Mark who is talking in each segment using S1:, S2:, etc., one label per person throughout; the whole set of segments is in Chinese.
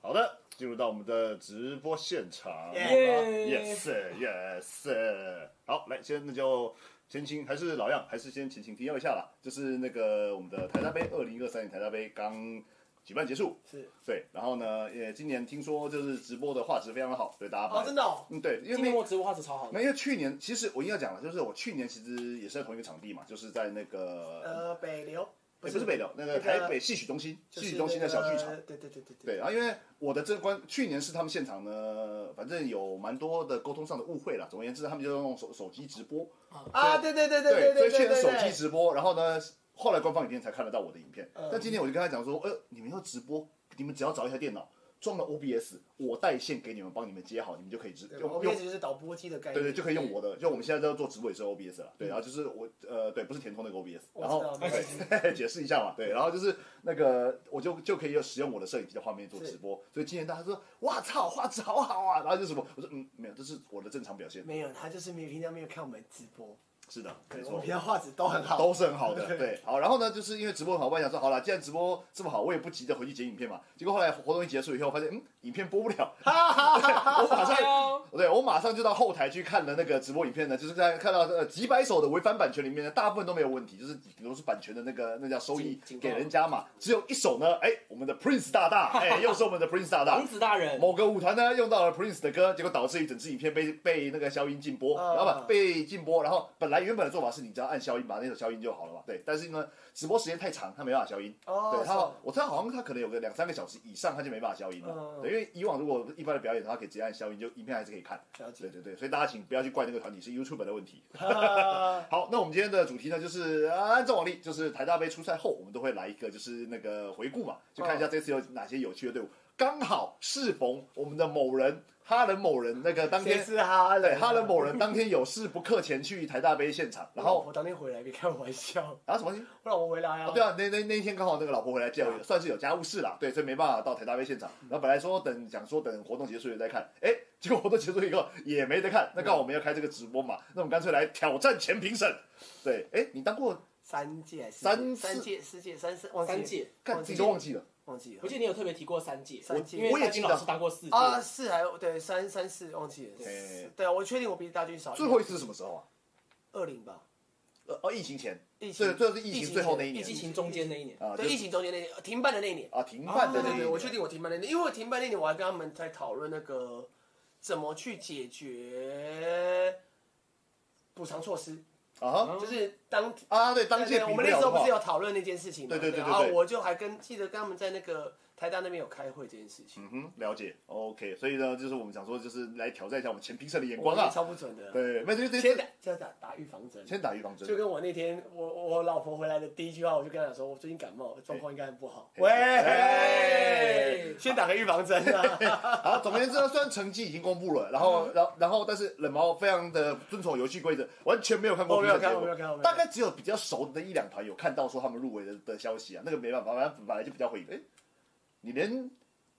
S1: 好的，进入到我们的直播现场。
S2: 耶
S1: Yes, yes。好，来，先那就先请，还是老样，还是先前情提要一下啦。就是那个我们的台大杯，二零二三年台大杯刚举办结束，
S2: 是
S1: 对。然后呢，也今年听说就是直播的画质非常的好，对大家把
S2: 哦，真的哦，
S1: 嗯对，因为
S2: 今
S1: 那
S2: 天我直播画质超好的，
S1: 那因为去年其实我应该讲了，就是我去年其实也是在同一个场地嘛，就是在那个、
S2: 呃，北流
S1: 也哎不是北流，那个
S2: 那个
S1: 台北戏曲中心，
S2: 就
S1: 戏
S2: 是
S1: 曲中心的小剧场。
S2: 那个对对对对
S1: 对，然后因为我的这关去年是他们现场呢，反正有蛮多的沟通上的误会啦。总而言之，他们就用手手机直播，
S2: 啊，对对对对对
S1: 所以
S2: 对
S1: 去年
S2: 对对，
S1: 手机直播，然后呢，后来官方影片才看得到我的影片。
S2: 嗯
S1: 但今天我就跟他讲说，呃，你们要直播，你们只要找一台电脑装了 OBS，我带线给你们，帮你们接好，你们就可以直
S2: 对
S1: 用
S2: 我
S1: 用
S2: 们一直就是导播机的概念，
S1: 对对，就可以用我的，就我们现在在做直播也是 OBS 了，对，然后就是我呃，对，不是填充那个 OBS，
S2: 嗯我
S1: 然
S2: 知道
S1: 后
S2: 没事
S1: 对 解释一下嘛，对，然后就是那个我就就可以使用我的摄影机的画面做直播，所以今年大家说哇操，画质好好啊，然后就什么，我说嗯，没有，这是我的正常表现，
S2: 没有，他就是没有平常没有看我们直播，
S1: 是的，没
S2: 对，我
S1: 错
S2: 们。平常画质都很好，
S1: 都是很好 的，对，好，然后呢，就是因为直播很好，我想说，好了，既然直播这么好，我也不急着回去剪影片嘛。结果后来活动一结束以后，发现嗯，影片播不了，我马上对我马上就到后台去看了那个直播影片呢，就是在看到呃几百首的违反版权里面呢，大部分都没有问题，就是比如是版权的那个那叫收益
S2: 警警告
S1: 给人家嘛，只有一首呢，哎，我们的 Prince 大大，哎，又是我们的 Prince 大 大
S3: 王。子大人，
S1: 某个舞团呢用到了 Prince 的歌，结果导致于整支影片被被那个消音禁播，
S2: 啊
S1: 然后吧被禁播，然后本来原本的做法是你只要按消音把那首消音就好了嘛，对，但是呢直播时间太长，他没办法消音，
S2: 哦
S1: 对
S2: 是
S1: 他
S2: 吗
S1: 我知道好像他可能有个两三个小时以上他就没办法消音了，
S2: 嗯
S1: 对，因为以往如果一般的表演的话可以直接按消音，就影片还是可以看，
S2: 了解
S1: 对对对，所以大家请不要去怪那个团体是 YouTube 的问题。
S2: 啊
S1: 好，那我们今天的主题呢，就是呃按照往例，就是台大杯初赛后，我们都会来一个就是那个回顾嘛，就看一下这次有哪些有趣的队伍。刚好适逢我们的某人哈人某人那个当
S2: 谁
S1: 天，
S2: 是哈
S1: 对
S2: 人？
S1: 哈人某人当天有事不客前去台大杯现场，然后
S2: 我当天回来，别开我玩笑，
S1: 然后什么东西？
S2: 我老婆回来
S1: 啊，
S2: 啊，
S1: 对啊，那那那一天刚好那个老婆回来见我，算是有家务事啦，对，所以没办法到台大杯现场。
S2: 嗯
S1: 然后本来说等讲说等活动结束了再看，哎，结果活动结束以后也没得看。那
S2: 嗯
S1: 刚好我们要开这个直播嘛，那我们干脆来挑战前评审。对，哎，你当过
S2: 三届还是
S1: 三次
S2: 三届四届三四忘记了
S3: 三届
S1: 看
S2: 忘
S1: 自
S2: 记
S1: 己
S2: 了
S1: 都忘记了。
S2: 忘记了
S3: 我记得你有特别提过三届，
S2: 三届
S3: 因为
S1: 我也
S3: 三军
S1: 记得
S3: 老师当过四届，
S2: 啊四还有对三三四忘记了
S1: 对，
S2: 对啊我确定我比大军少
S1: 最后一次是什么时候啊？
S2: 二零吧，
S1: 呃，哦，疫情前，
S2: 疫情
S1: 对，这是疫
S2: 疫
S1: 情
S2: 情
S1: 最后那一
S3: 疫
S1: 年
S3: 情中间那一年，
S1: 啊，
S2: 对
S1: 就是
S2: 疫情中间那年呃停办的那一年。
S1: 啊停办的
S2: 对
S1: 那
S2: 对
S1: 一
S2: 对，
S1: 年，
S2: 我确定我停办那年，因为我停办那年，我还跟他们在讨论那个怎么去解决补偿措施，
S1: 啊哈
S2: 就是当
S1: 啊，对，当
S2: 对
S1: 届
S2: 对
S1: 比
S2: 我们那
S1: 了
S2: 时
S1: 的
S2: 候不
S1: 话
S2: 是有讨论那件事情嘛，
S1: 对对对
S2: 对
S1: 对
S2: 啊
S1: 对
S2: 我就还跟记得跟他们在那个台大那边有开会这件事情，
S1: 嗯哼，了解，OK，所以呢，就是我们想说，就是来挑战一下我们前评审的眼
S2: 我
S1: 光
S2: 觉得
S1: 啊，
S2: 超不准的。
S1: 对，没有，这这
S2: 先打，先打打预防针。
S1: 先打预防针
S2: 就，跟我那天我我老婆回来的第一句话，我就跟她讲说，我最近感冒，状况应该很不好。喂，
S1: 哎
S2: 先打个预防针啊！
S1: 好，总而言之呢，虽然成绩已经公布了，然
S2: 嗯
S1: 后，然后，然后，但是冷毛非常的遵守游戏规则，完全没有看过
S2: 我
S1: 比
S2: 哦没
S1: 赛
S2: 有
S1: 结
S2: 看我没有看我
S1: 果
S2: 没，有
S1: 大
S2: 看
S1: 概只有比较熟的一两团有看到说他们入围的的消息啊，那个没办法，反正本来就比较会，哎，你连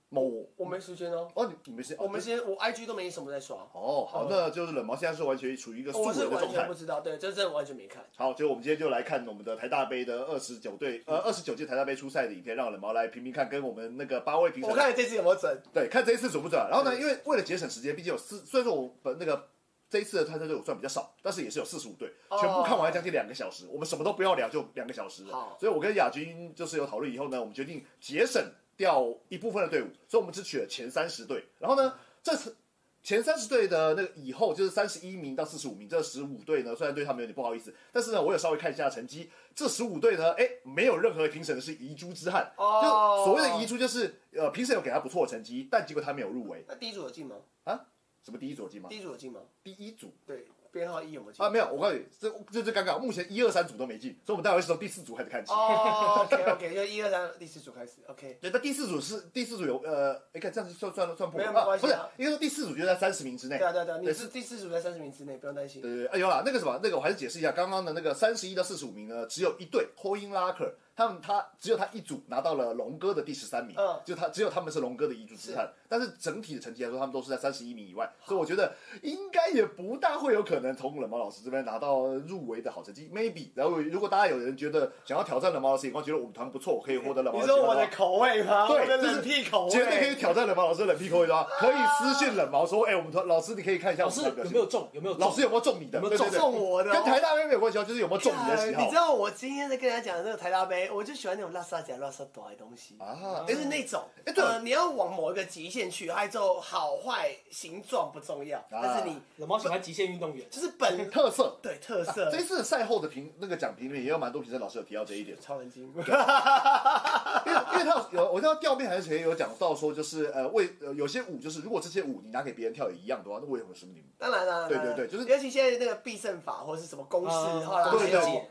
S1: 某
S2: 我没时间哦，
S1: 哦，你你们是
S2: 我们先我 IG 都没什么在刷，
S1: 哦，好，那就是冷毛现在是完全处于一个素
S2: 我
S1: 人
S2: 是
S1: 的
S2: 完
S1: 状
S2: 全
S1: 态
S2: 不。知道，对，这真的完全没看。
S1: 好，就我们今天就来看我们的台大杯的二十九队呃二十九届台大杯初赛的影片，让冷毛来评评看，跟我们那个八位评审
S2: 我看这次有没有准？
S1: 对看这一次准不准。然后呢，因为为了节省时间，毕竟有四，虽然说我本那个这一次的参赛队伍算比较少，但是也是有四十五队，
S2: 哦
S1: 全部看完将近两个小时，我们什么都不要聊，就两个小时了
S2: 好
S1: 所以我跟亚军就是有讨论以后呢，我们决定节省掉一部分的队伍，所以我们只取了前三十队。然后呢，
S2: 嗯
S1: 这次前三十队的那个以后就是三十一名到四十五名这十五队呢，虽然对他们有点不好意思，但是呢，我有稍微看一下成绩，这十五队呢，哎，没有任何评审是遗珠之憾。
S2: 哦
S1: 就所谓的遗珠就是呃，评审有给他不错的成绩，但结果他没有入围
S2: 那第一组有进吗？
S1: 啊。什么第一组有进吗？
S2: 第一组有进吗？
S1: 第一组
S2: 对，编号一有没有进
S1: 啊，？没有，我告诉你，这这最尴尬，目前一二三组都没进，所以我们待会是从第四组开始看起。
S2: 哦，OK OK，就 一二三，第四组开始，OK。
S1: 对，那第四组是第四组有呃，哎，看这样子算算算不
S2: 没有
S1: 啊
S2: 没关
S1: 不
S2: 系
S1: 是
S2: 啊，
S1: 应该说第四组就在三十名之内。
S2: 对啊对啊对啊，你
S1: 对
S2: 是第四组在三十名之内，不用担心。
S1: 对对对，哎有啦，那个什么，那个我还是解释一下，刚刚的那个三十一到四十五名呢，只有一队，后因拉克他们他只有他一组拿到了龙哥的第十三名，
S2: 嗯
S1: 就他只有他们是龙哥的一组之战，但是整体的成绩来说，他们都是在三十一名以外，所以我觉得应该也不大会有可能从冷毛老师这边拿到入围的好成绩，maybe。然后如果大家有人觉得想要挑战冷毛老师眼光，觉得我们团不错，可以获得冷毛
S2: 你
S1: 老师眼
S2: 说
S1: 光
S2: 我哎
S1: 的
S2: 的
S1: 话。
S2: 口味吗？
S1: 对
S2: 我的
S1: 就是
S2: 冷屁口味，
S1: 绝对可以挑战冷毛老师的冷屁股一抓，可以私信冷毛说：“哎、我们团老师，你可以看一下
S3: 老
S1: 我们
S3: 师
S1: 团表
S3: 有
S1: 现
S3: 没有中？有没有中？
S1: 老师有没有中你的？
S3: 有没有中
S1: 对对对
S2: 中我的哦
S1: 跟台大妹妹有关系哦，就是有没有中你的喜好。
S2: 哎你知道我今天在跟他讲的那个台大杯，我就喜欢那种拉萨甲、拉萨短的东西
S1: 啊
S2: 就是那种，
S1: 哎对
S2: 呃，你要往某一个极限去，它就好坏、形状不重要，
S1: 啊
S2: 但是你
S3: 冷猫喜欢极限运动员，
S2: 就是 本
S1: 特色。
S2: 对特色
S1: 这，一次赛后的评那个奖评里面也有蛮多评审老师有提到这一 点，
S2: 超人精，
S1: 因为因为他有我知道调面还是谁有讲到说就是呃为呃有些舞就是如果这些舞你拿给别人跳也一样的话，那为什么是你们？
S2: 当然啦，
S1: 对
S2: 当然
S1: 对对就是哦
S2: 尤其现在那个必胜法或者是什么公式，
S3: 嗯
S2: 后来
S1: 对
S2: 还
S1: 对
S2: 有
S3: 对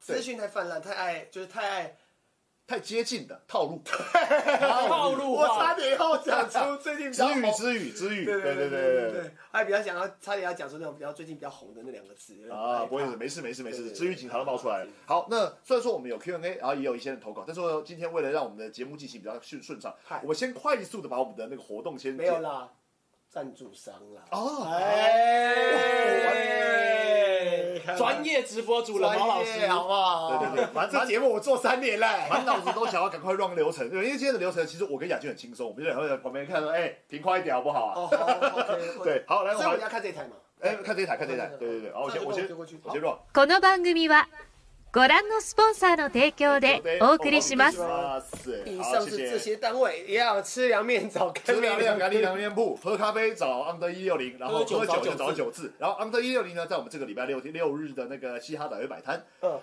S2: 资讯太泛滥，太爱就是太爱，
S1: 太接近的套路，
S3: 套 路
S2: 我差
S3: 化，
S2: 点要讲出最近比
S1: 知
S2: 较
S1: 语
S2: 红
S1: 知语知语，
S2: 对
S1: 对
S2: 对
S1: 对
S2: 对对，还比较想要差点要讲出那种比较最近比较红的那两个字有点害
S1: 啊，
S2: 怕
S1: 不会，没事没事没
S2: 对
S1: 事，
S2: 对
S1: 至于警察都冒出来了。好，那虽然说我们有 Q&A，然后也有一些人投稿，但是今天为了让我们的节目进行比较顺顺畅
S2: 嗨，
S1: 我们先快速的把我们的那个活动先
S2: 没有啦，赞助商啦。
S1: 哦，
S2: 哎
S3: 哎，专业直播主冷
S2: 专
S3: 猫老
S2: 业啊
S3: 师，
S2: 好不好？
S1: 对对对蛮
S2: 这节目我做三年嘞。
S1: 满脑子都想要赶快 run 流程，因为今天的流程其实我跟雅君很轻松，我们就两个人在旁边看说，哎，停快一点好不好啊？
S2: 哦，好，OK，OK
S1: 对，，好，来我
S2: 所以我们
S1: 们
S2: 要看这台嘛。
S1: 哎看这一台，看这一台，对对对，好，我先我先
S2: 丢过去
S1: 我先 run，
S4: この番組はご覧のスポンサーの提供でお送りします。
S1: 好，
S2: 以上
S1: 谢
S2: 是
S1: 谢。
S2: 这些单位，也要吃凉面找干
S1: 吃 凉面
S2: 面。
S1: 咖喱凉面铺，喝咖啡找 under 一六零，然后
S3: 喝酒
S1: 喝酒
S3: 找
S1: 就
S3: 九
S1: 找
S3: 字
S1: 九字，然后 under 一六零呢，在我们这个礼拜六六日的那个嘻哈百味摆摊，
S2: 嗯，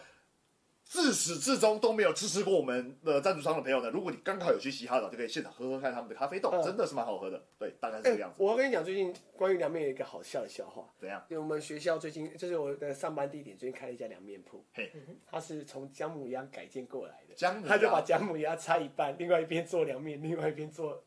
S1: 自始至终都没有支持过我们的赞助商的朋友呢，如果你刚好有去嘻哈岛，就可以现场喝喝看他们的咖啡豆，
S2: 嗯
S1: 真的是蛮好喝的。对，大概是这个
S2: 哎
S1: 样，子。
S2: 我跟你讲，最近关于凉面有一个好笑的笑话。
S1: 怎样？
S2: 因为我们学校最近就是我的上班地点最近开了一家凉面铺，
S1: 嘿，
S2: 它是从姜母鸭改建过来的。
S1: 姜母
S2: 他就把
S1: 鸭，
S2: 姜母鸭拆一半，另外一边做凉面，另 外一边做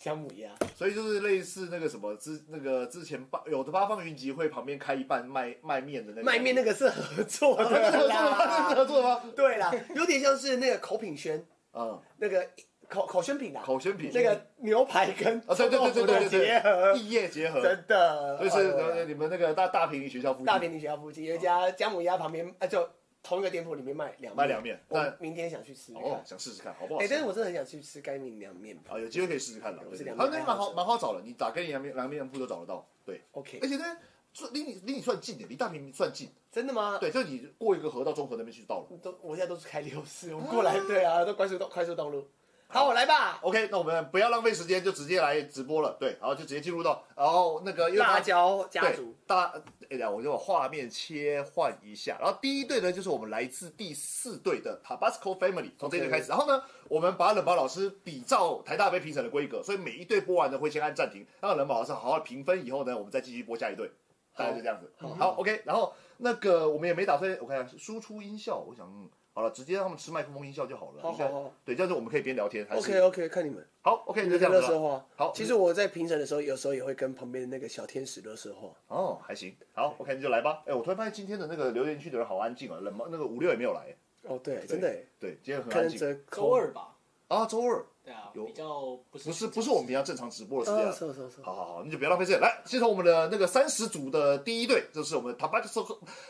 S2: 姜母鸭。
S1: 所以就是类似那个什么之那个之前八有的八方云集会旁边开一半卖卖面的那个
S2: 卖面那个是合作
S1: 啊 那
S2: 的
S1: 个合
S2: 啦，
S1: 作的吗？
S2: 对啦，有点像是那个口品轩，
S1: 嗯，
S2: 那个口口宣品啦，啊
S1: 口宣品
S2: 那个牛排跟
S1: 啊，对对对对对对
S2: 臭豆腐的结合
S1: 对，，异业结合，
S2: 真的，
S1: 就是
S2: 哎呦
S1: 呃你们那个大大平林学校附近，
S2: 大田里学校附近有一家姜母鸭，旁边啊就同一个店铺里面卖凉面
S1: 卖凉面
S2: 我
S1: 但
S2: 明天想去吃吃
S1: 哦
S2: 看，，
S1: 想试试看好不好
S2: 哎，
S1: 吃？
S2: 但是我真的很想去吃干面凉面吧
S1: 啊，有机会可以试试看的。
S2: 我是
S1: 对
S2: 两
S1: 他
S2: 面
S1: 那个蛮
S2: 爱好
S1: 好
S2: 者
S1: 蛮好找的，你打跟你两两面铺都找得到。对，
S2: ，OK，
S1: 而且呢，算离你离你算近的，离大平算近。
S2: 真的吗？
S1: 对，就你过一个河到中和那边去就到了。
S2: 都我现在都是开六四，我过来对啊，都快速道快速道路。好，我来吧。
S1: OK，那我们不要浪费时间，就直接来直播了。对，然后就直接进入到，然后那个因为
S2: 辣
S1: 他
S2: 椒家
S1: 对
S2: 族，
S1: 大哎呀，我就把画面切换一下。然后第一队呢，就是我们来自第四队的 Tabasco Family，从这一队
S2: OK
S1: 开始。然后呢，我们把冷宝老师比照台大杯评审的规格，所以每一队播完呢会先按暂停，让冷宝老师好好评分，以后呢我们再继续播下一队，大概就这样子。好 o k 然后那个我们也没打算，我看一下输出音效，我想嗯，好了，直接让他们吃麦克风音效就好了。
S2: 好
S1: 应该
S2: 好好
S1: 对，这样子我们可以边聊天还是
S2: OK OK，看你们。
S1: 好 OK，
S2: 你
S1: 就
S2: 们
S1: 这样
S2: 在乐
S1: 子
S2: 色
S1: 了。
S2: 化。
S1: 好
S2: 其实我在评审的时候，有时候也会跟旁边的那个小天使乐色化。
S1: 哦，还行，好，OK，那就来吧。哎，我突然发现今天的那个留言区的人好安静啊，冷毛那个五六也没有来。
S2: 哦，对，真的耶，
S1: 对，今天很
S2: 可
S1: 安
S2: 能
S1: 静
S2: 折
S3: 周二吧？
S1: 啊。周二
S3: 对啊，
S1: 有
S3: 比较不是
S1: 不是不是我们平常正常直播的时
S2: 啊，
S1: 间啊。
S2: 是是是。
S1: 好好好，那就不要浪费时间。来，先从我们的那个三十组的第一队，就是我们塔巴克斯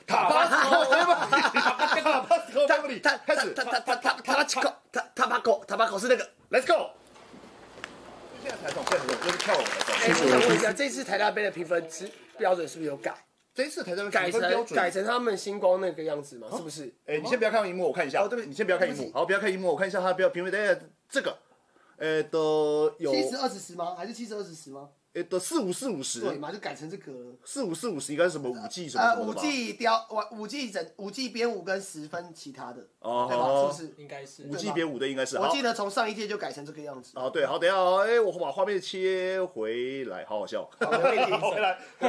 S1: 塔巴克塔巴克 family
S2: 他
S1: 开始
S2: 他他他他他他口他他把口他把口是那个。
S1: ，Let's go。现在才懂，现在才懂，就是跳舞才
S2: 哎，
S1: 懂。
S2: 我想问一下，这次台大杯的评分是标准是不是有改？
S1: 这一次台上
S2: 改
S1: 评分标
S2: 成啊
S1: 准
S2: 改。成他们星光那个样子吗？是不是？
S1: 哎，你先不要看荧幕，我看一下。
S2: 哦对不起
S1: 你先不要看荧
S2: 对
S1: 幕
S2: 不，起
S1: 好，不要看荧幕，我看一下他标评分。哎，这个，呃的有，
S5: 七十二十十吗？还是七十二十十吗？
S1: 哎的四五四五
S5: 对
S1: 十，
S5: 嘛，就改成这个了。
S1: 四五四五十应该是什么五 G 什么
S5: 呃
S1: 什，么的
S5: 五
S1: 吧
S5: G 雕，我五 G 整五 G 编舞跟十分其他的，
S1: 哦
S5: 对
S1: 好
S5: 吧？是不
S3: 应
S5: 是？
S3: 该是
S1: 五 G 别五的应该是。
S5: 我
S1: 好
S5: 记得从上一届就改成这个样子。
S1: 啊，对，好，等一下哦， 哎，我把画面切回来，好好笑，好回来，对，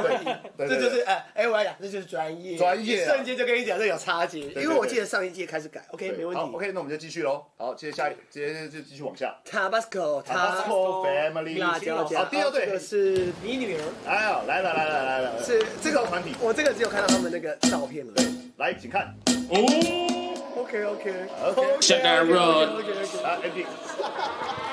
S1: 对
S2: 这就
S1: 对
S2: 是哎哎，我要讲，这就是专业，
S1: 专业啊
S2: 一瞬间就跟你讲，这有差距。
S1: 对
S2: 因为我记得上一届开始改，OK，
S1: 对，
S2: 没问
S1: 好
S2: 题。
S1: ，OK，那我们就继续喽。好，接下来，接下来就继续往下。
S2: Tabasco，
S1: 啊
S2: Tabasco，
S1: Tabasco Family，
S2: 辣椒
S1: 好，哦第二
S2: 哦这个
S1: 队，
S2: 是
S3: 你女儿
S1: 哎呦，来了来了来了，来了
S2: 是这个
S1: 团体，
S2: 我这个只有看到他们那个照片了。
S1: 来，请看，
S2: 我 OK OK，
S6: Shut that road.
S2: OK OK，
S1: 啊，ending。
S2: 这到底是啊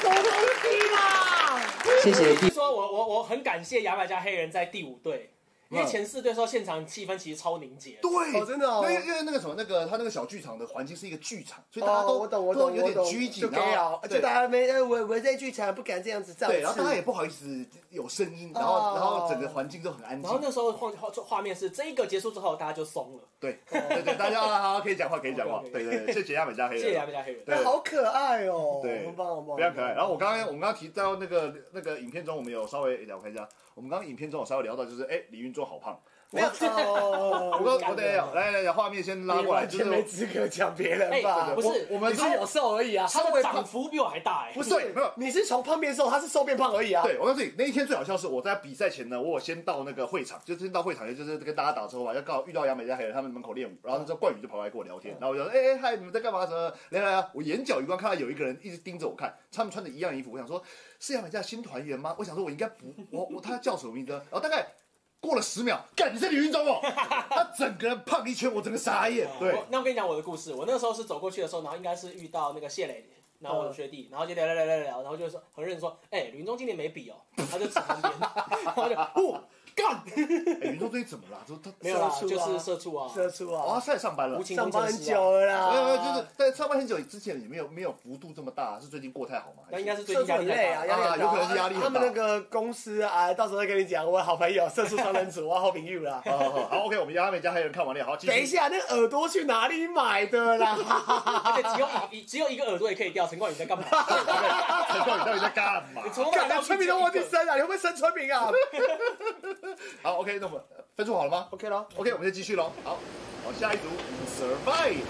S2: 什么东西啦？
S6: 谢谢弟，
S3: 说我我我很感谢牙买加黑人在第五队，因为前四队说现场气氛其实超凝结。
S1: 对，
S2: 哦真的哦
S1: 因为因为那个什么，那个他那个小剧场的环境是一个剧场，所以大家
S2: 哦
S1: 都
S2: 我懂我
S1: 都
S2: 懂
S1: 有
S2: 我
S1: 点
S2: 懂，
S1: 拘谨，
S2: 就干
S1: 然后
S2: 扰，
S1: 对
S2: 就大家没哎我我在剧场不敢这样子造次，
S1: 对，然后大家也不好意思有声音，然
S2: 哦
S1: 后然后整个环境都很安
S3: 然后
S1: 静。
S3: 那时候画画画面是这一个结束之后，大家就松了。
S1: 对对对，大家好好可以讲话，可以讲话。
S3: OK，OK
S1: 对对对，谢谢牙买加黑人。
S3: 谢谢牙买加黑人。
S1: 对
S2: 哎好可爱哦，
S1: 对
S2: 很棒很棒，
S1: 非常可爱。然后我刚刚我们刚刚提到那个那个影片中，我们有稍微聊看一下，我们刚刚影片中有稍微聊到，就是哎，李云中好胖。
S2: 没有 哦，
S1: 我刚我得来来来，画面先拉过来，就是我
S2: 资格讲别人
S3: 哎
S1: 啊
S3: 不是
S1: 我我们
S2: 你是有瘦而已啊，
S3: 他
S2: 稍
S3: 的
S2: 微
S3: 涨
S2: 胖，
S3: 幅比我还大哎、
S2: 不是
S1: 对没有
S2: 你是从胖变瘦，他是瘦变胖而已啊。
S1: 对，我告诉你，那一天最好笑是我在比赛前呢，我有先到那个会场，就是先到会场，也就是跟大家打招呼吧，要告遇到杨美嘉还有他们门口练舞，然后那时候冠宇就跑来跟我聊
S3: 嗯
S1: 天，然后我就说，哎、哎嗨，你们在干嘛？什么？来来来，我眼角余光看到有一个人一直盯着我看，他们穿的一样衣服，我想说是杨美嘉新团员吗？我想说我应该不，我我他叫什么名字呢？然后大概。过了十秒，干你是李云中哦！ 他整个人胖一圈，我整个傻眼。对，
S3: 我那我跟你讲我的故事，我那时候是走过去的时候，然后应该是遇到那个谢磊，
S2: 嗯
S3: 然后我的学弟，然后就聊聊聊聊聊，然后就说很认真说，哎、吕云中今年没比哦，他就指旁边，然后 就哦干，
S1: 哎，云中最近怎么了？就他
S3: 没有啦，
S2: 社畜啊
S3: 就是社畜啊，
S2: 社畜
S1: 哦，他
S2: 啊，
S1: 现在上班了
S3: 无。情
S2: 上
S3: 工
S2: 班
S3: 程
S2: 很
S3: 师
S2: 久
S3: 啊，
S2: 了
S1: 没有，没有
S2: 啦，
S1: 就是在上半很久之前也没有没有幅度这么大，是最近过太好吗？还
S3: 那
S1: 是
S3: 应该是最
S2: 社
S3: 近
S2: 畜
S3: 压力
S2: 很
S3: 太
S2: 累
S3: 大
S2: 啊，
S3: 了
S2: 压力
S1: 啊
S2: 很大
S1: 有可能是压力很大
S2: 他们那个公司啊，到时候再跟你讲，我好朋友社畜超人组，我好朋友啦。
S1: 好好哦好好，OK，我们家美家黑人看完了，好，继续
S2: 等一，下，那耳朵去哪里买 的啦？
S3: 而且只有一只有一个耳朵也可以掉，陈冠宇 在干嘛？
S1: 陈冠宇 到底在干嘛
S3: 你？从头到尾
S2: 干
S3: 都
S2: 的
S3: 要
S2: 村民都忘记
S3: 一个
S2: 生了，你会不会生村民啊
S1: 好，OK，那我们分数好了吗
S2: ？OK 咯，
S1: ？OK，我们就继续喽。好，好，下一组 Survive，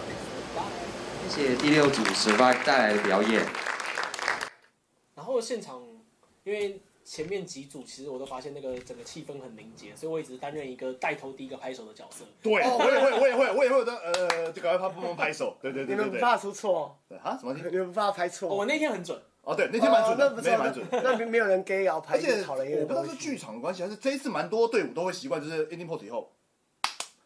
S6: 谢谢第六组 Survive 带来的表演。
S3: 然后现场，因为前面几组其实我都发现那个整个气氛很凝结，所以我一直担任一个带头第一个拍手的角色。
S1: 对，
S2: 哦
S1: 我也会，我也会，我也会的，呃，就赶快帮帮忙拍手，对对
S2: 你
S1: 对
S2: 们
S1: 对
S2: 不
S1: 对。
S2: 怕出错，
S1: 对啊，什么东西？
S2: 你们不怕拍
S3: 哦、我
S2: 错？
S3: 那天很准，
S1: 哦，对，那天蛮准
S2: 哦
S1: 的，
S2: 那不
S1: 那天蛮准
S2: 错。，那没没有人 gay 摇
S1: 而
S2: 拍，
S1: 且
S2: 讨人
S1: 我
S2: 厌
S1: 不知
S2: 的
S1: 道
S2: 东
S1: 是
S2: 西。
S1: 剧场的关系，还是这一次蛮多队伍都会习惯，就是 ending pose 以后，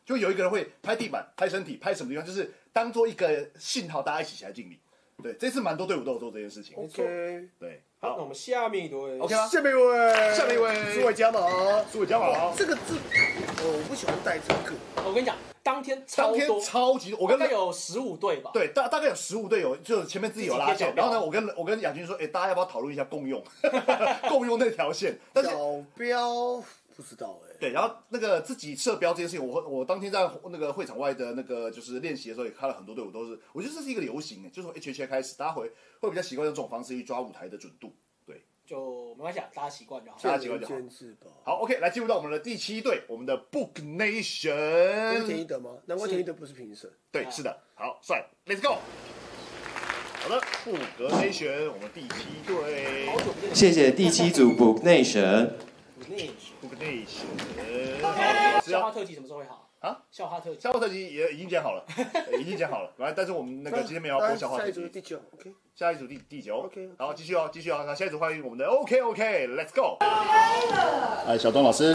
S1: 就有一个人会拍地板、拍身体、拍什么地方，就是当做一个信号，大家一起起来敬礼。对，这次蛮多队伍都有做这件事情。
S3: 哦
S2: OK，
S1: 对，
S3: 好，那
S1: 好
S3: 我们下面一队
S1: ，OK 吗？
S2: 下面一位，
S1: 下面一位
S2: 苏伟加毛。
S1: 苏伟加啊好。
S2: 这个字，哦，我不喜欢带这个。
S3: 我跟你讲，当天超
S1: 当天
S3: 多，
S1: 超级多，我
S3: 大
S1: 跟
S3: 概有十五队吧。
S1: 对大大概有十五队友，就是前面自己有拉
S3: 自己贴啊
S1: 线，然
S3: 小标
S1: 后呢，我跟我跟亚军说，哎、大家要不要讨论一下共用， 共用那条线？但是
S2: 小标不知道哎、
S1: 对，然后那个自己射标这件事情，我我当天在那个会场外的那个就是练习的时候，也看了很多队伍都是，我觉得这是一个流行，哎，就是从 H H 开始，大家会会比较习惯用这种方式去抓舞台的准度。
S3: 就没关系，啊，大家习惯就好。
S1: 大家习惯就好
S2: 见仁见智吧。
S1: 好，OK，来进入到我们的第七队，我们的 Book
S2: 不是田
S1: Nation，啊
S2: 一德吗？难怪
S3: 是
S2: 田一德不是评审。
S1: 对，是的，好，帅，Let's go。好的，布格 Nation，我们第七队。
S3: 好久不见，
S6: 谢谢第七组 Book Nation。
S1: 不跟内行。好，只
S3: 校花
S1: 要
S3: 特辑什么时候会好
S1: 啊？
S3: 校花特辑
S1: 消化特辑也已经剪好了，呃已经剪好了。完，但是我们那个今天没有要播消化
S2: 下
S1: 特
S2: 一组
S1: 辑。
S2: 第九，OK。
S1: 下一组第第九
S2: OK，OK
S1: 好，继续哦，继续哦。那下一组欢迎我们的 OK OK，Let's、go。哎，小东老师，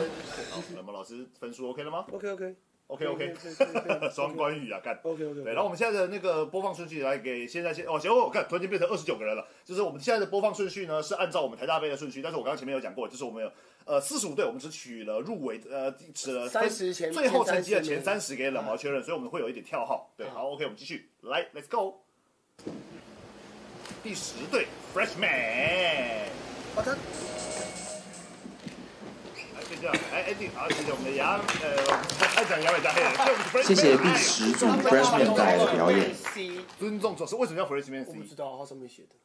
S1: 好，那么老师分数 OK 了吗
S2: OK OK
S1: ？OK OK，
S2: 对对对对对
S1: 双关语啊，干。
S2: OK OK，
S1: 对，然后我们现在的那个播放顺序来给现在现哦，行，我看突然间变成二十九个人了。就是我们现在的播放顺序呢，是按照我们台大杯的顺序，但是我刚刚前面有讲过，就是我们有呃四十五队，我们只取了入围呃只了分
S2: 30前
S1: 最后
S2: 前
S1: 成绩的
S2: 30
S1: 前
S2: 名
S1: 三十给冷毛确认，所以我们会有一点跳号。
S2: 啊
S1: 对，好，OK，我们继续来，Let's go。第十队 Freshman，
S2: 哦，他
S1: 来就这样，哎，Andy，好，谢谢我们的杨，呃，还讲杨伟加黑人，谢我们的 Freshman
S6: 谢谢第十组 Freshman 带来的表演。
S2: C，
S1: 尊重做事，为什么叫 Freshman？
S2: 我
S1: C？
S2: 不知道他上面写的。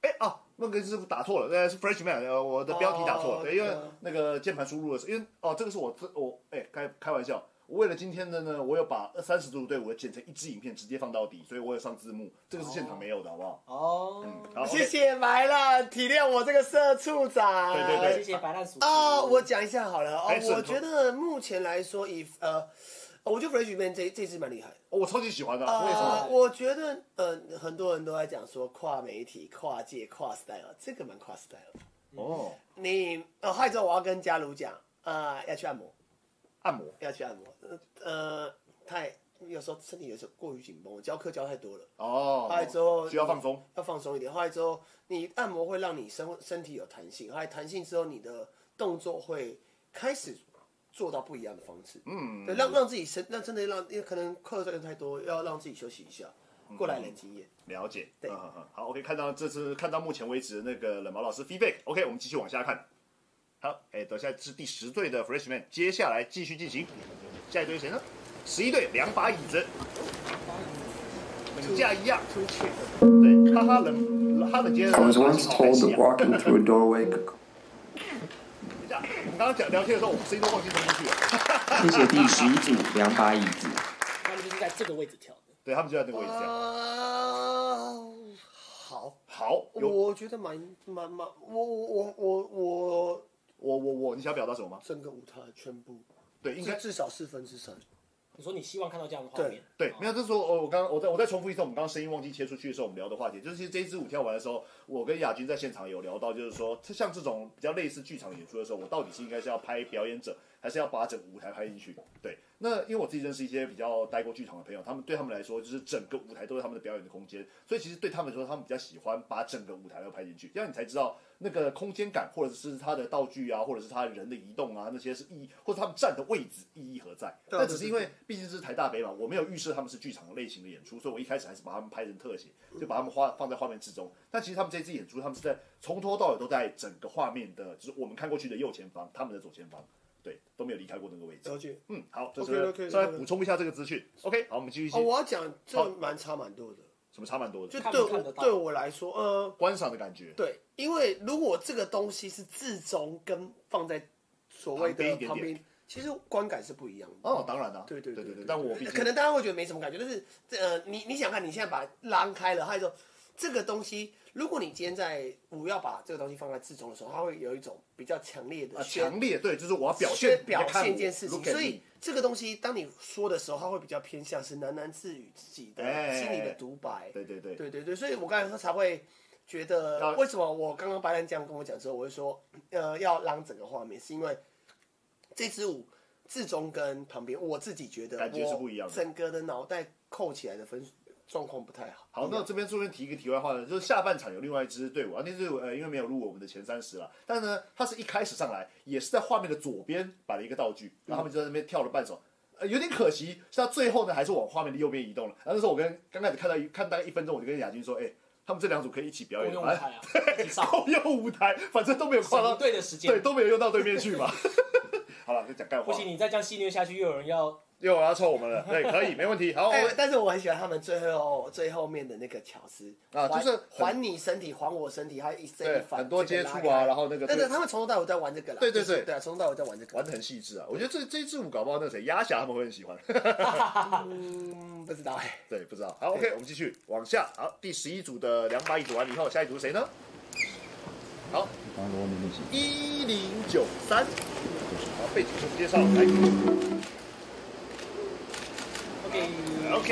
S1: 哎啊，那个是打错了，呃，是 Freshman，呃，我的标题打错了，
S2: 哦
S1: 对，因为
S2: 对啊
S1: 那个键盘输入的时候，因为哦，这个是我自我哎开开玩笑，我为了今天的呢，我有把三十组队伍剪成一支影片，直接放到底，所以我有上字幕，这个是现场没有的，好不好？
S3: 哦。
S1: 嗯，好，
S2: 谢谢埋了，体谅我这个社畜仔。
S1: 对对
S3: 谢谢白烂鼠
S2: 啊、我讲一下好了哦
S1: 哎，是
S2: 我觉得目前来说，以呃，我觉得 Freshman 这这支蛮厉害的。
S1: 哦我超级喜欢的，我也
S2: 啊、
S1: 超
S2: 呃，我觉得呃，很多人都在讲说跨媒体、跨界、跨 style，这个蛮跨 style 的。
S1: 哦，
S2: 你呃，害之后我要跟呃嘉如讲，啊、要去按摩，
S1: 按摩
S2: 要去按摩。呃，呃太有时候身体有时候过于紧绷，我教课教太多了，
S1: 哦
S2: 后来哎之后
S1: 需要放松，
S2: 要放松一点。后来之后，你按摩会让你身身体有弹性，后来弹性之后，你的动作会开始做到不一样的方式。
S1: 嗯，
S2: 对，让让自己身，让真的让，因为可能课程太多，要让自己休息一下，
S1: 嗯
S2: 过来人经验。
S1: 了解，
S2: 对
S1: 嗯嗯嗯好，OK，看到这次看到目前为止那个冷毛老师 feedback，OK，、我们继续往下看。好，哎，等下是第十队的 freshman，接下来继续进行，下一队谁呢？十一队两把椅子，等价一样，
S2: 出去，
S1: 对，哈哈冷，哈冷接着
S7: I
S1: 冷
S7: was
S1: 毛
S7: once
S1: 好开
S7: told
S1: 心
S7: that
S1: 啊。
S7: walking through a doorway could
S1: 等一下，我们刚刚讲聊天的时候，我们声音都忘记冲进去了，
S6: 谢谢第十一组两把椅子，
S3: 他们就是在这个位置跳的。
S1: 对他们就在那个位置
S2: 呃
S1: 上。
S2: 啊，好，
S1: 好，有我
S2: 我觉得蛮蛮蛮，我我我我我
S1: 我我，你想表达什么吗？
S2: 整个舞台全部，
S1: 对，应该
S2: 至至少四分之三。
S3: 你说你希望看到这样的画面？
S1: 对，没有，就是说，哦，我刚刚我再我再重复一次，我们刚刚声音忘记切出去的时候，我们聊的话题，就是其实这一支舞跳完的时候，我跟亚军在现场有聊到，就是说，像这种比较类似剧场演出的时候，我到底是应该是要拍表演者，还是要把整个舞台拍进去？对，那因为我自己认识一些比较待过剧场的朋友，他们对他们来说，就是整个舞台都是他们的表演的空间，所以其实对他们来说，他们比较喜欢把整个舞台都拍进去，这样你才知道那个空间感，或者是它的道具啊，或者是它人的移动啊，那些是意义，或者他们站的位置意义何在？
S2: 对啊
S1: 那只是
S2: 对对
S1: 因为。因为毕竟是台大北嘛，我没有预设他们是剧场类型的演出，所以我一开始还是把他们拍成特写，就把他们画放在画面之中。但其实他们这次演出，他们是在从头到尾都在整个画面的，就是我们看过去的右前方，他们的左前方，对，都没有离开过那个位置
S2: 了。解。
S1: 嗯，好，这
S2: OK，OK，OK，
S1: 是再来补充一下这个资讯。OK，好，我们继续
S2: 哦，
S1: 进，
S2: 我要讲这蛮差蛮多的，
S1: 什么差蛮多
S2: 就
S1: 的，
S3: 看
S2: 对
S3: 不看
S2: 我
S3: 得到
S2: 对我来说，呃，
S1: 观赏的感觉。
S2: 对，因为如果这个东西是自中跟放在所谓的
S1: 旁边一点
S2: 旁边，其实观感是不一样的。
S1: 哦，当然啦，
S2: 对
S1: 对
S2: 对
S1: 对
S2: 对
S1: 但我毕竟
S2: 可能大家会觉得没什么感觉，但是这呃，你你想看，你现在把它拉开了，还有说这个东西，如果你今天在我要把这个东西放在自中的时候，它会有一种比较强烈的
S1: 啊
S2: 宣
S1: 强烈对，就是我要表
S2: 缺
S1: 现
S2: 表现一件事情，所以这个东西当你说的时候，它会比较偏向是喃喃自语自己的
S1: 哎
S2: 心里的独白。
S1: 对对对，
S2: 对对对，所以我刚才说才会觉得
S1: 要
S2: 为什么我刚刚白兰这样跟我讲之后，我会说呃要让整个画面，是因为这支舞至中跟旁边我自己觉得
S1: 感觉是不一样的
S2: 我整个的脑袋扣起来的分状况不太好。
S1: 好，那这边顺便提一个题外话呢，就是下半场有另外一支队伍啊，那支队伍呃因为没有入我们的前三十了，但呢，他是一开始上来也是在画面的左边摆了一个道具，然后他们就在那边跳了半首。呃，有点可惜，是他最后呢还是往画面的右边移动了。然后那时候我跟刚开始看到一看大概一分钟，我就跟亚军说：“哎、他们这两组可以一起表
S3: 公
S1: 演
S3: 用舞
S1: 啊，
S3: 台啊，一起 上
S1: 共用舞台，反正都没有跨
S3: 省
S1: 到
S3: 一队的时间
S1: 对，。都没有用到对面去嘛。好了，就讲干话
S3: 不，行，你再这样戏虐下去，又有人要
S1: 又要抽我们了，对，可以，没问题。好，我
S2: 哎
S1: 们，
S2: 但是我很喜欢他们最后最后面的那个巧思
S1: 啊
S2: 还
S1: 就是很
S2: 还你身体，还我身体，还一
S1: 对
S2: 这一反
S1: 很多
S2: 这个
S1: 接触啊
S2: 拉开
S1: 然后那个
S2: 对
S1: 对
S2: 对，他们从头到尾在玩这个啦，
S1: 对对
S2: 就是
S1: 对
S2: 对啊，从头到尾在玩这个，
S1: 玩的很细致啊。我觉得这这一支舞搞不好那个谁鸭侠他们会很喜欢。
S2: 嗯不知道哎，
S1: 对，不知道。好，OK，我们继续往下。好，第十一组的两把椅子完了以后，下一组是谁呢？好，一零九三。好，背景是我们介绍。
S6: 嗯
S1: 来
S3: OK，
S1: ，OK，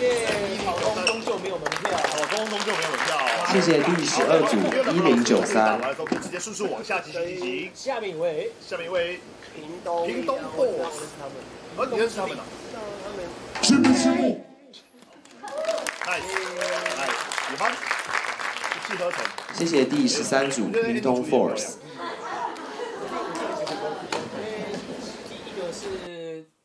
S3: 耶，老公终究没有门票啊。
S1: 好，公公就没有门票。
S6: 谢谢第十二组一零九
S1: 打
S6: 三
S1: 完，了之后，可以直接顺势往下继续进行。
S3: 下面一位，
S1: 下面一位，
S2: 屏东
S1: 屏东
S2: 一样我知道
S1: Boss
S2: 我是他们。
S1: 哦，你认识他们的？
S2: 让他们
S1: 哎，哎，喜欢，契合成。
S6: 谢谢第十三组屏东 Force，
S3: 因为第一个是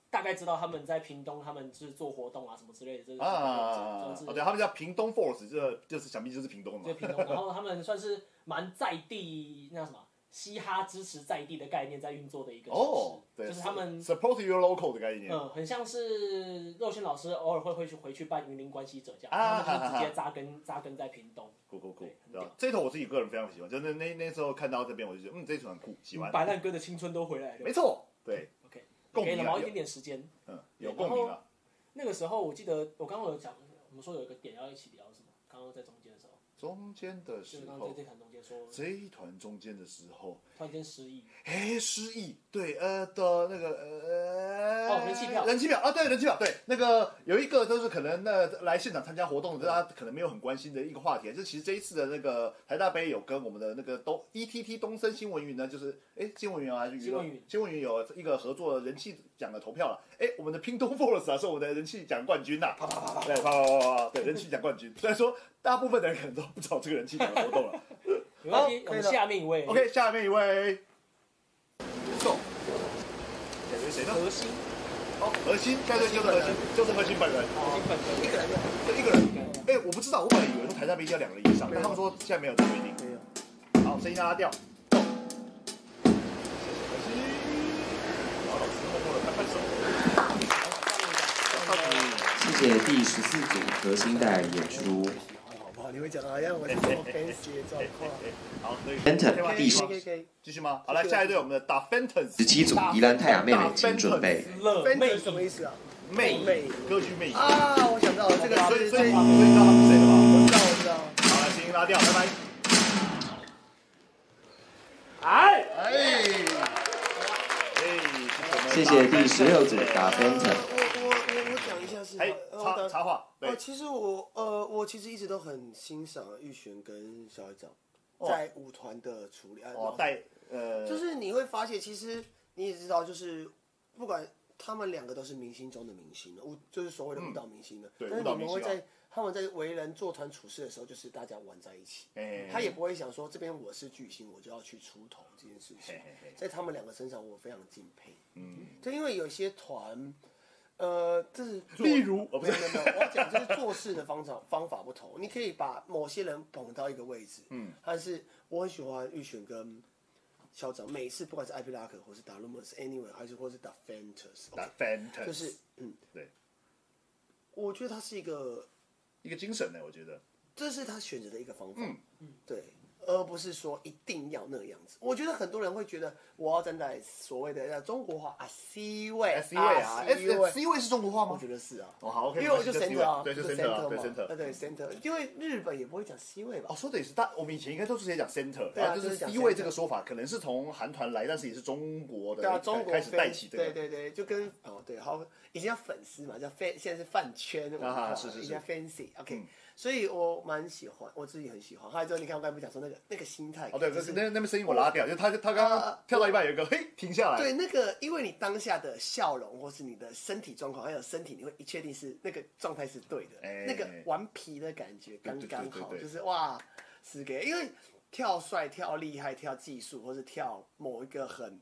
S3: 大概知道他们在屏东，他们就是做活动啊什么之类的，这是
S1: 啊，
S3: 就
S1: 哦，
S3: 是
S1: 对，他们叫屏东 Force，这就是想必就是屏东的嘛。
S3: 就屏东，然后他们算是蛮在地那叫什么嘻哈支持在地的概念在运作的一个
S1: 哦，对，
S3: 组织就是他们
S1: support your local 的概念。
S3: 嗯，很像是肉鑫老师偶尔会会去回去办云林关系者这样，
S1: 啊
S3: 他们就是直接扎根扎根在屏东，
S1: 酷酷酷
S3: 对，很
S1: 对吧
S3: 屌？
S1: 这头我自己个人非常喜欢，真的那那时候看到这边我就觉得，嗯，这一组很酷，喜欢，
S3: 白烂哥的青春都回来了
S1: 没。错，对，
S3: OK，
S1: 共
S3: 给
S1: 鸣
S3: 了
S1: 啊
S3: 毛一
S1: 有
S3: 点点时间。
S1: 嗯，有
S3: 然后
S1: 共鸣啊，
S3: 那个时候我记得我刚刚有讲，我们说有一个点要一起聊是什么？刚刚在中间的时候，
S1: 中间的
S3: 就
S1: 时
S3: 是刚刚
S1: 候
S3: 在，这场中间说
S1: 这一团中间的时候，
S3: 突然间失忆，
S1: 哎，失忆，对，呃的那个呃，
S3: 哦人气票
S1: 人气票啊，对，人气票，对，那个有一个就是可能那来现场参加活动的，大家可能没有很关心的一个话题，就其实这一次的那个台大杯有跟我们的那个东 ETT 东森新闻云呢，就是哎新闻云啊还是娱
S3: 新
S1: 乐
S3: 闻云
S1: 新闻云有一个合作人气奖的投票了。哎，我们的拼多 Force 啊，是我们的人气奖冠军呐、啪啪啪啪，对，啪啪啪啪啪，对，人气奖冠军。虽然说大部分的人可能都不知道这个人气奖的活动了。
S3: 没关
S1: 好
S3: 系，我
S1: 可以
S3: 们
S1: 了
S3: 下面一位
S1: OK，下面一位，送，感觉谁呢？
S3: 核心
S1: 哦，核心，该对，就是核心，就是核心本人，
S3: 核心本人
S2: 一个人的
S1: 就一个人。哎，我不知道，我本来以为说台下面应该两个人以上，但他们说现在没有这个规定。
S2: 没有。
S1: 好，声音拉掉。
S6: 谢谢第十四组核心带来演出
S2: 喜欢好不好？你会讲的好像我是什么 fans 的状况。
S1: 好，所以
S6: Phantom
S1: 可以
S6: 第
S1: 吗
S6: 十
S2: 可以可以。
S1: 继续吗？好，来下一队，我们的打 Phantom
S6: 十七组宜兰太阳妹妹，请准备。
S3: 乐妹
S2: fans
S3: 影
S2: 什么意思啊？
S1: 妹
S2: 妹
S1: 歌剧魅影。
S2: 啊，我想到了，这个
S1: 所以
S2: 是
S1: 所以
S2: 最
S1: 所以知道他们是谁了吧？
S2: 我知道我知道。
S1: 好，来声音拉掉，拜拜。
S8: 哎，
S1: 哎，哎，
S6: 谢谢第十六组打
S2: 呃
S6: Phantom，
S2: 我我我我讲一下是，
S1: 哎，
S2: 呃我
S1: 插
S2: 等
S1: 插话，对
S2: 哦，，其实我呃，我其实一直都很欣赏玉璇跟小海长在舞团的处理，啊
S1: 哦，带呃，
S2: 就是你会发现，其实你也知道，就是不管他们两个都是明星中的明星，舞就是所谓的舞蹈明星的，
S1: 嗯对舞
S2: 但是
S1: 蹈
S2: 你们
S1: 明
S2: 会
S1: 星啊
S2: 在他们在为人做团处事的时候，就是大家玩在一起。
S1: 哎，
S2: 他也不会想说，这边我是巨星，我就要去出头这件事情
S1: 嘿嘿嘿，
S2: 在他们两个身上，我非常敬佩。
S1: 嗯，
S2: 就因为有些团，呃，这是做
S1: 例如哦不
S2: 没
S1: 是
S2: 有没有没有，我要讲就是做事的方法方法不同，你可以把某些人捧到一个位置，
S1: 嗯，
S2: 但是我很喜欢玉璇跟校长，每一次不管是艾比拉克，或是打 Lumos Anyway，还是或是打 Fantas，
S1: 打 Phantom
S2: 就是嗯，
S1: 对，
S2: 我觉得他是一个，
S1: 一个精神呢，我觉得，
S2: 这是他选择的一个方法，
S1: 嗯
S2: 对。而不是说一定要那个样子。我觉得很多人会觉得我要站在所谓的呃中国话啊 C 位
S1: C 位啊
S2: 啊
S1: S-
S2: C 位
S1: ，C 位是中国话
S2: 我
S1: 吗？
S2: 觉得是啊，
S1: 哦，好，OK，
S2: 因为我就
S1: C
S2: center 啊，
S1: 对，就
S2: center
S1: center 啊，对
S2: 嘛，呃
S1: center。
S2: 对 center，因为日本也不会讲 C 位吧
S1: 哦，？说的也是，但我们以前应该都是直接讲 center，
S2: 对啊
S1: 然后就
S2: 就是
S1: 是
S2: 讲
S1: C 位
S2: center
S1: 这个说法，可能是从韩团来，但是也是中国的
S2: 对啊，中国
S1: 开始
S2: 飞
S1: 带起这
S2: 对
S1: 个，
S2: 对对，就跟哦对，好，以前叫粉丝嘛，叫 fan，现在是饭圈文化，
S1: 啊是是是
S2: 以前 fancy，OK，
S1: 嗯
S2: 所以我蛮喜欢，我自己很喜欢。还有之后，你看我刚才不是讲说那个那个心态，
S1: 哦，对，
S2: 就
S1: 那
S2: 是呃
S1: 那那边声音我拉掉，就他他刚刚跳到一半有一个嘿停下来，
S2: 对，那个，因为你当下的笑容或是你的身体状况，还有身体，你会一确定是那个状态是对的，
S1: 哎
S2: 那个顽皮的感觉
S1: 对
S2: 刚
S1: 对
S2: 刚
S1: 对
S2: 好，
S1: 对对
S2: 就是哇，是给，因为跳帅、跳厉害、跳技术，或是跳某一个很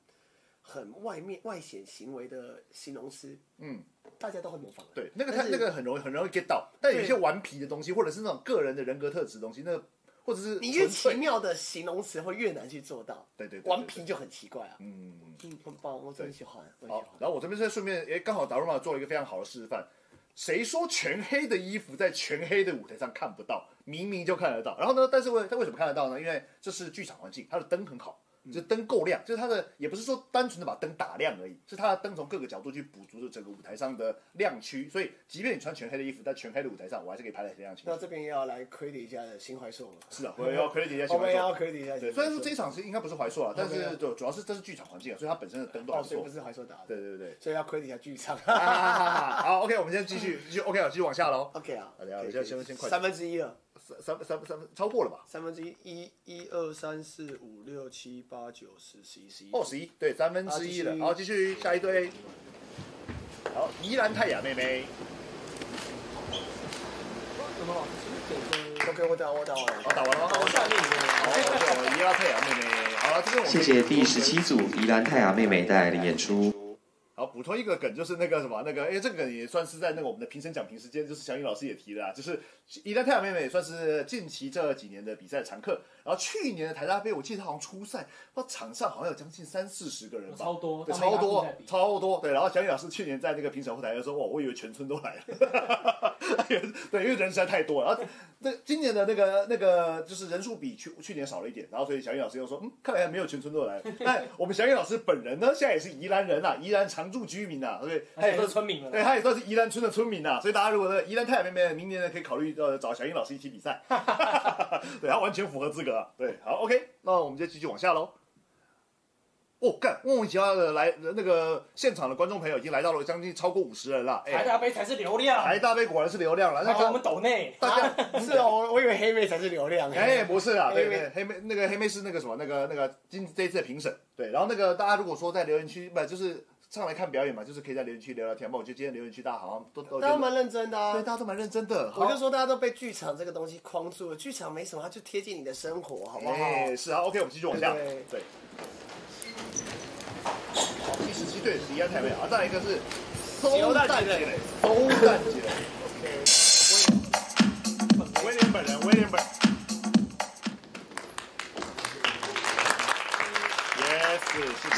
S2: 很外面外显行为的形容词，
S1: 嗯，
S2: 大家都会模仿的。
S1: 对，那个
S2: 但
S1: 他
S2: 是
S1: 那个很容易很容易 get 到，但有一些
S2: 对
S1: 顽皮的东西，或者是那种个人的人格特质的东西，那个或者是
S2: 你越
S1: 纯
S2: 奇
S1: 粹，
S2: 妙的形容词会越难去做到，
S1: 对对对对
S2: 顽皮就很奇怪啊，
S1: 嗯，
S2: 嗯，很棒，我真喜欢，我很喜
S1: 好
S2: 欢。。
S1: 然后我这边再顺便，也刚好达鲁玛做了一个非常好的示范。谁说全黑的衣服在全黑的舞台上看不到？明明就看得到。然后呢，但是为他为什么看得到呢？因为这是剧场环境，它的灯很好，
S2: 嗯
S1: 就是灯够亮，就是它的也不是说单纯的把灯打亮而已，是它的灯从各个角度去补足了整个舞台上的亮区。所以，即便你穿全黑的衣服，在全黑的舞台上，我还是可以拍得很亮清
S2: 那
S1: 楚。
S2: 这边也要来 credit 一下邢怀寿了，
S1: 是啊，我也要 credit 一下
S2: 我
S1: 新
S2: 们
S1: 闻
S2: 也要
S1: 说。
S2: credit 一下
S1: 对，
S2: 邢怀寿。
S1: 虽然说这一场是应该不是怀硕啊，但
S2: OK 啊
S1: 是对，主要是这是剧场环境啊，所以它本身的灯都还
S2: 哦，
S1: 不
S2: 所以
S1: 错
S2: 不。是怀硕打的，
S1: 对对对。
S2: 所以要亏底下剧场。
S1: 啊好，OK，我们先继续，继续 OK 啊，继续往下喽。
S2: OK 啊，
S1: 好的好的
S2: 可以
S1: 先先先快点
S2: 三分之一了，
S1: 三三三三超过了吧？
S2: 三分之一，一一二三四五六七八九十十一十一，
S1: 二哦十一，对，三
S3: 啊
S1: 分之一了。好，继续下一队。好，宜兰泰雅妹妹。
S3: 什么老师给
S2: OK，我打我打完
S1: 好，
S2: 了，
S1: 打完了吗？
S3: 好，下面一位。
S1: 好，宜兰泰雅妹妹。好了，这边我们
S6: 谢谢第十七组宜兰太阳妹妹带来的演出。
S1: 好，补充一个梗，就是那个什么，那个，哎，这个梗也算是在那个我们的评审讲评时间，就是小颖老师也提了啊，就是一代太阳妹妹也算是近期这几年的比赛常客。然后去年的台大杯，我记得她好像初赛，不知道场上好像有将近三四十个人吧，
S3: 超多
S1: 对
S3: 他们
S1: 超
S3: 一
S1: 多
S3: 大群在，比
S1: 超多，对。然后小颖老师去年在那个评审后台就说，哇，我以为全村都来了， 对，因为人实在太多了。然后那今年的那个那个就是人数比去去年少了一点，然后所以小颖老师又说，嗯，看来没有全村 都来。但我们小颖老师本人呢，现在也是宜兰人啊，宜兰常住居民啊，所以他
S3: 他
S1: 也
S3: 也
S1: 算
S3: 是村民
S1: 对
S3: 了，
S1: 他也算是宜兰村的村民啊呐、所以大家如果呢宜兰太阳妹妹明年呢可以考虑呃找小英老师一起比赛， 对，他完全符合资格、啊。对，好，OK，那我们就继续往下喽。哦，干，莫名其妙的来那个现场的观众朋友已经来到了将近超过五十人了，
S3: 台
S1: 哎，
S3: 大杯才是流量，
S1: 台大杯果然是流量了，那
S3: 他给我
S1: 刚
S3: 们啊抖内，
S1: 大家嗯
S2: 是哦，我我以为黑妹才是流量
S1: 哎、
S2: 哎，
S1: 不是 啊，对
S2: 黑妹
S1: 对，黑妹那个黑妹是那个什么，那个那个今这一次的评审，对，然后那个大家如果说在留言区不就是上来看表演嘛，就是可以在留言区聊聊天嘛。我觉得今天留言区大家好像都都
S2: 大家都蛮认真的啊
S1: 对，。大家都蛮认真的。
S2: 我
S1: 好啊
S2: 就说大家都被剧场这个东西框住了，剧场没什么，它就贴近你的生活，好不好？
S1: 哎，是啊，OK，我们继续往下。
S2: 对
S1: 对。好，第十七队离安太美啊，再来一个是
S2: 松
S1: 蛋
S2: 蛋
S1: 积
S2: 姐
S1: 累，松蛋积累。OK，威廉本人，威廉本人。Yes，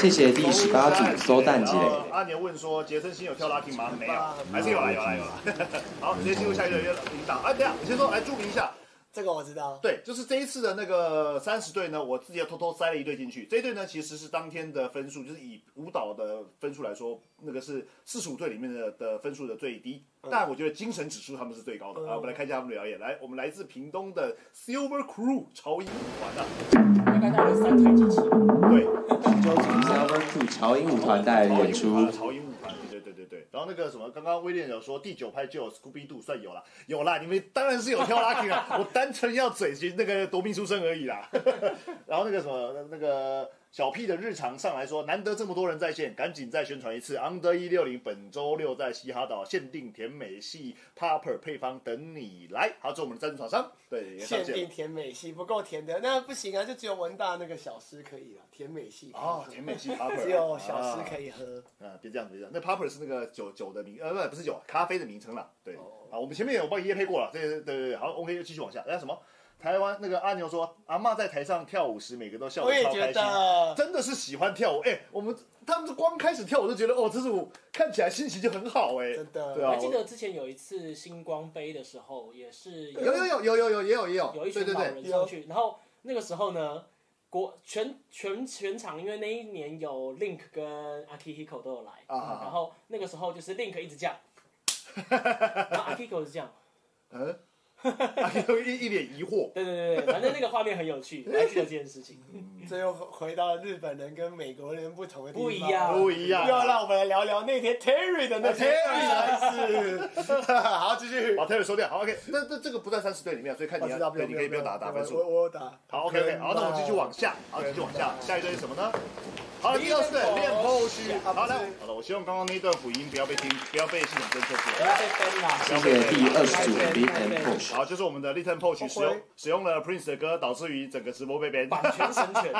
S6: 谢谢第十八组收蛋积累
S1: 然后阿年问说：“杰森新有跳拉丁吗？”没有，还是有啦，有啦，有啦。好，直接进入下一个月领导。哎，等一下，我先说，来注明一下，
S2: 这个我知道。
S1: 对，就是这一次的那个三十队呢，我自己又偷偷塞了一队进去。这一队呢，其实是当天的分数，就是以舞蹈的分数来说，那个是四十五队里面的的分数的最低。但我觉得精神指数他们是最高的。啊，我们来看一下他们的表演。来，我们来自屏东的 Silver Crew 潮音舞团的，
S3: 大概带了三台机器，
S1: 啊对，
S6: 周组 Silver Two 潮音舞团带来
S1: 潮
S6: 演
S1: 音舞团，
S6: 出。
S1: 潮音舞团，啊对对对对对。然后那个什么，刚刚威廉有说第九拍就有 Scooby Doo，算有啦，有啦，你们当然是有挑 Lucky 啦，我单纯要嘴其实那个夺命出生而已啦。 然后那个什么，那个小 P 的日常上来说，难得这么多人在线，赶紧再宣传一次。Under 一六零本周六在嘻哈岛限定甜美系 Popper 配方等你来，好，这是我们的赞助厂商，对，也上
S2: 限
S1: 线
S2: 定
S1: 了。
S2: 甜美系不够甜的，那不行啊，就只有文大那个小师可以了，甜美系可以喝
S1: 哦，甜美系 Popper
S2: 只有小
S1: 啊
S2: 师可以喝。
S1: 啊，别这样，别这样。那 Popper 是那个酒酒的名，呃，不，不是酒，咖啡的名称啦。对，
S2: 哦
S1: 啊，我们前面有帮你夜配过了。对对对对，好，OK，继续往下。那什么，台湾那个阿牛说，阿嬷在台上跳舞时，每个都笑
S2: 我
S1: 得
S2: 也
S1: 超
S2: 觉
S1: 开心，
S2: 得，
S1: 真的是喜欢跳舞。哎、我们他们光开始跳舞就觉得，哦，这是我看起来心情就很好哎、
S2: 真的
S1: 对
S3: 我
S1: 啊
S3: 还，记得之前有一次星光杯的时候，也是
S1: 我有有有有有有也有也有，
S3: 有一
S1: 对对
S3: 群老
S1: 对，
S3: 人上去，然后那个时候呢，国全全全场，因为那一年有 Link 跟 Akihiko 都有来，
S1: 啊啊啊
S3: 然后那个时候就是 Link 一直 这样，然后 Akihiko 是这样，
S1: 嗯，阿 牛一一脸疑惑。
S3: 对对对对，反正那个画面很有趣， 我还记得这件事情。
S2: 这又回到了日本人跟美国人不同的地方
S3: 不一样
S1: 不一样，啊
S2: 又让我们来聊聊那天 Terry 的那天
S1: Terry
S2: 是，好，继续。
S1: 把 Terry 收掉，好，OK，那那这个不在三十队里面，所以看
S2: 我
S1: 你
S2: 哦知道，
S1: 要，
S2: 不用
S1: 对，你可以不用打打分数
S2: 我。我有打。
S1: 好，OK OK，好，那我们继续往下，好，继续往下，下一段是什么呢？好了，第二次练后续，好来，好了，我希望刚刚那一段辅音不要被听，不要被系统侦测出
S3: 不
S1: 来。
S3: 要被分啦！
S6: 谢谢第二十组 Big and Push。
S1: 好，就是我们的 Little Poach 使用使用了 Prince 的歌，导致于整个直播被 ban。
S3: 版权神 权，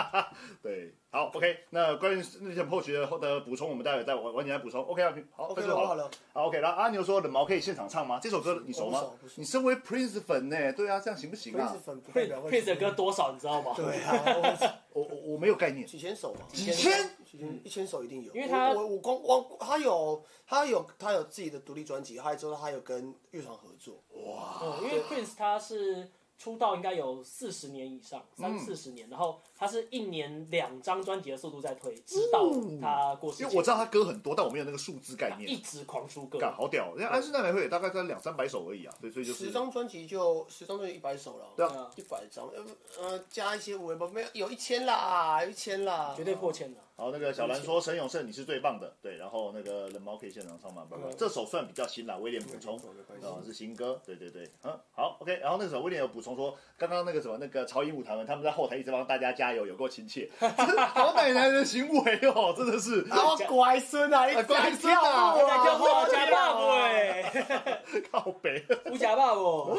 S1: 对，好，OK，那关于 Little Poach 的的补充，我们待会再完完全来补充。OK 啊，好，
S2: OK
S1: 分
S2: 了，
S1: 数
S2: 我
S1: 好
S2: 好
S1: 了。
S2: 了。
S1: 好，OK，然后阿牛说冷毛可以现场唱吗？这首歌你哦熟吗？你身为 Prince 粉呢？对啊，这样行不行
S2: 不
S1: 啊
S2: 是？粉不代
S3: Prince
S2: 表
S3: Prince 的歌。多少你知道吗？
S2: 对啊，我
S1: 我我我没有概念。
S2: 几千首嘛，
S1: 几千？
S2: 几千一千首一定有。
S3: 因为他
S2: 我我我光光他有他有他有自己的独立专辑，还有之后他有跟乐团合作。
S3: 嗯，因为 Prince 他是出道应该有四十年以上，三四十
S1: 嗯
S3: 年，然后他是一年两张专辑的速度在推，直到他过
S1: 哦
S3: 世
S1: 因
S3: 前。
S1: 为我知道他歌很多，但我没有那个数字概
S3: 他
S1: 念。
S3: 一直狂出歌，
S1: 干好屌！人家安室奈美惠也大概在两三百首而已啊，所以所以就是
S2: 十张专辑就十张就一百首了，
S1: 对
S3: 啊
S2: 一百张，呃呃加一些五吧，没有有一千啦，有一千啦，
S3: 绝对破千的。
S1: 好，那个小兰说沈永胜你是最棒的，对，然后那个冷猫可以现场唱吗？不不，这首算比较新啦，威廉补充，啊是新歌，对对对，嗯好，OK，然后那个时候威廉有补充说，刚刚那个什么那个曹颖舞团们他们在后台一直帮大家加油，有够亲 切，真的好奶奶的行为哦，真的是，
S2: 啊乖孙啊，你
S1: 乖孙啊
S2: 跳舞
S3: 在跳
S2: 啊
S3: 舞，假爸爸哎，
S1: 靠北，
S3: 不假爸哦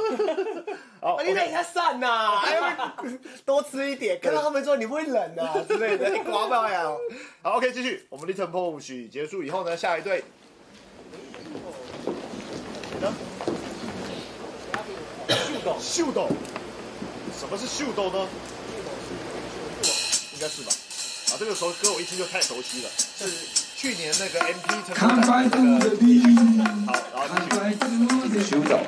S3: 爸，
S1: 好
S2: 啊你等一
S1: ，OK，
S2: 下散呐、 还要多吃一点。看到他们说你不会冷 啊之类的，你刮不啊呀？
S1: 好，OK，继续，我们 Little Push 结束以后呢，下一队，
S3: 酷狗，
S1: 秀逗，什么是秀逗呢？应该是吧。啊，这个首歌我一听就太熟悉了，是去年那个 MP 陈
S6: 看
S1: 柏展
S6: 快速
S1: 的那
S6: 的
S1: 个
S6: 比，
S1: 好，然后
S6: 看快速的修导。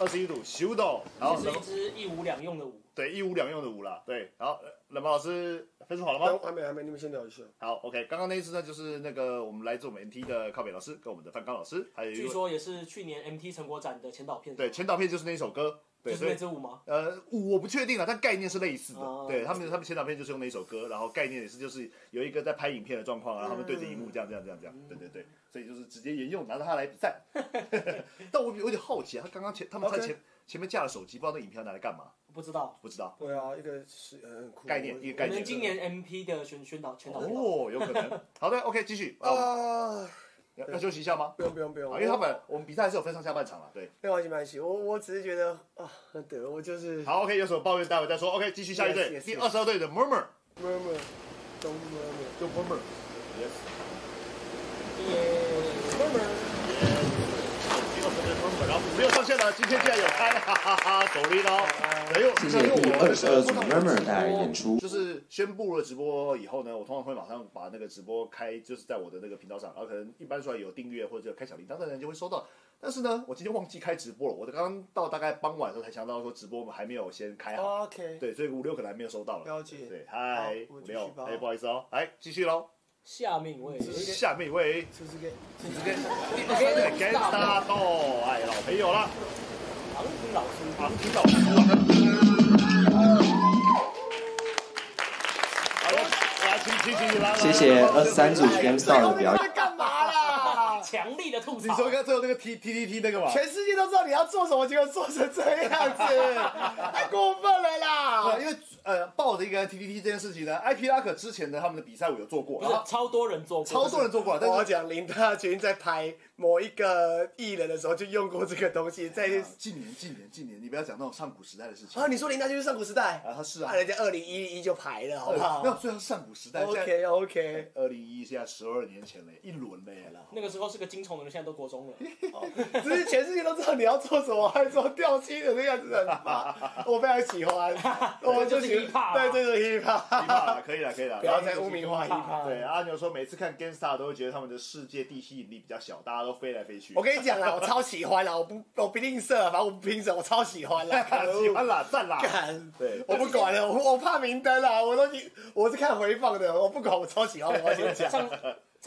S1: 二十一度秀逗，然后
S3: 是
S1: 冷
S3: 一支一舞两用的舞。
S1: 对一舞两用的舞啦，对，然后呃冷毛老师分数好了吗？
S2: 还没还没，你们先聊一下。
S1: 好，OK，刚刚那一支呢，就是那个我们来自我们 NT 的靠北老师跟我们的范刚老师，还有一
S3: 据
S1: 位
S3: 说也是去年 MT 成果展的前导片，
S1: 对，前导片就是那一首歌，对，
S3: 就是
S1: 所以
S3: 那支舞吗？
S1: 呃，我不确定了，但概念是类似的。
S3: 哦
S1: 对他们，他们前两片就是用那首歌，然后概念也是就是有一个在拍影片的状况，然后他们对着荧幕这样这样这样这样，对对对， 所以就是直接沿用拿着它来比赛。但我比我有点好奇啊，他刚刚前他们在
S2: OK
S1: 前前面架了手机，不知道那影片要拿来干嘛，
S3: 不知道。
S1: 不知道。
S2: 对啊，一个是呃很酷
S1: 概念一个
S3: 可
S1: 概念
S3: 能今年 MP 的宣宣导宣导会吧，
S1: 哦，有可能。好的，OK，继续。啊，
S2: 啊，
S1: 要要休息一下吗？
S2: 不用不用不用，
S1: 啊，因为他们我们比赛还是有分上下半场了，对。
S2: 没关系没关系，我我只是觉得啊，对我就是
S1: 好，OK，有什么抱怨待会再说。OK，继续下一
S2: Yes,
S1: 队，
S2: yes,
S1: 第
S2: yes.
S1: 二十二队的 Murmur，
S2: murmur，don't murmur，
S1: 就 Murmur。Yes，第二十队 Murmur，然后五六上线了，今天竟然有开了，哈哈哈，手力刀。哎呦，
S6: 谢谢第二十二组 Murmur 带来演出。
S1: 就是宣布了直播以后呢，我通常会马上把那个直播开，就是在我的那个频道上，然后啊可能一般出来有订阅或者开小铃铛的人就会收到。但是呢，我今天忘记开直播了，我刚刚到大概傍晚的时候才想到说直播我们还没有先开好。
S2: OK，
S1: 对，所以五六可能还没有收啊到了。
S2: 了解
S1: 对，嗨，
S2: 好
S1: 五
S2: 我们继续
S1: 六，
S2: 吧
S1: 哎，不好意思哦，来继续喽。
S3: 下 面我也有一个
S1: 下面一位，
S2: 是不是给
S1: 直接对 跟大豆，哎，老朋友了，
S3: 唐古老师，
S1: 啊，听到我。好了，来，请请请你来。来
S6: 谢谢
S1: 来
S6: 二十三组 GameStar 的表演。
S2: 干嘛啦？
S3: 强力的吐
S1: 啊你
S3: 槽。
S1: 说刚最后那个 T T T T 那个嘛？
S2: 全世界都知道你要做什么，结果做成这 样子，太过分了啦！
S1: 对，因为呃，抱着一个 T T T 这件事情呢，I P 拉克之前的他们的比赛我有做过，
S3: 不
S1: 然后
S3: 是超多人做过，
S1: 超多人做过，但
S2: 我
S1: 是
S2: 讲林大群在拍某一个艺人的时候就用过这个东西，在
S1: 啊近年近年近年，你不要讲那种上古时代的事情
S2: 啊，你说林大群是上古时代
S1: 啊，他是啊
S2: 啊，，人家二零一一就排了，好不
S1: 呃没有，
S2: 好
S1: 最后是上古时代。现在
S2: ？OK OK，
S1: 二零一现在十二年前了，一轮了耶。
S3: 那个时候是个金虫人，现在都国中了。
S2: 只是全世界都知道你要做什么，还做掉漆的那样子很烦，我非常喜 欢，我
S3: 就是
S2: 喜
S3: hiphop 啊
S2: 对，这是 hiphop，
S1: 一趴了，可以了，可以了，
S2: 不要再污名化 hiphop。
S1: 对，阿牛说每次看 Gangsta 都会觉得他们的世界地吸引力比较小，大家都飞来飞去。
S2: 我 跟你讲啦，我超喜欢啦，我不我不吝啬，啊反正我不评审，我超喜欢 啦，可恶
S1: 啊喜欢啦，赞啦。
S2: 干，
S1: 对
S2: 我不管了，我我怕明灯啦，我都我是看回放的，我不管，我超喜欢，我要先 讲。
S3: 像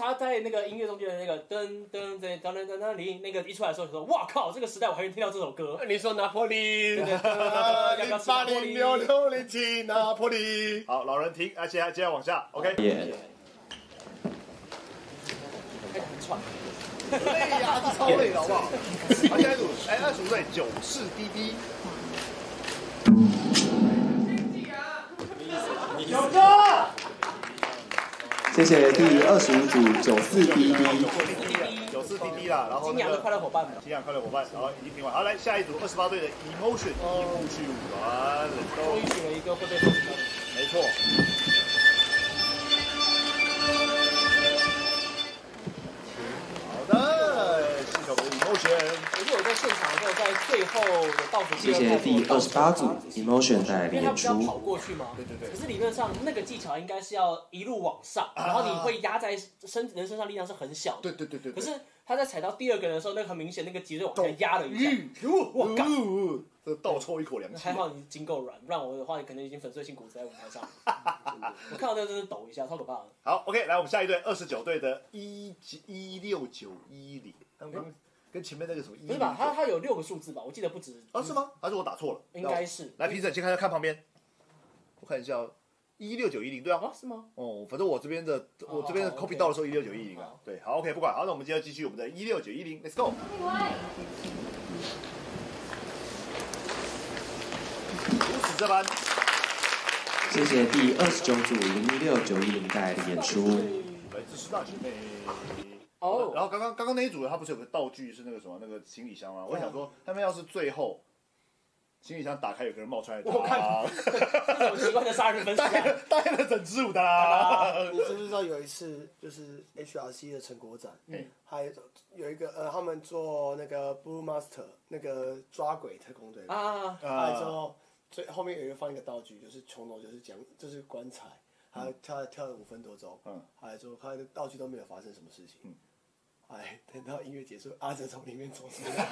S3: 他在那个音乐中间的那个噔噔噔噔噔噔噔铃，那个一出来的时候，你说哇靠，这个时代我还能听到这首歌。
S2: 你说拿破里，
S3: 要不要
S2: 零
S3: 吃
S2: 八
S3: 拿破
S2: 零
S3: 里
S2: 六六零七拿破里，
S1: 好，老人停，啊，接下接下来往下，OK。
S6: 也
S3: 开始很喘，
S1: 累
S2: 哎
S1: 呀，这超累的好不好？好，下一组，哎，二十五岁九四滴滴，
S6: 谢谢第二十五组九四 DD。
S1: 九四滴滴啦，然后
S3: 金
S1: 那
S3: 阳的
S1: 个
S3: 快乐伙伴们，
S1: 金阳快乐伙伴，然后已经评完，好，来下一组二十八队的 Emotion
S2: 哦
S1: 一步去五环，
S3: 终于选了一个会被捧的。
S1: 没错。好的，呃系统的 emotion。
S3: 可是我在现场的时候，在最后的倒数
S6: 谢
S3: 第二
S6: 谢
S3: 段，
S6: 第二十八组 Emotion 带来的
S3: 因为他
S6: 演
S3: 不是要跑
S6: 出。
S3: 过去吗？
S1: 对对对
S3: 可是理论上那个技巧应该是要一路往上，然后你会压在身人身上力量是很小的。
S1: 对对对对。
S3: 可是他在踩到第二个人的时候，那个很明显那个脊椎往下压了一下，我靠！
S1: 呜，这倒抽一口凉气
S3: 还。好你筋够软，不然我的话，你可能已经粉碎性骨折在舞台上了。 我看到那个真是抖一下，超可怕的。
S1: 好，OK，来我们下一队二十九队的一一六九一零，他们刚跟前面那个什么一
S3: 不是吧？他他有六个数字吧？我记得不止。
S2: 哦
S1: 啊是吗？还是我打错了？
S3: 应该是。
S1: 来，评审先看看旁边，我看一下哦一六九一零，对啊。
S3: 啊？是吗？
S1: 哦，反正我这边的我这边的 copy 到的时候一六九一零啊。对，好，OK，不管，好，那我们今天继续我们的一六九一零，Let's go。如此这般，
S6: 谢谢第二十九组零一六九一零带来的演出。
S1: 来自师大姐妹。
S3: 哦
S1: 然后刚刚刚刚那一组，他不是有个道具是那个什么那个行李箱
S2: 哦
S1: 吗？我想说，他们要是最后行李箱打开，有个人冒出来，我
S3: 这种奇怪的杀人分啊 尸
S1: 带
S3: 案。
S1: 了带了整支舞的啊 啦。
S2: 你知不知道有一次就是 HRC 的成果展，
S1: 嗯
S2: 还有有一个呃，他们做那个 Blue Master 那个抓鬼特工队，
S3: 啊，
S2: 拍之后最后面有一个放一个道具，就是穷楼就是讲就是棺材，还有跳跳了五分多钟，
S1: 嗯
S2: 嗯，还之后看那道具都没有发生什么事情，嗯，哎，等到音乐结束，阿哲从里面走出来，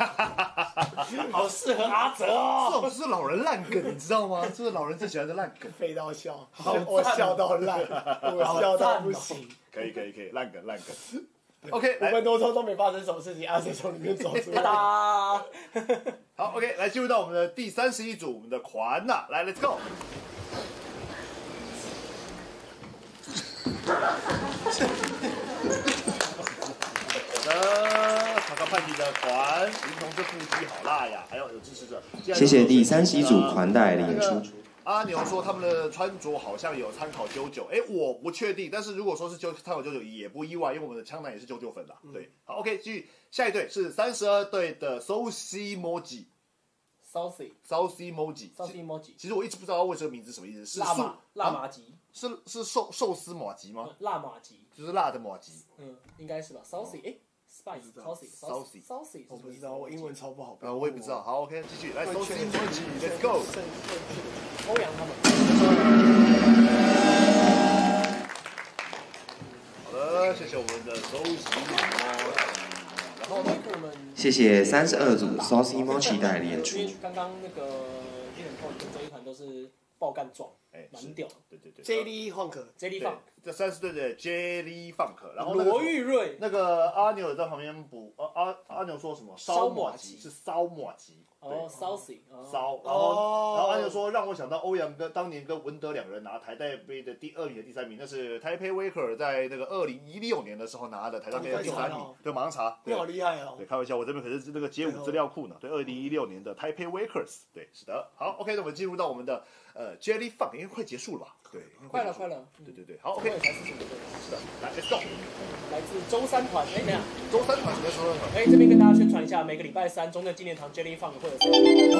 S3: 好适合阿哲哦。
S1: 这种是老人烂梗，你知道吗？这是老人最喜欢的烂梗。
S2: 飞到笑，
S1: 哦
S2: 我笑到烂，我笑到不行，
S1: 可以可以可以，烂梗烂梗。OK，
S2: 五
S1: 来
S2: 分多钟都没发生什么事情，阿哲从里面走出来。
S3: 哒
S1: 好 OK，来进入到我们的第三十一组，我们的环呐，来 Let's go。好的看看叛逆的团，林童这腹肌好辣呀！还有有支持者，
S6: 谢谢第三十一组款待的演出。
S1: 阿牛说他们的穿着好像有参考九九，哎，我不确定，但是如果说是九参考九九也不意外，因为我们的枪男也是九九粉的，啊
S6: 嗯
S1: 对，好，OK，继续下一队是三十二队的 Soci Moji
S3: ，saucy
S1: Soci Moji，
S3: saucy emoji，
S1: 其实我一直不知道为这个名字什么意思，是
S3: 辣
S1: 素
S3: 马辣马吉，
S1: 是是寿寿司马吉吗？
S3: 嗯辣马吉，
S1: 就是辣的马吉，
S3: 嗯，应该是吧？saucy，哎，spicy
S2: 哦
S3: saucy
S1: saucy
S3: saucy saucy，
S2: 我不知道，我英文超不好。
S1: 呃，我也不
S3: 哦
S1: 知道，好，OK，继续来 Soci
S2: 全
S1: Moji，Let's go。
S3: 欧阳他们，
S1: 好的，谢谢我们的周席然后呢，
S3: 我们
S6: 谢谢三十二组 Saucy Mochi 带来的演出
S3: 因。为刚刚那个黑人控跟周一团都是爆干壮，
S1: 哎，是
S3: 蛮屌的。
S1: 对对对
S2: J D Honk，
S3: 这地
S1: 对
S3: 方，，
S1: 这三十队的 Jelly Funk，然后那个
S3: 罗玉瑞，
S1: 那个阿牛也在旁边补，呃阿阿牛说什么烧马吉是烧马吉，
S3: 哦
S1: 对，
S3: ，saucy，哦
S1: 烧，然后。然后
S2: 哦
S1: 阿牛说：“让我想到欧阳跟当年跟文德两人拿台代杯的第二名和第三名，那是 Taipei Waker 在那个二零一六年的时候拿的台代杯的第三
S3: 哦
S1: 名。对，马上查。
S2: 你
S1: 对
S2: 好厉害哦
S1: 对，！开玩笑，我这边可是那个街舞资料库呢。对，二零一六年的 Taipei Wakers，对，是的。好，OK，那我们进入到我们的呃 Jelly Funk，因为快结束了吧？对，应该
S3: 快了
S1: 结束
S3: 快。了，
S1: 对对对，好
S3: 我也
S1: ，OK，
S3: 才四十五岁，
S1: 是的，来，Let's go。
S3: 来自周三团，哎，等一下，
S1: 周三团什么时候呢？
S3: 哎，这边跟大家宣传一下，每个礼拜三中正纪念堂 Jelly Funk 会有
S1: 哦，
S3: 谁？
S1: 对对对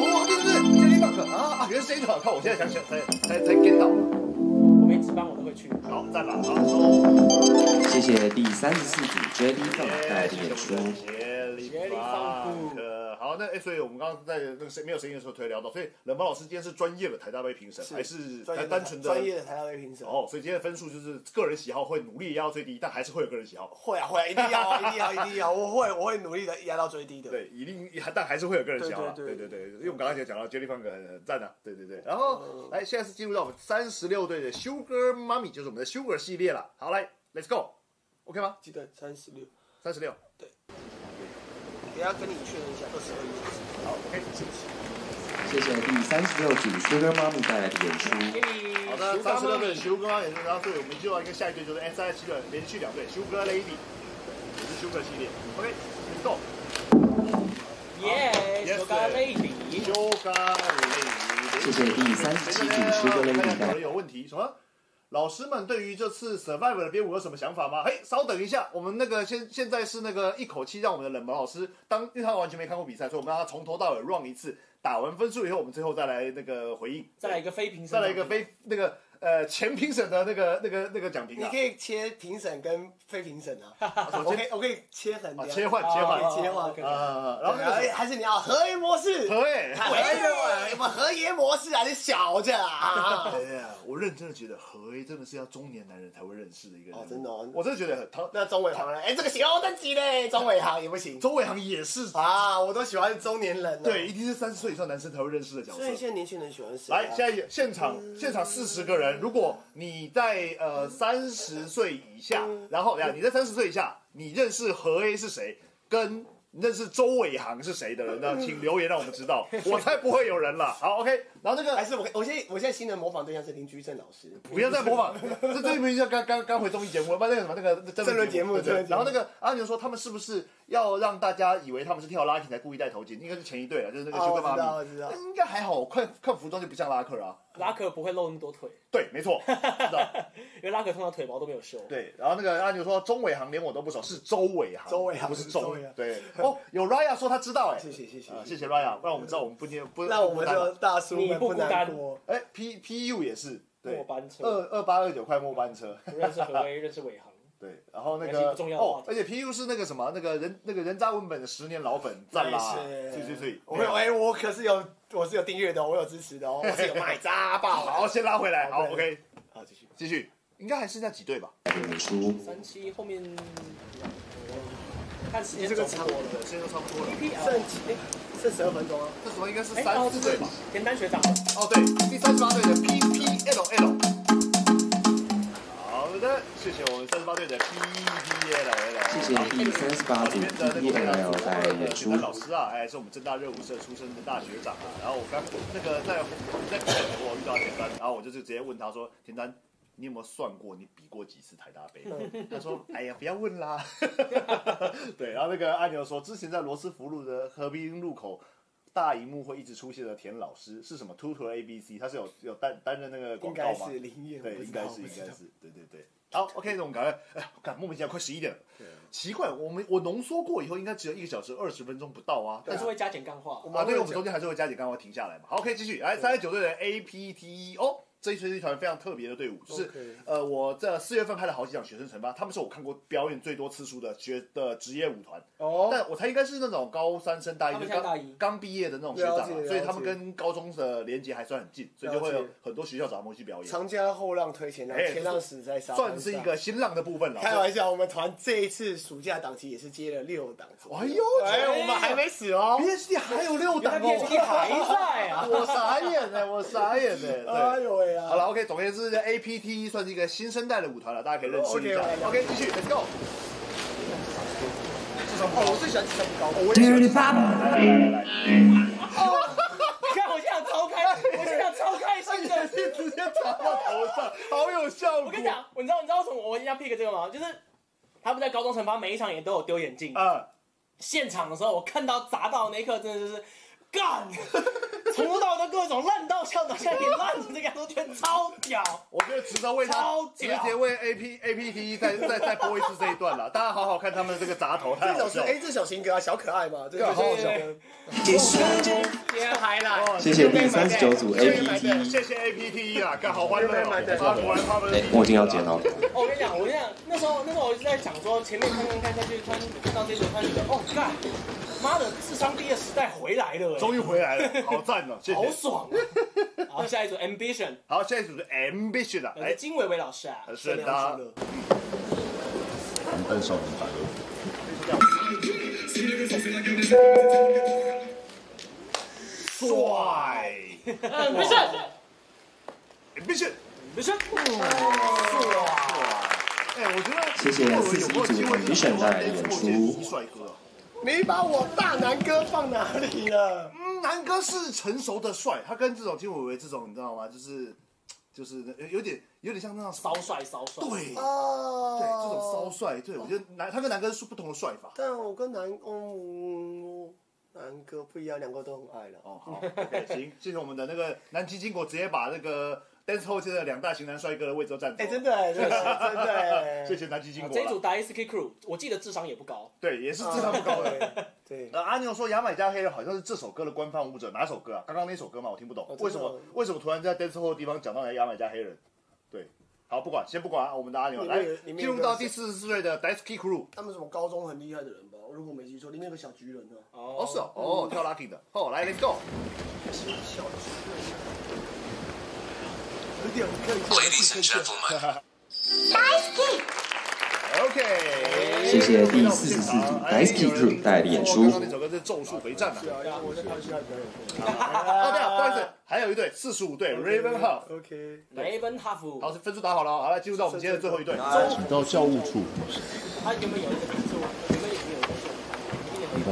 S1: ，Jelly Funk 啊啊，原来是这一团，看我现在想起来才才才 get 到了。
S3: 我每值班我都会去。
S1: 好，再来，好，收。
S6: 谢谢第三十四组 J D 放带来的演出。
S1: Jelly Funk。好，那哎，所以我们刚刚在那个谁没有声音的时候突然聊到，所以冷猫老师今天是专业的台大杯评审，还是
S2: 专业
S1: 单
S2: 的
S1: 单纯的
S2: 专业的台大杯评审，
S1: 哦，所以今天的分数就是个人喜好会努力压到最低，但还是会有个人喜 好。
S2: 会啊会啊，一定要一定要一定要，我会我会努力的压到最低的。
S1: 对，一定，但还是会有个人喜好啊。
S2: 对
S1: 对
S2: 对
S1: 对
S2: 对
S1: 对，因为我们刚刚也讲到 Jelly Funk 很很赞的，啊对对对。然后来，现在是进入到我们三十六队的 Sugar Mommy，就是我们的 Sugar 系列了。好，来，Let's go，OK 吗？
S2: 记得三十六，
S1: 三十六，
S2: 等一下跟你确认一下二十二
S1: 好，OK。
S6: 谢谢第三十六组 Sugar Mommy 带来的演出。
S1: 好的，三十六队 Sugar 也是，然后对，我们就要一个下一队就是 S I 七的连续两队 Sugar Lady，也是 Sugar 系列，OK，Let's go。
S3: 耶
S1: Yes，
S3: ，Sugar Lady，
S1: Sugar Lady，
S6: 谢谢第三十七组 Sugar Lady 带
S1: 有
S6: 来
S1: 人有问题，什么？老师们对于这次 Survivor 的编舞有什么想法吗？嘿，稍等一下，我们那个现现在是那个一口气让我们的冷门老师当，因为他完全没看过比赛，所以我们让他从头到尾 run 一次，打完分数以后，我们最后再来那个回应，
S3: 再来一个非评审，
S1: 再来一个非那个呃前评审的那个那个那个奖评
S2: 你
S1: 啊
S2: 可，以切评审跟非评审啊，
S1: 首
S2: 我
S1: 先
S2: 可以我可以切很
S1: 啊
S2: 多。
S1: 切换
S3: 哦
S1: 切换
S3: 哦哦
S2: 切换
S1: 啊，
S3: OK，OK
S1: 呃然后
S2: 对，
S1: 那
S2: 然
S1: 个
S2: 后还是你要合约模式，
S1: 何哎，
S2: 合约模合约模式还是小着啊。
S1: 哎呀，我认真的觉得何 A 真的是要中年男人才会认识的一个人物，
S2: 哦真的哦
S1: 我真的觉得很他
S2: 那钟伟航呢？哎，这个行，哦，但急嘞，钟伟航也不行
S1: 周伟航也是
S2: 啊，我都喜欢中年人了。啊
S1: 对，，一定是三十岁以上男生才会认识的角色
S2: 所。以现在年轻人喜欢谁啊？
S1: 来，现在现场现场四十个人，如果你在呃三十岁以下，然后呀，你在三十岁以下，你认识何 A 是谁，跟认识周伟航是谁的人呢？请留言让我们知道，我才不会有人了。好，OK，然后那
S2: 还
S1: 个
S2: 是我我现在我现在新的模仿对象是林居正老师。
S1: 不要再模 仿，这这明明就刚刚刚回综艺节目，不然那个什么那个
S2: 争论节目
S1: 对
S2: 争
S1: 对。
S2: 论节目
S1: 然后那个阿牛说他们是不是要让大家以为他们是跳拉丁才故意戴头巾？应该是前一对了，就是那个
S2: 啊，
S1: 修
S2: 我
S1: 哥
S2: 知道，
S1: 妈
S2: 我
S1: 咪。
S2: 知道。
S1: 应该还好，看看服装就不像拉克啊。
S3: 拉克不会露那么多腿，
S1: 对，没 错，是的，
S3: 因为拉克通常腿毛都没有修。
S1: 对。然后那个阿牛说钟伟航连我都不熟，是周伟航，
S2: 周伟航
S1: 不是
S2: 周
S1: 周
S2: 伟。航
S1: 对，哦，有 Raya 说他知道，哎，
S2: 谢谢谢谢
S1: 啊谢谢 Raya，不然我们知道我们不念不，
S2: 那我们
S1: 不
S2: 就
S1: 单
S2: 大叔
S3: 你
S2: 们
S3: 不
S2: 不
S3: 孤单
S2: 难过。
S1: 哎 P P U 也是对
S3: 末，班车
S1: 二二八二九快末班车，
S3: 不认识何威，认识伟航。
S1: 对。然后那
S3: 那是一
S1: 个
S3: 个重要的话
S1: 哦
S3: 题，
S1: 而且 P U 是那个什么那个人那个人渣文本的十年老粉，赞啦，
S2: 哎
S1: 对对对，啊
S2: 我有哎，我可是有我是有订阅的哦，我有支持的哦，我是有卖渣爆的哦。
S1: 好，先拉回 来，好
S2: 对
S1: ，OK，
S2: 好，继续。
S1: 继续，应该还剩下几队吧？
S6: 的演出。
S3: 三期后面，看时间
S2: 这个
S3: 差
S2: 差
S3: 不
S2: 不
S3: 多
S2: 多
S3: 了。
S2: 了，
S1: 时间都差不多了，
S2: 剩
S3: PPL，
S2: 几？哎剩十二分钟啊。
S1: 这时候应该是
S3: 哎，哦
S1: 三四队吧？
S3: 田丹学长，
S1: 哦，对，第三十八队的 P P L L。好的，谢谢我们三十八队的 P P L L。
S6: 谢谢第三十八
S1: 好
S6: 组
S1: 里面的那
S6: D E
S1: 个
S6: L
S1: 我
S6: L
S1: 们
S6: 带来的演
S1: 许
S6: 出
S1: 丹。老师啊，哎，是我们正大热舞社出身的大学长啊。然后我刚那个在在我遇到田丹，然后我就直接问他说：“田丹，你有没有算过你比过几次台大杯？他说：“哎呀，不要问啦。”对，然后那个阿牛说，之前在罗斯福路的河滨路口大荧幕会一直出现的田老师是什么？Tutor ABC，他是有有担担任那个
S2: 应
S1: 广告
S2: 该
S1: 吗？
S2: 是林彦，
S1: 对，
S2: 我不
S1: 应
S2: 知道
S1: 该是，应该。是，对对对。好，OK，那我们赶快，哎，赶莫名其妙快十一点了。
S2: 啊
S1: 奇怪，我们我浓缩过以后，应该只有一个小时二十分钟不到啊。但
S3: 但
S1: 是
S3: 是会加减干话。
S1: 啊，那个我们中间还是会加点干话停下来嘛。好，OK，继续来三十九队的 APT 哦，这一支是一团非常特别的队伍，就是
S2: OK
S1: 呃，我在四月份拍了好几场学生惩罚，他们是我看过表演最多次数的学的职业舞团，
S2: 哦，
S1: 但我猜应该是那种高三生大一，就
S3: 他们
S1: 是
S3: 现在大
S1: 刚
S3: 一
S1: 刚毕业的那种学长、
S2: 了
S1: 啊
S2: 解了，解
S1: 所以他们跟高中的连接还算很近，所以就会
S2: 了
S1: 有
S2: 解
S1: 很多学校找他们去表演，
S2: 长江后浪推前浪，
S1: 哎
S2: 前浪死在沙滩
S1: 算
S2: 上
S1: 是一个新浪的部分了。
S2: 开玩笑，我们团这一次暑假档期也是接了六档左右。
S1: 哎呦，
S2: 哎，我们还没死哦。
S1: PhD 还有六档
S3: 那 PhD
S1: 哦，
S3: 还在 啊，
S1: 我傻眼哎、我傻眼哎、对。
S2: 哎呦喂啊！
S1: 好了，OK，总而言之，APT 算是一个新生代的舞团了，大家可以认识一下
S2: OK，。我
S1: OK，继续，Let's go。至少哦，我最喜欢智商高。我也喜欢
S6: Dirty Pop，
S1: 来来来来来，
S3: 看我现在超开，我现在超开心的。
S1: 你 直接砸到头上，好有效果。
S3: 我跟你，讲，你知道你知道为什么我一定要 pick 这个吗？就是他们在高中惩罚每一场也都有丢眼镜，
S1: 啊，
S3: 现场的时候我看到砸到的那一刻，真的就是 干，从头到尾都各种烂到笑到现在你烂成这个样子，我觉得超屌。
S1: 我觉得值得为他
S3: 超
S1: 直
S3: 屌
S1: 接为 AP APT 再再再播一次这一段了，大家好好看他们的这个砸头，太
S2: 这
S1: 好
S2: 首是
S1: 笑了。
S2: 哎，这首情歌啊，小可爱嘛，
S1: 对
S2: 这个
S1: 好好
S2: 是
S1: 笑
S6: 结束。
S2: 今
S3: 啊
S2: 天嗨啦，
S6: 谢谢第三十九组 APT。
S1: 谢谢 APT 啊，干好欢乐
S2: 买的
S1: 哦！啊，果然他们
S6: 哎，我已经要剪了。
S3: 哦我跟你讲，我跟你讲，那时候那时候我就在想说，前面看看看下去，突然看到这组，突然觉得，哦干，妈的，智商毕业时代回来了、欸，
S1: 终于回来 了，好赞哦！谢
S3: 好
S1: 谢。
S3: 爽 啊！好，下一组 ambition，
S1: 好，下一组是 Ambition 啊，
S3: 呃
S1: 哎，
S3: 金伟伟老师啊，
S1: 是
S2: 真的
S1: 的
S2: 好吃。了
S7: 笨少年百合。
S1: 帅，ambition，ambition，
S3: ambition，嗯
S1: 哎，我觉得
S6: 谢谢
S1: 莫文有没有机会
S6: 四十一组 ambition 带来的演出
S1: 出。帅哦哥，
S2: 你把我大南哥放哪里了？
S1: 嗯，南哥是成熟的帅，他跟这种金伟伟这种，你知道吗？就是就是有有点有点像那样骚，
S3: 骚帅骚帅，
S1: 对。
S2: 哦，
S1: 对，这种骚。帅，对我觉得南他跟南哥是不同的帅法。
S2: 但我跟南嗯南哥不一样，两个都很爱了。啊
S1: 哦，好，OK，行，谢谢我们的那个南极金果直接把那个 dance hall 界的两大型男帅哥的位置都占走
S2: 哎，
S1: 了。
S2: 真的哎，真的 真的 哎，
S1: 谢谢南极金果
S3: 啊哦这一
S1: 啦
S3: 组。打 S K Crew，我记得智商也不高，
S1: 对，也是
S2: 啊
S1: 智商不高 的。
S2: 的。对，
S1: 呃，阿牛说牙买加黑人好像是这首歌的官方舞者，哪首歌啊？刚刚那首歌嘛，我听不懂
S2: 哦真，的
S1: 为什么
S2: 吗
S1: 为什么突然在 dance hall 的地方讲到牙买加黑人？对，好，不管，先不管啊，我们的阿牛
S2: 里面
S1: 来
S2: 有里面
S1: 进
S2: 有
S1: 入到
S2: 个
S1: 第四十四队的 Daisy Crew。
S2: 他们什么高中很厉害的人吧？如果没记错，里面有个小巨人啊呢。
S1: 哦，是哦，哦，跳 lucky 的，哦，来，Let's go。
S2: 小巨人，有 点不客气。
S7: Ladies and gentlemen,
S1: OK，哎
S6: 谢谢第四十四组 Daisy Crew 带来的演
S1: 哦
S6: 出
S1: 刚。刚那首歌是《咒术回战》啊。
S2: 对啊，我是看现在表演。
S1: 啊，对啊，不好意思，还有一队四十五队 Raven Half。
S2: OK，
S3: 雷文哈夫，
S1: 好，分数打好了，啊好来进入到我们今天的最后一队。
S7: 请到教务处。
S3: 他原本有一个分数，原本已经有一个分数，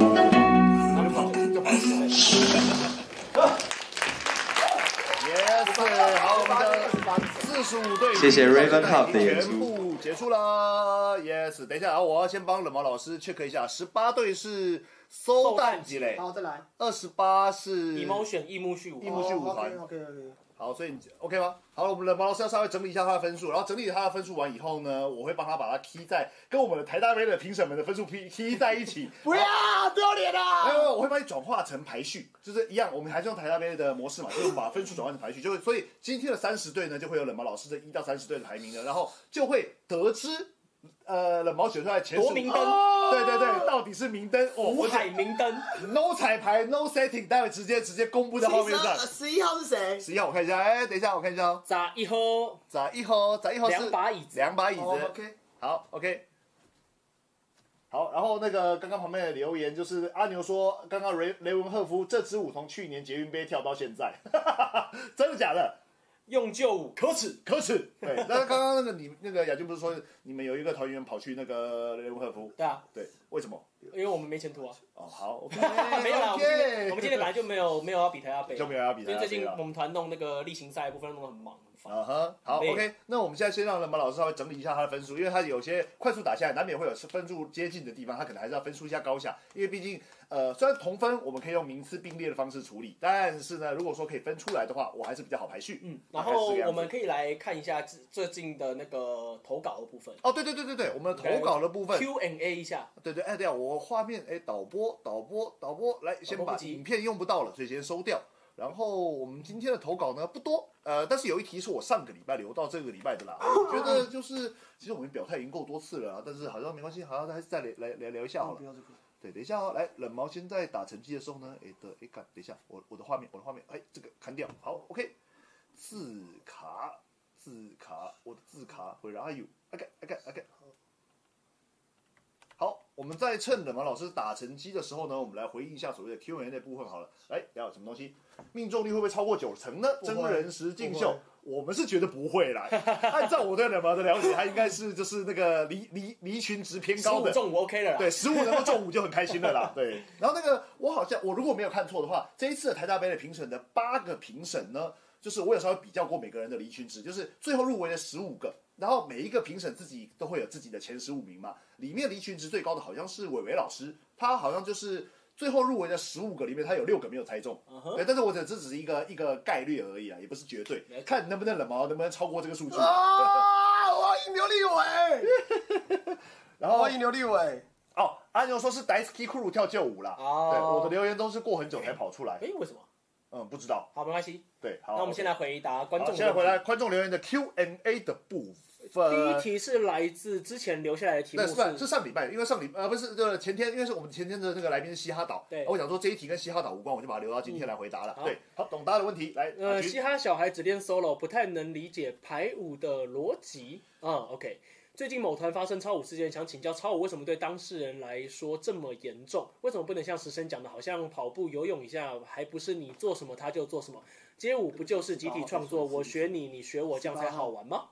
S1: Yes，好，我们的四十五队，
S6: 谢谢 Raven
S1: 已
S6: Cup 的
S1: 经
S6: 演
S1: 全
S6: 出
S1: 部结束啦。Yes，等一下啊，我要先帮冷毛老师 check 一下，十八队是搜蛋积累，
S2: 好，再来。
S1: 二十八是
S3: emotion 一幕序舞，
S1: 一幕序舞团。
S2: OK OK。
S1: 好，所以你 OK 吗？好了，我们冷毛老师要稍微整理一下他的分数，然后整理他的分数完以后呢，我会帮他把它 key 在跟我们的台大杯的评审们的分数 key key 在一起。
S2: 不要丢脸
S1: 没
S2: 啊！
S1: 有，没有，我会帮你转化成排序，就是一样，我们还是用台大杯的模式嘛，就是我们把分数转化成排序，就会，所以今天的三十队呢，就会有冷毛老师的一到三十队的排名了，然后就会得知，呃，冷毛选出来前
S3: 夺
S1: 十
S3: 明
S1: 名，啊
S3: 灯，
S1: 对对对，到底是明灯，哦，
S3: 五
S1: 我
S3: 海明灯，
S1: no 彩排，no setting，待会直接直接公布在画面上。
S2: 呃十一号是谁？
S3: 啊
S1: 十一号我看一下，哎，等一下我看一下哦，
S3: 砸一喝
S1: 咋一号，咋一号是
S3: 两把椅子，
S1: 两把椅子、
S2: 哦，OK
S1: 好，OK。好，然后那个刚刚旁边的留言就是阿牛说，刚刚雷雷文赫夫这支舞从去年捷运杯跳到现在， 真的假的？
S3: 用旧舞，可耻，
S1: 可耻。 对，那刚刚那个你那个雅君不是说你们有一个团员跑去那个雷文赫夫？
S3: 对啊，
S1: 对，为什么？
S3: 因为我们没前途啊，
S1: 哦，好，OK，
S3: 没有啦，我们今天我们今
S1: OK，
S3: 今天本来就没有没有要比台大杯
S1: 就，没有要比
S3: 因
S1: 赛
S3: 为最近
S1: 了
S3: 我。们团弄那个例行赛的部分弄得很忙，法。
S1: 啊哈，好
S3: 累
S1: ，OK，那我们现在先让冷马老师稍微整理一下他的分数，因为他有些快速打下来，难免会有分数接近的地方，他可能还是要分出一下高下，因为毕竟呃，虽然同分我们可以用名次并列的方式处理，但是呢，如果说可以分出来的话，我还是比较好排序。
S3: 嗯，
S1: 大
S3: 然
S1: 概是
S3: 后
S1: 这个样子
S3: 我们可以来看一下最最近的那个投稿的部分
S1: 哦，对对对对对，我们投稿的部分，
S3: ，Q&A 一下。
S1: 对对，哎对啊，我画面哎导播导播导播来先
S3: 播
S1: 把
S3: 不及
S1: 影片用不到了，所以先收掉。然后我们今天的投稿呢不多，呃，但是有一题是我上个礼拜留到这个礼拜的啦。我觉得就是，其实我们表态已经够多次了啊，但是好像没关系，好像还是再来来来聊一下好了。
S8: 要这个。
S1: 对，等一下哦，来冷毛先在打成绩的时候呢，哎的，哎看，等一下，我我的画面，我的画面，哎，这个砍掉，好，OK，字卡字卡，我的字卡，Where 哎 are you？OK OK OK，好，我们在趁冷毛老师打成绩的时候呢，我们来回应一下所谓的 Q&A 的部分好了。来聊什么东西？命中率会不会超过九成呢？真人实境秀，我们是觉得不会啦。按照我对冷毛的了解，他应该是就是那个离离离群值偏
S3: 十
S1: 高
S3: 五
S1: 的。
S3: 中五 OK 了啦。
S1: 对，十五能够中五就很开心了 啦。对，然后那个我好像我如果没有看错的话，这一次的台大杯的评审的八个评审呢，就是我有稍微比较过每个人的离群值，就是最后入围的十五个，然后每一个评审自己都会有自己的前十五名嘛，里面离群值最高的好像是伟伟老师，他好像就是。最后入围的十五个里面，他有六个没有猜中
S3: 嗯哼
S1: 对，但是我只这只是一个一个概率而已啊，也不是绝对
S3: 没，错
S1: 看能不能冷毛，能不能超过这个数字。
S8: 啊！我要引流立伟，
S1: 然
S8: 我
S1: 后
S8: 要引流立伟。
S1: 哦，阿牛说是 Daisky Crew 跳旧舞啦。
S3: 哦
S1: 对，我的留言都是过很久才跑出来。
S3: 哎，为什么？
S1: 嗯，不知道。
S3: 好，没关系。
S1: 对，好，
S3: 那我们现在回答观
S1: 哦好
S3: 众。
S1: 现在回。来观众留言的 Q&A 的部分。
S3: 第一题是来自之前留下来的题目
S1: 那是吧是
S3: 是，
S1: 上礼拜，因为上礼呃不是呃前天，因为是我们前天的那个来宾是嘻哈岛，
S3: 对嗯
S1: 我想说这一题跟嘻哈岛无关，我就把它留到今天来回答了。
S3: 好
S1: 对，好，懂答的问题来，
S3: 呃，
S1: 马群
S3: 嘻哈小孩只练 solo，不太能理解排舞的逻辑。嗯，OK。最近某团发生超舞事件，想请教超舞为什么对当事人来说这么严重？为什么不能像石生讲的，好像跑步、游泳一下，还不是你做什么他就做什么？街舞不就是集体创作，我学你，你学我，这样才好玩吗？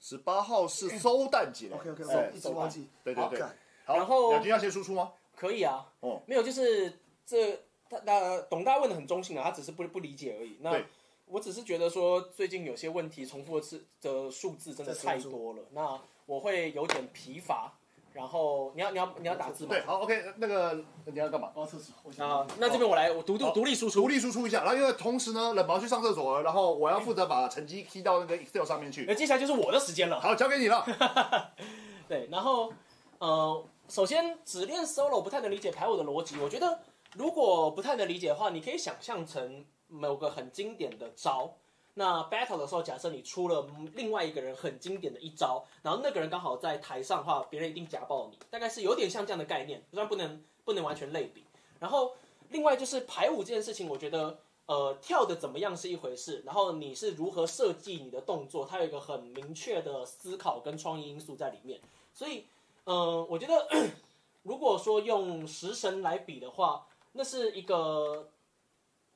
S1: 十八号是搜蛋姐
S8: OK OK，
S1: 哎
S8: 我一直忘记。
S1: 对对对
S8: 好干。
S1: 好，
S3: 然后
S1: 两军要先输出吗？
S3: 可以啊，
S1: 哦
S3: 没有，就是这他那董大问的很中性啊，他只是不不理解而已。那
S1: 对
S3: 我只是觉得说，最近有些问题重复的次的数字真的太多了，那我会有点疲乏。然后你要你要你要打字吗
S1: 对，？好，OK，那个你要干嘛？
S8: 我要厕所。我想
S3: 啊，那这边我来，我独独
S1: 好
S3: 独立输
S1: 独
S3: 出。
S1: 立输出一下，然后因为同时呢，冷毛去上厕所了，然后我要负责把成绩踢到那个 Excel 上面
S2: 哎
S1: 去。
S3: 那接下来就是我的时间了。
S1: 好，交给你了。
S3: 对，然后呃，首先只练 solo 不太能理解排舞的逻辑，我觉得如果不太能理解的话，你可以想象成某个很经典的招。那 battle 的时候，假设你出了另外一个人很经典的一招，然后那个人刚好在台上的话，别人一定夹爆你，大概是有点像这样的概念，虽然不能不能完全类比。然后另外就是排舞这件事情，我觉得呃跳的怎么样是一回事，然后你是如何设计你的动作，它有一个很明确的思考跟创意因素在里面。所以，嗯、我觉得如果说用食神来比的话，那是一个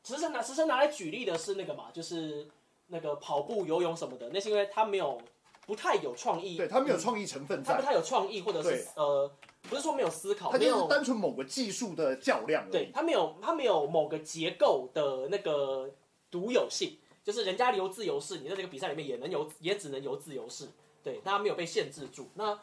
S3: 食神拿食神拿来举例的是那个嘛，就是那个跑步、游泳什么的，那是因为它没有不太有创意，
S1: 对他没有创意成分
S3: 它不
S1: 在，
S3: 太有创意，或者
S1: 对
S3: 是呃，不是说没有思考，
S1: 他
S3: 没
S1: 就
S3: 有
S1: 是单纯某个技术的较量而
S3: 对，
S1: 已。
S3: 它没有它没有某个结构的那个独有性，就是人家游自由式，你在这个比赛里面也能游，也只能游自由式，对，它没有被限制住。那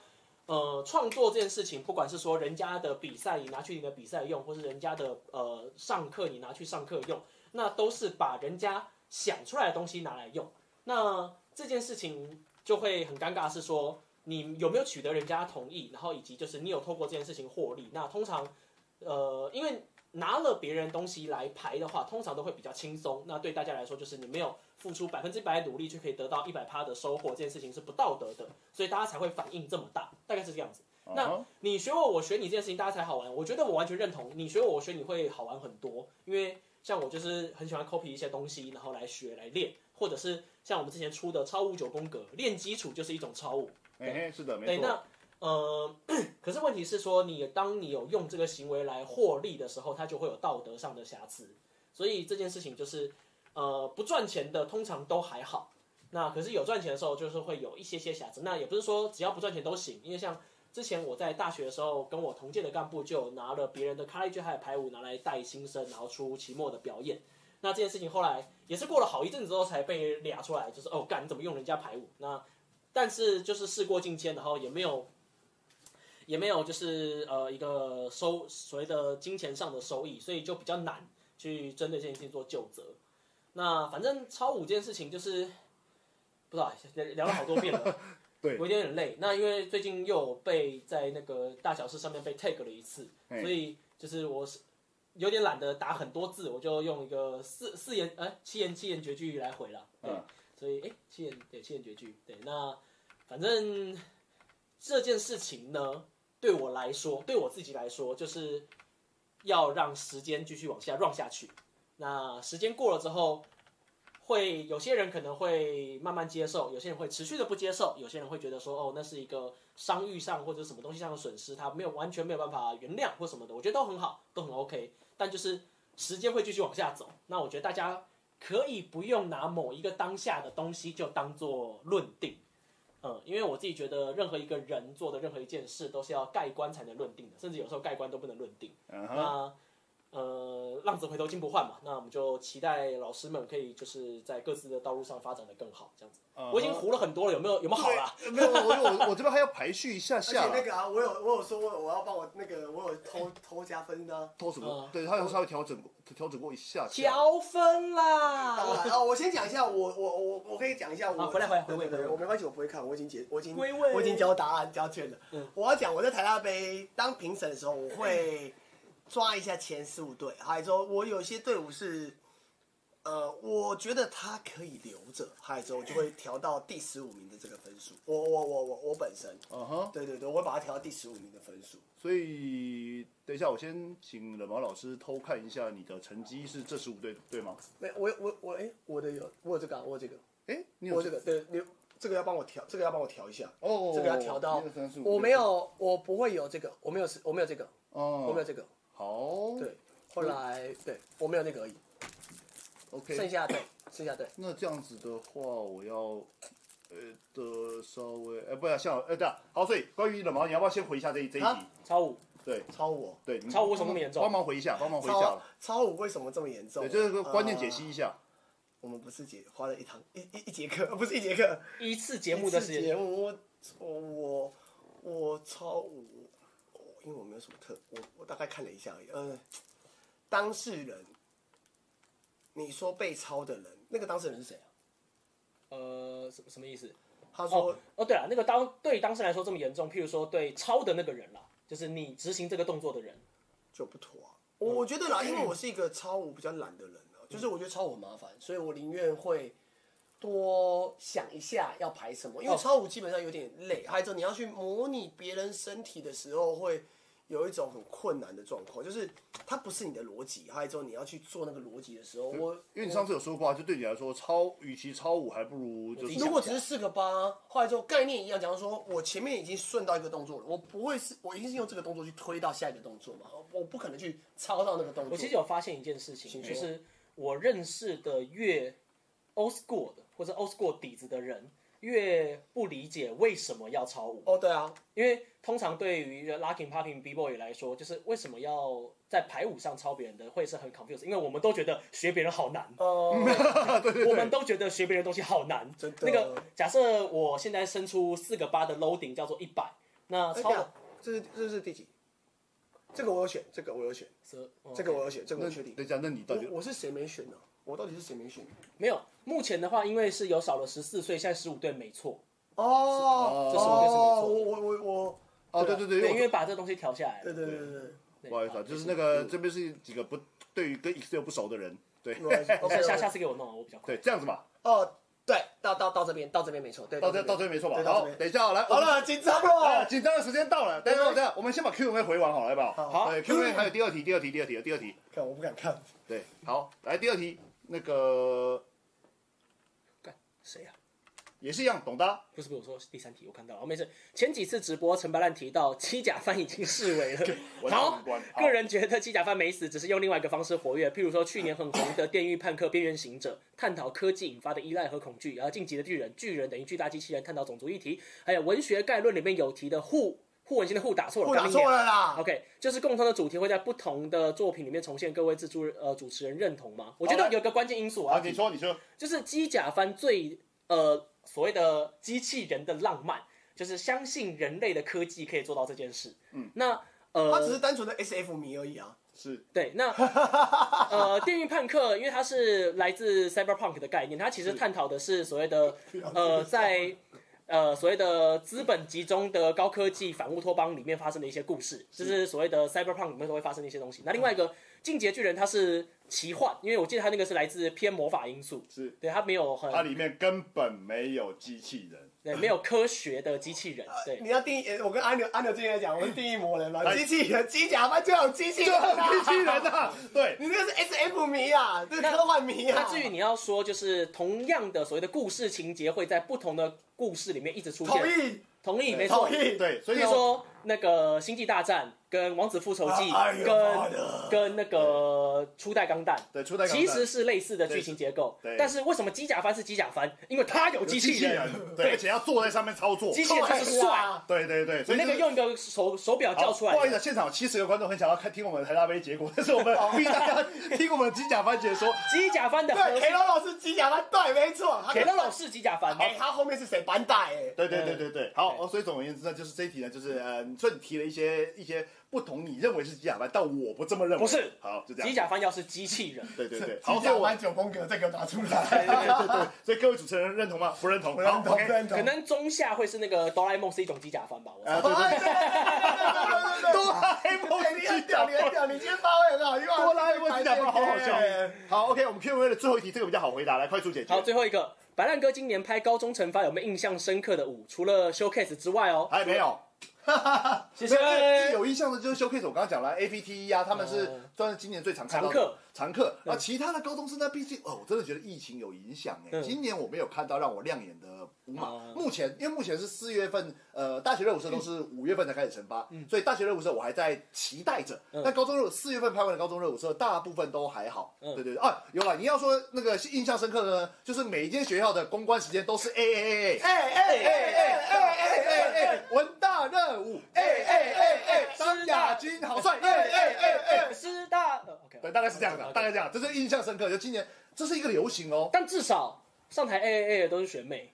S3: 呃，创作这件事情，不管是说人家的比赛你拿去你的比赛用，或是人家的呃上课你拿去上课用，那都是把人家想出来的东西拿来用。那这件事情就会很尴尬，是说你有没有取得人家同意，然后以及就是你有透过这件事情获利。那通常，呃，因为拿了别人东西来排的话，通常都会比较轻松。那对大家来说，就是你没有付出百分之百努力，却可以得到一百趴的收获，这件事情是不道德的，所以大家才会反应这么大，大概是这样子。那
S1: 嗯哼
S3: 你学我，我学你这件事情，大家才好玩。我觉得我完全认同，你学我，我学你会好玩很多。因为像我就是很喜欢 copy 一些东西，然后来学来练，或者是像我们之前出的超舞九宫格，练基础就是一种超舞。
S1: 哎、嘿是的，没
S3: 对，
S1: 错。
S3: 那呃， 可是问题是说，你当你有用这个行为来获利的时候，它就会有道德上的瑕疵。所以这件事情就是，呃，不赚钱的通常都还好，那可是有赚钱的时候，就是会有一些些瑕疵。那也不是说只要不赚钱都行，因为像之前我在大学的时候，跟我同届的干部就拿了别人的 college high 排舞拿来带新生，然后出期末的表演。那这件事情后来也是过了好一阵子之后才被俩出来，就是哦，干你怎么用人家排舞？那但是就是事过境迁，然后也没有也没有就是呃一个收所谓的金钱上的收益，所以就比较难去针对这件事情做纠责。那反正超舞这件事情就是不知道聊聊了好多遍了，
S1: 对
S3: 我有点累。那因为最近又有被在那个大小事上面被 tag 了一次，
S1: 哎
S3: 所以就是我是有点懒得打很多字，我就用一个四四言呃七言七言绝句来回了。对，
S1: 嗯
S3: 所以哎、七言对七言绝句对，那反正这件事情呢，对我来说，对我自己来说，就是要让时间继续往下 run 下去。那时间过了之后，会有些人可能会慢慢接受，有些人会持续的不接受，有些人会觉得说，哦，那是一个商誉上或者什么东西上的损失，他没有完全没有办法原谅或什么的，我觉得都很好，都很 OK。但就是时间会继续往下走，那我觉得大家可以不用拿某一个当下的东西就当做论定，嗯，因为我自己觉得任何一个人做的任何一件事都是要盖棺才能论定的，甚至有时候盖棺都不能论定。
S1: 嗯
S2: 啊
S1: 哼，
S3: 那呃，浪子回头金不换嘛，那我们就期待老师们可以就是在各自的道路上发展的更好，这样子。我已经糊了很多了，有没有有没有好啦？
S1: 没有，我我我这边还要排序一下
S2: 而且
S1: 下啦
S2: 那个啊，我有我有说我我要帮我那个我有 偷偷加分的啊、
S1: 偷什么
S3: 嗯？
S1: 对他有稍微调整过，调整过一下
S3: 啊
S1: 下。
S3: 调分啦
S2: 当！然啊，我先讲一下，我我我我可以讲一下我。
S3: 好啊回来回来回味
S2: 对对
S3: 回味
S2: 我没关系，我不会看，我已经解，我已经
S3: 回味
S2: 我已经交答案交卷了。
S3: 嗯
S2: 我要讲我在台大杯当评审的时候，我 会抓一下前十五队，还有说我有些队伍是，呃，我觉得他可以留着，还有之后我就会调到第十五名的这个分数。我我我我我本身，
S3: 哦
S1: 嗯哼，
S2: 对对对，我会把它调到第十五名的分数。
S1: 所以等一下，我先请冷毛老师偷看一下你的成绩是这十五队对吗？
S2: 没，我我我哎、我的有，我有这个、啊，我有这个，
S1: 哎，你有
S2: 我有这个，对，你这个要帮我调，这个要帮我调一下。
S1: 哦，
S2: 这个要调到
S1: 一二三四，五
S2: 我没，有，我不会有这个，我没有，我没有这个，
S1: 哦，
S2: 我没有这个，
S1: 好，
S2: 对。后来对我没有那个而已，
S1: ，OK，
S2: 剩下对，剩下对，
S1: 那这样子的话，我要呃的稍微，哎、不要像呃，对啊，好，所以关于冷毛，你要不要先回一下这一这一题
S2: 啊？
S3: 超五，
S1: 对
S2: 超我，
S1: 对，你们
S3: 超我什么严重
S1: 帮忙回一下，帮忙回一下
S2: 超啊
S1: 了。
S2: 超我为什么这么严重？
S1: 对，这个关键解析
S2: 呃
S1: 一下。
S2: 我们不是解花了一堂一一一节课，不是一节课，
S3: 一次节目的时
S2: 一次节
S3: 间，
S2: 目我我我我超我，我因为我没有什么特，我我大概看了一下而已。呃，当事人，你说被抄的人，那个当事人是谁啊？
S3: 呃，什什么意思？
S2: 他说、
S3: 哦哦，对了，那个当对当事人来说这么严重，譬如说对抄的那个人啦，就是你执行这个动作的人，
S2: 就不妥、啊。
S3: 嗯
S2: 我我觉得啦，因为我是一个超我比较懒的人啊，就是我觉得超我很麻烦，所以我宁愿会多想一下要排什么，因为
S3: 哦
S2: 超我基本上有点累，还有就是你要去模拟别人身体的时候会。有一种很困难的状况，就是它不是你的逻辑，还有之后你要去做那个逻辑的时候，
S3: 嗯
S2: 我
S1: 因为你上次有说过啊，就对你来说，超与其超五，还不如就是
S2: 如果只是四个八，后来之后概念一样，假如说我前面已经顺到一个动作了，我不会是，我一定是用这个动作去推到下一个动作嘛，我不可能去抄到那个动作。
S3: 我其实有发现一件事情，
S2: 请
S3: 就
S2: 说
S3: 是我认识的越 old school 的或者 old school 底子的人，越不理解为什么要超舞，
S2: 哦，对啊，
S3: 因为通常对于 locking、popping、b boy 来说，就是为什么要在排舞上抄别人的，会是很 confused，因为我们都觉得学别人好难。
S2: 哦、
S3: 我们都觉得学别人的东西好难。
S2: 真的
S3: 那个假设我现在伸出四个八的 loading 叫做一百，那
S2: 哎
S3: 超
S2: 等一下这是这是第几？这个我有选，这个我有选，
S3: 哦
S2: 这个我有选，这个我
S1: 那
S2: 确定。
S1: 等一下，那你到底
S2: 我我是谁没选呢、我到底是谁没选？
S3: 没有。目前的话，因为是有少了十四岁，现在十五队没错。
S2: 哦，
S1: 这
S3: 是我这是没错
S2: 哦我我我我，
S1: 哦，对对对，
S3: 对，
S1: 因
S3: 因
S1: 为
S3: 为把这东西调下来
S2: 哦对
S3: 了。
S2: 对对对对，
S1: 我不好意思啊，就是那个这边是几个不对于跟 Excel 不熟的人，对
S2: 没关系
S3: 下
S2: OK，
S3: 下下次给我弄啊，我比较 快。
S1: 对，这样子吧，
S2: 哦，对，到到到这边，到这边没错，对，
S1: 到这到
S2: 边
S1: 这没错吧
S2: 对？到这
S1: 好，
S2: 边
S1: 等一下啊来，
S2: 好了，紧张
S1: 啊，
S2: 了，
S1: 紧张的时间到了，等一下，等一下，我们先把 Q&A 回完好了，好不好？
S3: 好
S1: 对，Q&A 还有第二题，第二题，第二题，第二题，
S2: 看我不敢看，
S1: 对，好，来第二题，那个
S3: 谁呀、啊？
S1: 也是一样，懂的，啊
S3: 不是不是，我说第三题，我看到了，哦没事。前几次直播，陈白烂提到七甲饭已经视为了
S1: 我
S3: 好
S1: 无关。好
S3: 个人觉得七甲饭没死，只是用另外一个方式活跃，譬如说去年很红的《电狱判客：边缘行者》，探讨科技引发的依赖和恐惧；然后《晋级的巨人》，巨人等于巨大机器人，探讨种族议题；还有《文学概论》里面有提的互互文心的互打错了，
S2: 不打
S3: 刚念
S2: 错了啦。
S3: OK，就是共同的主题会在不同的作品里面重现，各位自助呃主持人认同吗？我觉
S1: 好
S3: 得
S1: 来
S3: 有个关键因素
S1: 啊，
S3: 啊，
S1: 你说你说，
S3: 就是机甲番最呃所谓的机器人的浪漫，就是相信人类的科技可以做到这件事。
S1: 嗯，
S3: 那
S2: 他只是
S3: 呃
S2: 单纯的 S F 迷而已啊。
S1: 是
S3: 对，那呃电运叛客，因为它是来自 cyberpunk 的概念，它其实探讨的是所谓的呃在。呃，所谓的资本集中的高科技反乌托邦里面发生的一些故事，就是所谓的 cyberpunk 里面都会发生的一些东西。那另外一个《进阶巨人》，它是奇幻，因为我记得它那个是来自偏魔法因素，
S1: 是，
S3: 对它没有很
S1: 它里面根本没有机器人，
S3: 对，没有科学的机器人，对
S2: 你要定义，呃我跟阿牛阿牛之前在讲，我是定义魔人嘛，
S1: 哎
S2: 机器人机甲班就有机器
S1: 就
S2: 人啊，
S1: 有机器人啊，对，
S2: 你这个是 S F 迷啊，这是
S3: 那
S2: 科幻迷啊。
S3: 那至于你要说，就是同样的所谓的故事情节会在不同的故事里面一直出现，
S2: 同意
S3: 同意，没错
S2: 同。意，
S1: 对，所
S3: 所
S1: 以
S3: 以
S1: 说
S3: 说那个《星际大战》跟《王子复仇记
S1: 啊
S2: 哎》呦妈
S3: 跟
S2: 的
S3: 跟那个初代钢弹。
S1: 对初代钢弹
S3: 其实是类似的剧情结构
S1: 对对，
S3: 但是为什么机甲番是机甲番？因为它有
S1: 有
S3: 机
S1: 器
S3: 器人，
S1: 对，而且要坐在上面操作，
S3: 机器人就是
S2: 对
S3: 帅，
S2: 啊
S1: 对对对，所以
S3: 那
S1: 就
S3: 个
S1: 是
S3: 用一个手手表
S1: 好
S3: 叫出来
S1: 不好意思，现场七十个观众很想要看听我们的台大杯结果，但是我们逼大家听我们机甲番解说，
S3: 机甲番的核
S2: 对，
S3: 心
S2: 凯罗老师机甲班对，没错，他
S3: 给了老是机甲番，
S2: 哎，他后面是谁班带？哎，
S1: 对对对对对，好，
S3: 对
S1: 哦所以总而言之呢，就是这一题呢，就是呃，所以你提了一些一些不同你认为是机甲班，但我不这么认为，
S3: 不是
S1: 好，就这样
S3: 机，甲番要是机器人，
S1: 对对对，好，所以
S2: 机甲
S1: 我
S2: 班九宫格这个拿出
S1: 对对
S2: 来，
S1: 对对，所以各位主持人认同吗？不认同，
S2: 不认
S1: 好
S2: 同，
S1: ，OK
S2: 不认
S3: 可
S2: 同。
S3: 能中下会是那个哆啦 A 梦是一种机甲番吧，我猜
S1: 啊，对对
S2: 哎对对对对对对对
S1: 哆啦 A 梦
S2: 哎你很
S1: 机甲
S2: 屌，你很
S1: 番，
S2: 屌，你今天发挥很好，因为
S1: 哆啦 A 梦机甲番好好笑
S2: 哎。
S1: 好，OK，我们 Q&A 的最后一题，这个比较好回答，来快速解决。
S3: 好，最后一个，白烂哥今年拍高中惩罚有没有印象深刻的舞？除了 showcase 之外哦，
S1: 哎还没有，没
S3: 谢谢
S1: 有。因为有印象的就是 showcase，我刚刚讲了 A P T E 啊，他们是
S3: 嗯
S1: 算是今年最常看到的
S3: 常客嗯
S1: 常客。啊，其他的高中生呢，毕竟哦，我真的觉得疫情有影响哎。
S3: 嗯
S1: 今年我没有看到让我亮眼的舞马
S3: 哦。
S1: 目前因为目前是四月份，呃，大学热舞社都是五月份才开始惩罚，所以大学热舞社我还在期待着。
S3: 嗯
S1: 但高中热舞四月份拍完的高中热舞社，大部分都还好。
S3: 嗯
S1: 对对对，啊，有了，你要说那个印象深刻的呢，就是每一间学校的公关时间都是 A A A A。
S2: 哎哎哎哎哎哎哎
S1: 哎哎，文大热舞，哎哎哎哎，张亚军好帅，哎哎哎哎，
S3: 师大呃，OK，
S1: 对，大概是这样的，大概这样，这是印象深刻。就今年，这是一个流行哦，
S3: 但至少上台 A A A 的都是学妹，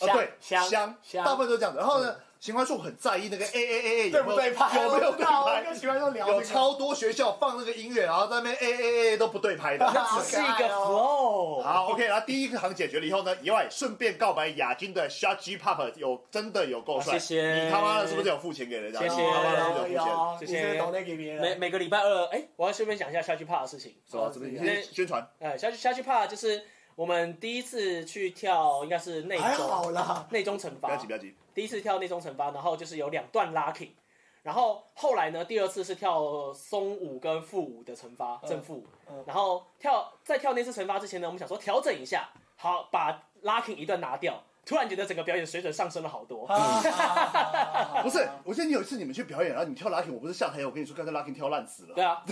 S1: 啊对，
S2: 香
S1: 香
S2: 香
S1: 大部分都这样的。然后呢，邢欢树很在意那个 A A A A
S2: 对不对拍？
S1: 有没有
S2: 我
S1: 对
S2: 知道我
S1: 拍
S2: 就？喜欢用聊这
S1: 有
S2: 个。
S1: 超多学校放那个音乐，然后在那边 A A A A 都不对拍的。
S3: 那只是一个 flow。
S1: 哦好，OK，然后第一个行解决了以后呢，以外顺便告白亚军的 Shut G Pop 有真的有够帅，
S3: 啊谢谢
S1: 你他妈的是不是有付钱给人家？
S3: 谢
S2: 哦
S3: 谢
S1: 你他妈的是不
S2: 有
S1: 是有付钱？
S2: 有，你是不是懂得给别
S3: 每
S2: 人。
S3: 每个礼拜二，哎，我要顺便讲一下下去怕的事情。
S1: 是吧？这边先宣传，
S3: 呃，下去下去怕就是我们第一次去跳，应该是内
S2: 还
S3: 中
S2: 好啦，
S3: 内中惩
S1: 不
S3: 罚
S1: 要急，不，要急。
S3: 第一次跳内中惩罚，然后就是有两段 lucky，然后后来呢，第二次是跳松舞跟副舞的惩
S1: 嗯
S3: 罚，正副舞，然后跳在跳那次惩罚之前呢，我们想说调整一下，好把 lucky 一段拿掉，突然觉得整个表演水准上升了好多。
S1: 不是，我记得你有一次你们去表演，然后你跳拉丁，我不是下台，我跟你说刚才拉丁跳烂死了。
S3: 对啊，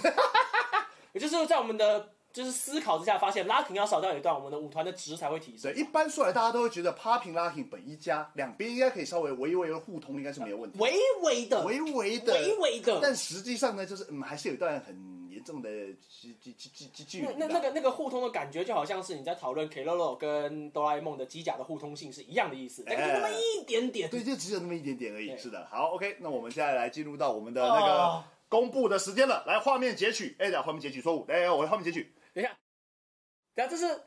S3: 也就是在我们的就是思考之下，发现 lucky 要少掉一段，我们的舞团的值才会提
S1: 对，
S3: 升。
S1: 一般说来，大家都会觉得 popping 拉丁本一家，两边应该可以稍微微微的互通，应该是没有问题。
S3: 微微的，
S1: 微微的，
S3: 微微的
S1: 但实际上呢，就是嗯，还是有一段很严重的距距距距距距离
S3: 那
S1: 的。
S3: 那那个那个互通的感觉，就好像是你在讨论 K Lolo 跟哆啦 A 梦的机甲的互通性是一样的意思，
S1: 哎
S3: 但就那么一点点。
S1: 对，就只有那么一点点而已。
S3: 对
S1: 是的，好，OK，那我们现在来进入到我们的那个
S2: 哦
S1: 公布的时间了，来画面截取，哎，等一下画面截取错误，哎，我画面截取，
S3: 等一下，等一下啊这是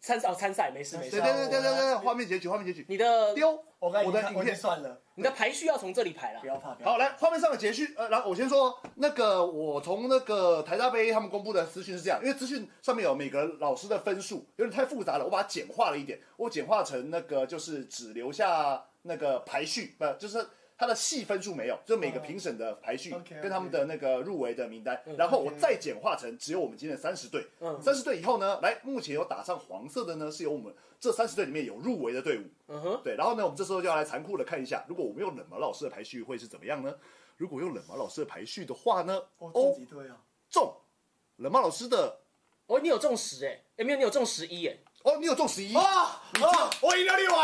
S3: 参赛哦参赛，没事没
S1: 对
S3: 事
S1: 对。对对对对，画面截取，画面截取，
S3: 你的
S1: 丢，
S2: 我刚
S1: 我的
S2: 才
S1: 影
S2: 我已经
S1: 片
S2: 算了，
S3: 你的排序要从这里排了
S2: 不。要怕，不要怕。
S1: 好，来画面上的截序，呃，然后我先说，那个我从那个台大杯他们公布的资讯是这样，因为资讯上面有每个老师的分数，有点太复杂了，我把它简化了一点，我简化成那个就是只留下那个排序，不、就是它的细分数没有，就每个评审的排序
S2: OK，OK
S1: 跟他们的那个入围的名单，然后我再简化成只有我们今天的三十队，
S3: 嗯
S1: 三十队以后呢，来目前有打上黄色的呢，是由我们这三十队里面有入围的队伍，
S3: 嗯哼，
S1: 对，然后呢，我们这时候就要来残酷的看一下，如果我们用冷毛老师的排序会是怎么样呢？如果用冷毛老师的排序的话呢，
S2: 我
S1: 哦
S2: 自己对啊，
S1: 中冷毛老师的
S3: 哦，你有中十哎、哎没有，你有中十一哎，
S1: 哦，你有中十一，
S2: 哇哦，我赢了立伟，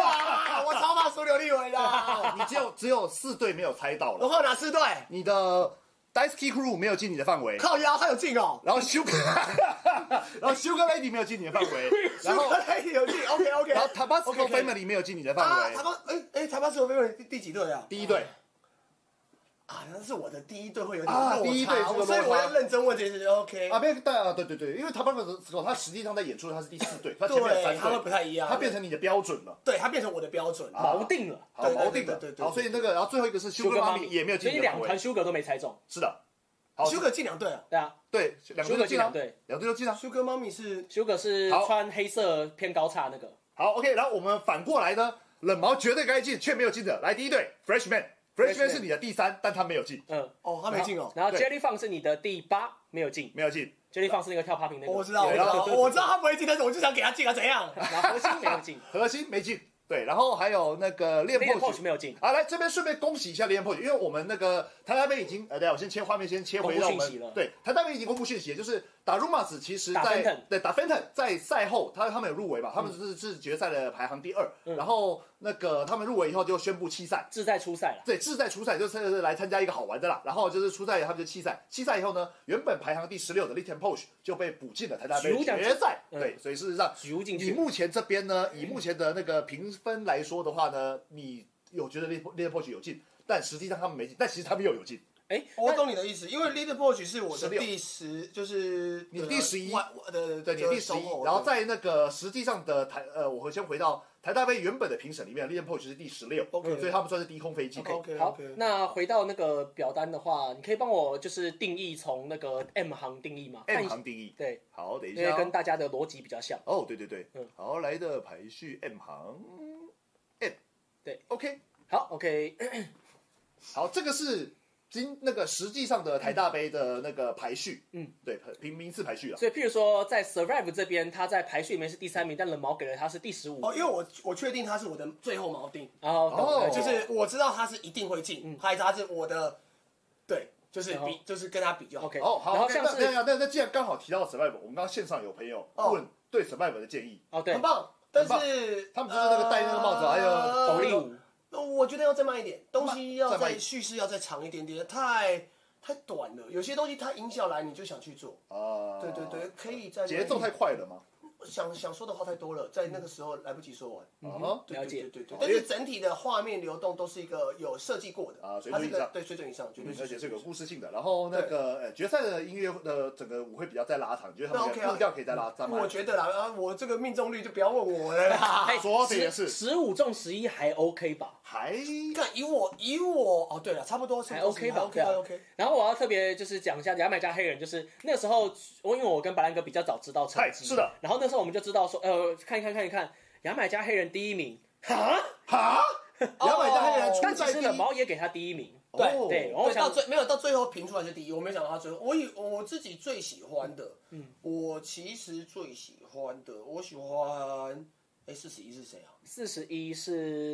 S2: 哇，我超怕输刘立 伟的，
S1: 你只有只有四队没有猜到
S2: 我
S1: 了，
S2: 靠哪四队？
S1: 你的 Dice Key Crew 没有进你的范围，
S2: 靠腰他有进哦，
S1: 然后 Sugar，然后 Sugar Lady 没有进你的范围，然后
S2: 他有进，OK OK，
S1: 然后 Tabasco
S2: OK，可以
S1: Family 没有进你的
S2: 啊，
S1: 范
S2: 台
S1: 围，
S2: 巴哎哎，台巴是我被问第第几队啊？
S1: 第一队，
S2: 啊，那是我的第一队会有点
S1: 啊
S2: 落差
S1: 第一队是个落差
S2: 哦所以我要认真问这件事。OK，
S1: 啊，没有，对啊，对对对，因为 Tabasco 他实际上在演出的他是第四队，他前面有
S2: 对，
S1: 三
S2: 他们不
S1: 队，
S2: 太一样，
S1: 他变成你的标准了。
S2: 对他变成我的标准。
S1: 啊
S3: 锚定了。
S1: 好，锚定
S2: 对对对
S1: 的
S2: 对对，对
S1: 好，所以那个，然后最后一个是 Sugar Mommy 也没有进
S3: 所以
S1: 你
S3: 你
S1: 的
S3: 两
S1: 范
S3: 团
S1: 围，
S3: 修格都没猜中，
S1: 是的，好，
S2: 修哥进两队啊，
S3: 对啊，
S1: 对，两
S3: 修
S1: 队
S3: 格
S1: 都
S3: 进
S1: 进啊
S3: 两，队，
S1: 两队都进啊，
S2: 修哥妈咪是
S3: 修格是
S1: 好
S3: 穿黑色偏高叉那个，
S1: 好，OK，然后我们反过来呢，冷毛绝对该进却没有进的，来第一队 Freshman，Freshman 是你的第三，但他没有进，
S3: 嗯，
S2: 哦，他没进哦。
S3: 然后
S1: 对
S3: Jelly Fun 是你的第八，没有进
S1: 没有进，
S3: ，Jelly Fun 是那个跳 popping 那个，
S2: 我知道，我知
S1: 对
S2: 道，
S1: 对对
S2: 我知道他不会进，但是我就想给他进啊，怎样？
S3: 然后核心没 有进
S1: 核心没进，对，然后还有那个练
S3: ，Little
S1: pose
S3: Poach。没有进，
S1: 啊，来这边顺便恭喜一下练 pose，因为我们那个台大妹已经呃，对，我先切画面，先切回到我
S3: 公布讯息
S1: 们
S3: 了
S1: 对台大妹已经公布讯息了，就是打 Rumas 其实
S3: 打
S1: 在
S3: Fenton
S1: 对打 Fenton 在赛后他他们有入围嘛，他们是是决赛的排行第二，
S3: 嗯
S1: 然后那个他们入围以后就宣布弃赛，
S3: 志在初赛了，
S1: 对，志在初赛就是来参加一个好玩的啦，然后就是初赛以后他们就弃赛，弃赛以后呢，原本排行第十六的 Little Posh 就被补进了台大杯
S3: 局长
S1: 决赛，
S3: 嗯
S1: 对，所以事实上，
S3: 局进
S1: 以
S3: 去，
S1: 目前这边呢，以目前的那个评分来说的话呢，你有觉得 Little Little Posh 有进，但实际上他们没进，但其实他们又有进，
S3: 哎，
S2: 我
S1: 哦
S3: 那
S2: 懂你的意思，因为 Leader Porch 是我的
S1: 16
S2: 第十，就是
S1: 你第11
S2: 我我的
S1: 对，你第十一，然后在那个实际上的台呃，我会先回到台大杯原本的评审里面，Little Posh 是第十六，
S2: OK
S1: 所以他们算是低空飞机。
S2: OK
S3: 好
S2: OK，，
S3: 那回到那个表单的话，你可以帮我就是定义从那个 M 行定义吗
S1: M
S3: 看一
S1: 行第一，
S3: 对，
S1: 好，等一
S3: 因为
S1: 下
S3: 跟
S1: 哦，
S3: 大家的逻辑比较像。
S1: 哦，对对对
S3: 嗯，
S1: 好来的排序 M 行，M，
S3: 对
S1: ，OK，
S3: 好，OK，
S1: 好，这个是今那个实际上的台大杯的那个排序，
S3: 嗯，
S1: 对，平名次排序了。
S3: 所以譬如说在 Survive 这边，他在排序里面是第三名，但冷毛给了他是第十五。
S2: 哦，因为我我确定他是我的最后锚定，
S3: 然后哎
S1: 哦嗯
S3: 懂了
S2: 就是我知道他是一定会进，还有他是我的，对，就是
S3: 然后
S2: 比就是跟他比就好。
S3: OK，
S1: 哦，好，
S3: 然后
S1: OK，
S3: 像
S1: 那那
S3: 是
S1: 那那那既然刚好提到 survive，我们刚刚线上有朋友
S2: 哦
S1: 问对 survive 的建议，
S3: 哦对
S2: 很，棒。但是
S1: 他们就是那个戴那个帽子还有
S3: 斗笠舞，
S2: 呃我觉得要再慢一点，东西要
S1: 再慢一
S2: 再
S1: 点
S2: 叙事要再长一点点，太太短了。有些东西它音效来你就想去做，
S1: 啊，
S2: 对对对，，可以再
S1: 节奏太快了嘛，
S2: 想想说的话太多了，在那个时候来不及说完。
S1: 啊，
S2: 嗯对
S3: 了解
S2: 对对对对
S1: 好
S2: 但
S1: 因
S2: 是
S1: 为
S2: 整体的画面流动都是一个有设计过的
S1: 啊水
S2: 它
S1: 准
S2: 是
S1: 以
S2: 个
S1: 上
S2: 对水准以上，绝对
S1: 而
S2: 是
S1: 且是有故事性的。然后那个呃决赛的音乐的整个舞会比较再拉长，你觉得他们
S2: 那 OK 啊
S1: 的步调可以再拉再慢
S2: 我？觉得啦，啊，我这个命中率就不要问我了啦。
S3: 哎
S1: 说的也是
S3: 十五中十一还 OK 吧？
S1: 还
S2: 看以我以我哦，对了，差不多是
S3: 还 OK 吧
S2: ，OK
S3: 对啊
S2: OK。
S3: 然后我要特别就是讲一下牙买加黑人，就是那时候我因为我跟白兰哥比较早知道成
S1: 嗨
S3: 绩，
S1: 是的，
S3: 然后那时候我们就知道说，呃，看一看看一看，牙买加黑人第一名，
S1: 哈，两百加黑人
S2: 哦
S1: 出
S3: 但其
S1: 在
S3: 实
S1: 第
S3: 冷
S1: 一，
S3: 毛也给他第一名。
S1: 哦
S3: 对，然后我
S2: 对，到
S3: 想
S2: 最没有到最后评出来是第一，我没想到他最后。我以我自己最喜欢的，嗯，我其实最喜欢的，我喜欢，哎，四十一是谁啊？
S3: 四十一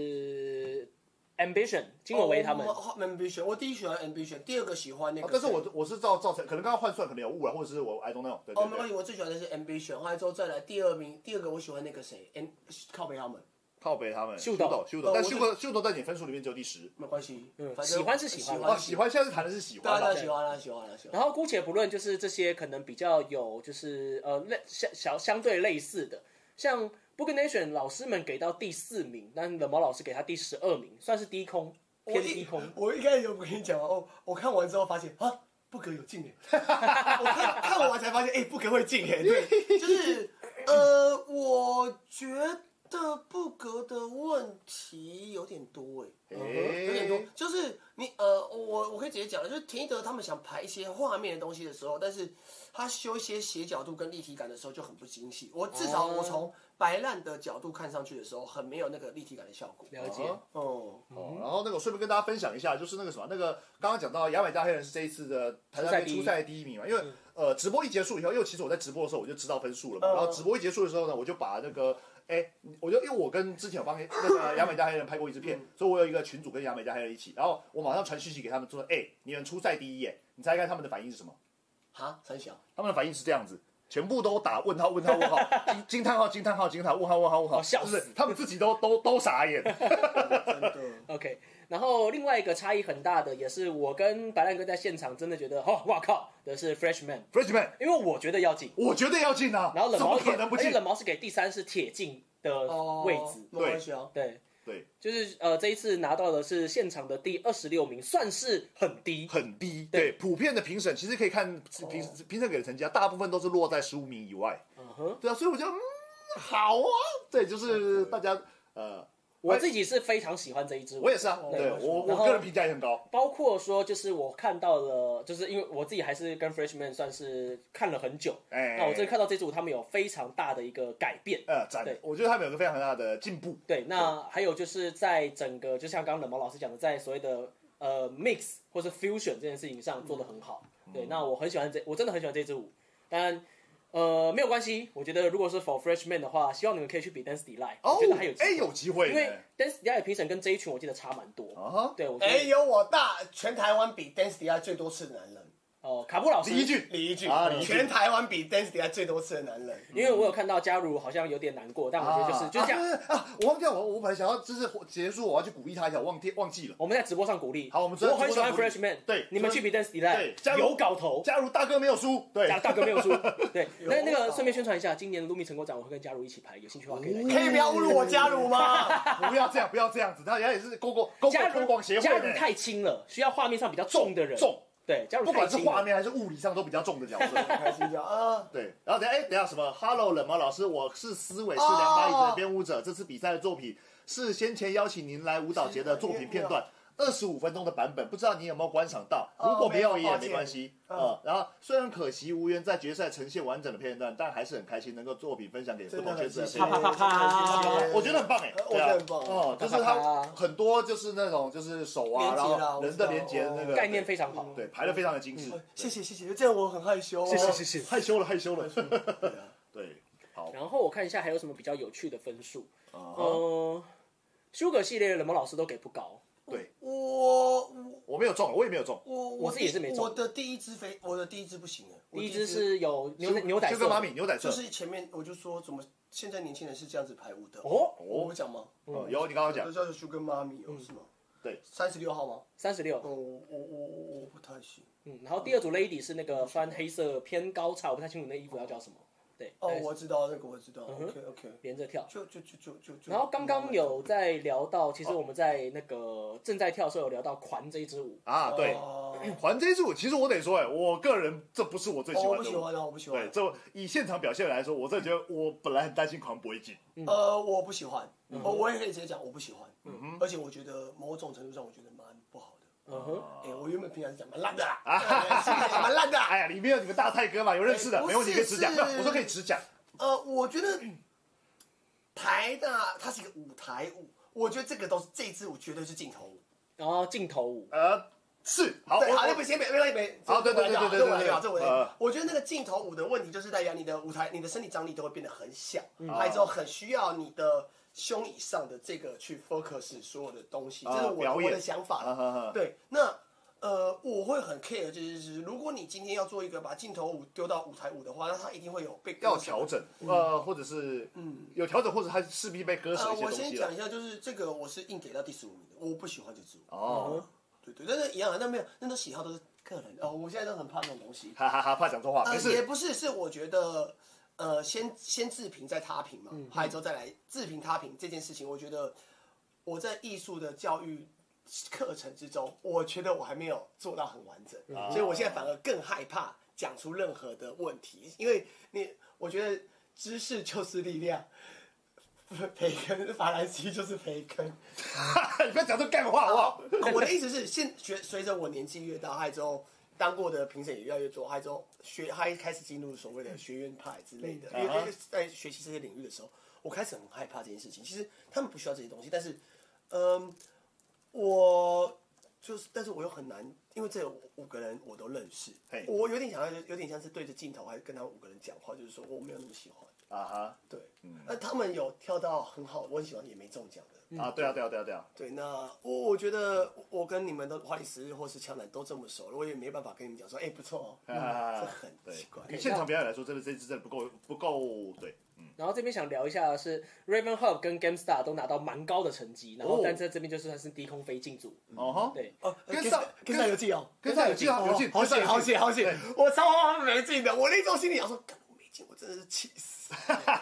S3: 是 Ambition 金伟维他们。哦
S2: 哦、ambition，我第一喜欢 ambition，第二个喜欢那个
S1: 啊
S2: 谁，
S1: 但是我我是照照成，可能刚刚换算可能有误了，或者是我 I don't know，对
S2: 哦，
S1: 对
S2: 没关
S1: 对
S2: 系，，我最喜欢的是 ambition，后来之后再来第二名，第二个我喜欢那个谁，M 靠北他们，
S1: 靠北他们，
S3: 秀
S1: 秀
S3: 斗
S1: 斗秀斗，
S2: 哦
S1: 但
S2: 我
S1: 秀斗秀斗在你分数里面只有第十。
S2: 没关系，
S3: 嗯
S2: 反正
S3: 喜欢是喜欢
S2: 喜
S1: 哦，
S2: 欢，
S1: 喜，欢现在是谈的是喜
S2: 啊对啊
S1: 欢
S2: 对
S1: 吧
S2: 啊，？喜欢啦，喜欢啦，喜欢
S3: 然
S2: 啦。
S3: 后姑且不论，就是这些可能比较有，就是呃类相小相对类似的，像 Book Nation 老师们给到第四名，但冷毛老师给他第十二名，算是低空，
S2: 我
S3: 偏低
S2: 一
S3: 空。
S2: 我一开始有跟你讲哦，我看完之后发现啊，不可有进哎， 我看看完才发现，哎，不可会进哎，对，就是呃，我觉得不格的问题有点多哎。有点多
S1: 哎，，
S2: 就是你呃，我我可以直接讲了，就是田一德他们想排一些画面的东西的时候，但是他修一些斜角度跟立体感的时候就很不精细。我至少
S3: 哦
S2: 我从白烂的角度看上去的时候，很没有那个立体感的效果。
S3: 了解，
S1: 啊
S2: 哦，
S3: 嗯
S1: 哦，然后那个我顺便跟大家分享一下，就是那个什么，那个刚刚讲到牙买加黑人是这一次的台大杯初赛第一名嘛，因为
S3: 嗯
S1: 呃直播一结束以后，因为其实我在直播的时候我就知道分数了嘛，
S2: 嗯
S1: 然后直播一结束的时候呢，我就把那个。哎，我就因为我跟之前有帮黑那个牙买加黑人拍过一支片，
S3: 嗯
S1: 所以我有一个群主跟牙买加黑人一起，然后我马上传讯息给他们说，哎，你们初赛第一耶，你猜猜看他们的反应是什么？
S2: 哈，三小，
S1: 他们的反应是这样子，全部都打问号问号问 号，惊惊叹号惊叹号惊叹号问号问号问号，
S3: 哦笑
S1: 就
S3: 死
S1: 是他们自己都都都傻 眼。
S2: 真的，
S3: OK，然后另外一个差异很大的，也是我跟白烂哥在现场真的觉得，哦，哇靠的是 Freshman，
S1: Freshman，
S3: 因为我觉得要进，
S1: 我绝对要进啊！
S3: 然后冷
S1: 怎
S3: 毛
S1: 么
S3: 也
S1: 可能不
S3: 而且
S1: 进？
S3: 冷毛是给第三是铁进 的
S2: 哦，
S3: 位置，
S2: 没关系啊，
S3: 对
S1: 对，
S3: 就是呃这一次拿到的是现场的第二十六名，算是很低，
S1: 很低。
S3: 对哦
S1: 对，普遍的评审其实可以看评评审给的成绩啊，大部分都是落在十五名以外。
S3: 嗯哼，
S1: 对啊，所以我觉得嗯，好啊，对，就是大家呃，
S3: 我自己是非常喜欢这一支舞，
S1: 我也是啊，
S2: 哦
S1: 对我
S3: 然后
S1: 我个人评价也很高。
S3: 包括说，就是我看到了，就是因为我自己还是跟 Freshman 算是看了很久，
S1: 哎，
S3: 那我真的看到这组他们有非常大的一个改变。
S1: 呃，展
S3: 对，
S1: 我觉得他们有个非常大的进步。
S3: 对，那还有就是在整个，就像刚刚冷毛老师讲的，在所谓的呃 mix 或是 fusion 这件事情上做的很好。
S1: 嗯
S3: 对，那我很喜欢这，我真的很喜欢这支舞。当然，呃，没有关系，我觉得如果是 for freshman 的话，希望你们可以去比 dance delay，、
S1: 哦
S3: 我觉得还有，机
S1: 哎，
S3: 会，
S1: 有机会
S3: 因
S1: 呢，
S3: 为 dance delay 的评审跟这一群我记得差蛮多。
S1: 啊哈，
S3: 对，我觉
S2: 哎，
S3: 得
S2: 有我大，全台湾比 Dance d i 最多次的男人，
S3: 哦、卡布老师
S1: 第一句
S2: 李一俊
S1: 啊李，一俊
S2: 全台湾比 Dance d i 最多次的男人，
S3: 因为我有看到嘉如好像有点难过，但我觉得就是、就是这样。
S1: 啊啊！我忘掉我我本来想要就是结束，我要去鼓励他一下，我忘记忘记了。
S3: 我们在直播上鼓励，
S1: 好我们直播
S3: 我很喜欢
S1: 直播上鼓励
S3: Freshman，
S1: 对
S3: 你们去比 Dance d e l a
S1: 对加
S3: y
S1: 入
S3: 有搞头，
S1: 假如大哥没有输，对，
S3: 大大哥没有输， 对，
S1: 啊
S3: 那那个
S2: 搞
S3: 顺便宣传一下，今年的露米成果展我会跟嘉如一起排，有兴趣的话可以来
S1: 哦
S3: 看。
S2: 可以不要侮辱我加入吗？
S1: 不要这样，不要这样子，他人家也是公共公
S3: 嘉
S1: 共推
S3: 如
S1: 广协会哎
S3: 嘉如
S1: 的，
S3: 太轻了，需要画面上比较重的人，
S1: 重，
S3: 对，嘉如
S1: 不管是
S3: 太轻了
S1: 画面还是物理上都比较重的角色。
S2: 开心就啊，
S1: 对，然后等一下哎，等一下什么？Hello，冷毛老师，我是思伟，是
S2: 哦
S1: 凉八椅子的编舞者。这次比赛的作品是先前邀请您来舞蹈节的作品片段，二十五分钟的版本，不知道你有没有观赏到？
S2: 哦
S1: 如果没有
S2: 没有
S1: 也
S2: 抱歉
S1: 没关系。
S2: 嗯
S1: 呃，然后虽然可惜无缘在决赛呈现完整的片段，但还是很开心能够作品分享给不
S2: 真的
S1: 同
S2: 很
S1: 圈子
S2: 谢
S1: 的朋
S2: 谢，
S3: 啪
S1: 友。
S3: 啪啪啪
S2: 谢谢
S1: 我觉得很棒哎，
S2: 哦我
S1: 对
S2: 觉
S1: 啊
S2: 得很棒嗯
S1: 哦，就是
S3: 啪啪
S1: 他
S3: 啪
S1: 很多就是那种就是手啊，
S2: 连
S1: 然
S2: 接啦
S1: 后人的连接的那
S2: 我知
S1: 个
S2: 道哦
S3: 概念，非常好，
S1: 对，排的非常的精致。
S2: 谢谢谢谢，这样我很害羞哦，
S1: 谢谢谢谢，害羞了害羞了。
S2: 啊
S1: 对，好，
S3: 然后我看一下还有什么比较有趣的分数，
S1: 啊哈
S3: 呃，Sugar 系列的冷漠老师都给不高，
S1: 对。
S2: 我我
S1: 我没有中，我也没有中。
S2: 我
S3: 我自己也是没中
S2: 我的第一支非我的第一支不行哎，我
S3: 第一支是有牛仔牛仔
S1: 就
S3: 色
S1: 跟，妈咪牛仔色，
S2: 就是前面我就说怎么现在年轻人是这样子排舞的，
S3: 哦，
S2: 我讲吗？
S1: 哦有你刚刚
S2: 这
S1: 讲，
S2: 叫做 Sugar Mommy
S3: 嗯
S2: 哦，是吗？
S1: 对
S2: 三十六号吗？
S3: 三十六
S2: 哦，，我我我我我不太行。
S3: 嗯，然后第二组 lady 是那个穿黑色偏高叉，我不太清楚那衣服要叫什么。对，
S2: 哦
S3: 但，是
S2: 我知道那个，我知道。
S3: 哎嗯哼
S2: OK OK，
S3: 连着跳。
S2: 就就就就就就。
S3: 然后刚刚有在聊到，其实我们在那个正在跳的时候有聊到环这一支舞，
S1: 啊，对，
S2: 哦
S1: 还这一组，其实我得说，哎，我个人这不是我最喜
S2: 哦，我
S1: 欢
S2: 不
S1: 的
S2: 喜
S1: 舞。
S2: 欢啊，我不喜
S1: 对，
S2: 欢。
S1: 这以现场表现来说，我真的觉得我本来很担心狂不会进，
S2: 呃，我不喜欢。哦，我也可以直接讲，我不喜欢。而且我觉得某种程度上，我觉得蛮不好的。
S3: 嗯哼，
S2: 哎，我原本平常是讲蛮烂的啦，哎是讲蛮烂的啦。
S1: 哎呀，里面有你们大泰哥嘛，有认识的，
S2: 哎不是
S1: 没问题，可以直讲。
S2: 是
S1: 没有我说可以直讲，
S2: 呃，我觉得台大它是一个舞台舞，我觉得这个都是这支舞绝对是镜头舞。
S3: 然后镜头舞，
S1: 呃，是，好，
S2: 对，
S1: 我
S2: 好，那
S1: 我
S2: 不先别别别别，
S1: 好对对对对对
S2: 我来
S1: 对
S2: 讲，
S1: 对
S2: 这我来
S1: 呃
S2: 讲。我觉得那个镜头舞的问题就是在于你的舞台，你的身体张力都会变得很小，还有之后很需要你的胸以上的这个去 focus 所有的东西，这
S1: 啊
S2: 是我
S1: 表演
S2: 我的想
S1: 啊
S2: 法啦。
S1: 哈哈
S2: 对，那呃，我会很 care，就是如果你今天要做一个把镜头舞丢到舞台舞的话，那它一定会有被割
S1: 要
S2: 舍
S1: 调整，
S2: 嗯
S1: 呃，或者是有调整，或者他势必被割舍
S2: 呃，
S1: 一些
S2: 我
S1: 东
S2: 先
S1: 西啊
S2: 讲
S1: 了。
S2: 一下，就是这个我是硬给到第十五名的，我不喜欢这支舞。
S1: 哦，
S2: 对对，但是一样啊，那没有，那都喜好都是个人哦。我现在都很怕这种东西。
S1: 哈哈哈，怕讲错话，
S2: 呃，
S1: 没
S2: 也
S1: 事。
S2: 不是，是我觉得，呃，先先自评再他评嘛，还之后再来自评他评这件事情，我觉得我在艺术的教育课程之中，我觉得我还没有做到很完整，所以我现在反而更害怕讲出任何的问题，因为你，我觉得知识就是力量。 培根，法兰西就是培根。
S1: 你不要讲这干话好不好？
S2: 我的意思是，现学随着我年纪越大，还之后当过的评审也越来越多，还之后学还开始进入所谓的学院派之类的，因为因为在学习这些领域的时候，我开始很害怕这件事情。其实他们不需要这些东西，但是，嗯，我就是，但是我又很难因为这有五个人我都认识
S1: 嘿，
S2: 我有点想要就有点像是对着镜头，还跟他们五个人讲话，就是说我没有那么喜欢。
S1: 啊哈，
S2: 对，那、他们有挑到很好，我很喜欢，也没中奖的。
S1: 啊，对啊，对啊，对啊，对啊，
S2: 对，那我我觉得我跟你们的花里十日或是枪男都这么熟了，我也没办法跟你们讲说，哎、不错哦，
S1: 啊
S2: 这很
S1: 对
S2: 奇怪。
S1: 以现场表演来说，真的这次真的不够不够对，嗯，
S3: 然后这边想聊一下的是 Raven Hub 跟 GameStar 都拿到蛮高的成绩，然后
S1: 哦
S3: 但在这边就算是低空飞进组，
S1: 哦哈，
S3: 对，
S2: 哦，
S1: 跟上
S2: 跟上游记哦，
S1: 跟上有进啊，有进，
S2: 好险好险好
S1: 对
S2: 险！我超他们没进的，我那时候心里想说，干我没进，我真的是气死。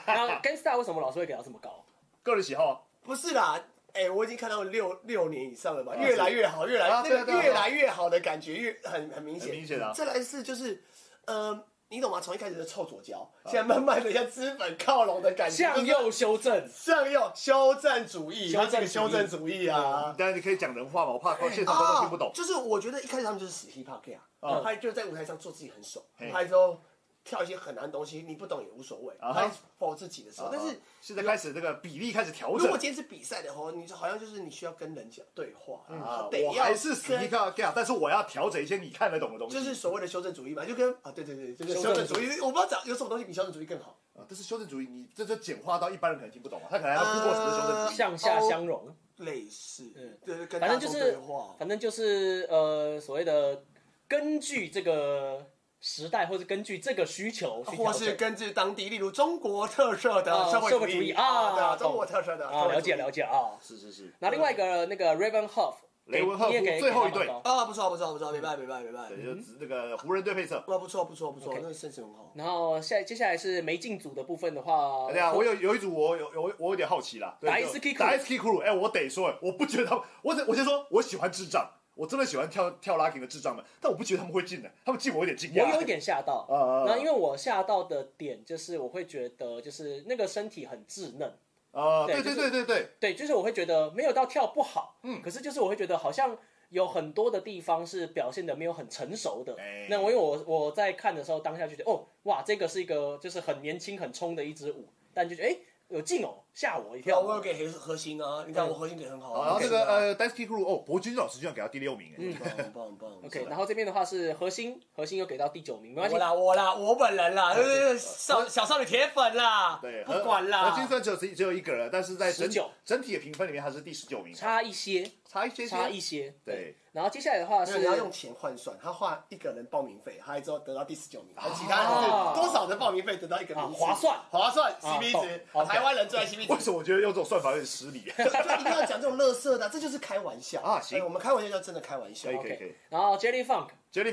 S3: 然后 GameStar 为什么老是会给到这么高？
S1: 个人喜好啊
S2: 不是啦，哎、我已经看到六六年以上了吧，
S1: 啊
S2: 越来越好，越来、
S1: 啊对啊
S2: 那个
S1: 对啊
S2: 越来越好的感觉，越很很明显，
S1: 很明显啊
S2: 再来是就是，呃，你懂吗？从一开始的臭左交，
S1: 啊
S2: 现在慢慢的像资本靠拢的感觉，
S3: 向
S2: 就是
S3: 右修正，
S2: 向右修正主义，
S3: 修正
S2: 它这个修正主义啊
S1: 啊，。但是你可以讲人话嘛，我怕现场观众
S2: 啊
S1: 听不懂，嗯
S2: 就是我觉得一开始他们就是死 hip hop gay 啊，他就在舞台上做自己很爽，
S1: 嘿
S2: 他之后跳一些很难的东西，你不懂也无所谓，
S1: 啊
S2: 他 for 自己的时候，但
S1: 啊
S2: 是
S1: 现在开始这个比例开始调
S2: 如果
S1: 整。
S2: 今天是比赛的话，你就好像就是你需要跟人讲对话，
S1: 啊
S2: 啊，，得
S1: 我
S2: 要
S1: 还是死皮
S2: 跟
S1: 卡 gay，但是我要调整一些你看得懂的东西。
S2: 就是所谓的修正主义嘛，就跟啊，对对对，这个
S3: 修
S2: 修
S3: 正
S2: 正
S3: 主
S2: 主
S3: 义
S2: 义，我不知道找有什么东西比修正主义更好。
S1: 啊，但是修正主义，你这就简化到一般人可能听不懂啊，他可能要
S2: 呃
S1: Google 什么是修正主义。
S3: 向下相融。
S2: 类似
S3: 嗯，
S2: 对对，跟大
S3: 反正
S2: 众
S3: 就
S2: 对
S3: 是
S2: 话，，
S3: 反正就是呃，所谓的根据这个时代，或者根据这个需求去调整，
S2: 或是根据当地，例如中国特色的
S3: 啊
S2: 社会
S3: 社会主
S2: 义
S3: 义啊
S2: 对啊，
S3: 懂
S2: 中国特色的
S3: 啊，了解了
S2: 解
S3: 解啊。
S1: 是是是，
S3: 然后另外一个那个 Raven Huff，
S1: 雷文赫夫
S3: 你也给
S1: 嗯最后一队
S3: 给他蛮高
S2: 啊，不错不错不
S3: 嗯
S2: 错，明白明白明白，
S1: 对，就是那个湖人队配色。
S2: 哇，不错不错不错，
S3: OK
S2: 那个身手很好。
S3: 然后下接下来是没进组的部分的话，
S1: 对啊，我有有一组我有有我有点好奇啦。对
S3: 打
S1: 就
S3: SK crew
S1: 打 SK crew，哎，我得说，我不觉得他们，我只我先说，我喜欢智障，我真的喜欢跳跳拉丁的智障们，但我不觉得他们会进的，他们进我有点惊
S3: 我
S1: 讶。
S3: 有一点吓到，
S1: 啊啊啊
S3: 然后因为我吓到的点就是我会觉得就是那个身体很稚嫩，
S1: 啊，对对
S3: 对就
S1: 对
S3: 是
S1: 对对，
S3: 对，就是我会觉得没有到跳不好，嗯，可是就是我会觉得好像有很多的地方是表现的没有很成熟的。
S1: 哎
S3: 那我因为我我在看的时候，当下就觉得哦，哇，这个是一个就是很年轻很冲的一支舞，但就觉得哎有劲哦，吓我一
S2: 对啊，
S3: 跳。
S2: 我有给核核心啊，你看
S3: 嗯
S2: 我核心给很好
S1: 好
S2: 啊，
S1: 然后这
S2: 你
S1: 个
S2: 看啊，
S1: 呃 d a s k y crew，哦，博君老师居然给到第六名，哎，
S2: 棒很棒很棒。很
S3: 呃 OK，
S2: 棒
S3: 然后这边的话是核心，核心又给到第九名，没关系
S2: 我。啦我啦我本人啦，呃少小少女铁粉啦，
S1: 对，
S2: 不管啦，
S1: 金算只有只有一个人，但是在整
S3: 19
S1: 整体的评分里面，他是第十九名，
S3: 差一些，
S1: 差一些些
S3: 差一些。
S1: 对，
S3: 然后接下来的话
S2: 没有
S3: 是
S2: 你要用钱换算，他花一个人报名费，他之后得到第十九名，而其他
S3: 啊
S2: 人是多少的报名费得到一个名
S3: 啊
S2: 次
S3: 划算
S2: 划算
S3: 啊
S2: ，CP
S3: 懂
S2: 值，
S3: 好
S2: 台湾人最爱 CP
S1: 为
S2: 值。
S1: 什么我觉得用这种算法有点失礼？
S2: 就就一定要讲这种乐色的，这就是开玩笑
S1: 啊行
S2: 哎我们开玩笑就真的开玩笑
S1: 可以。可以可以
S3: OK，然后 JellyFunk，Jelly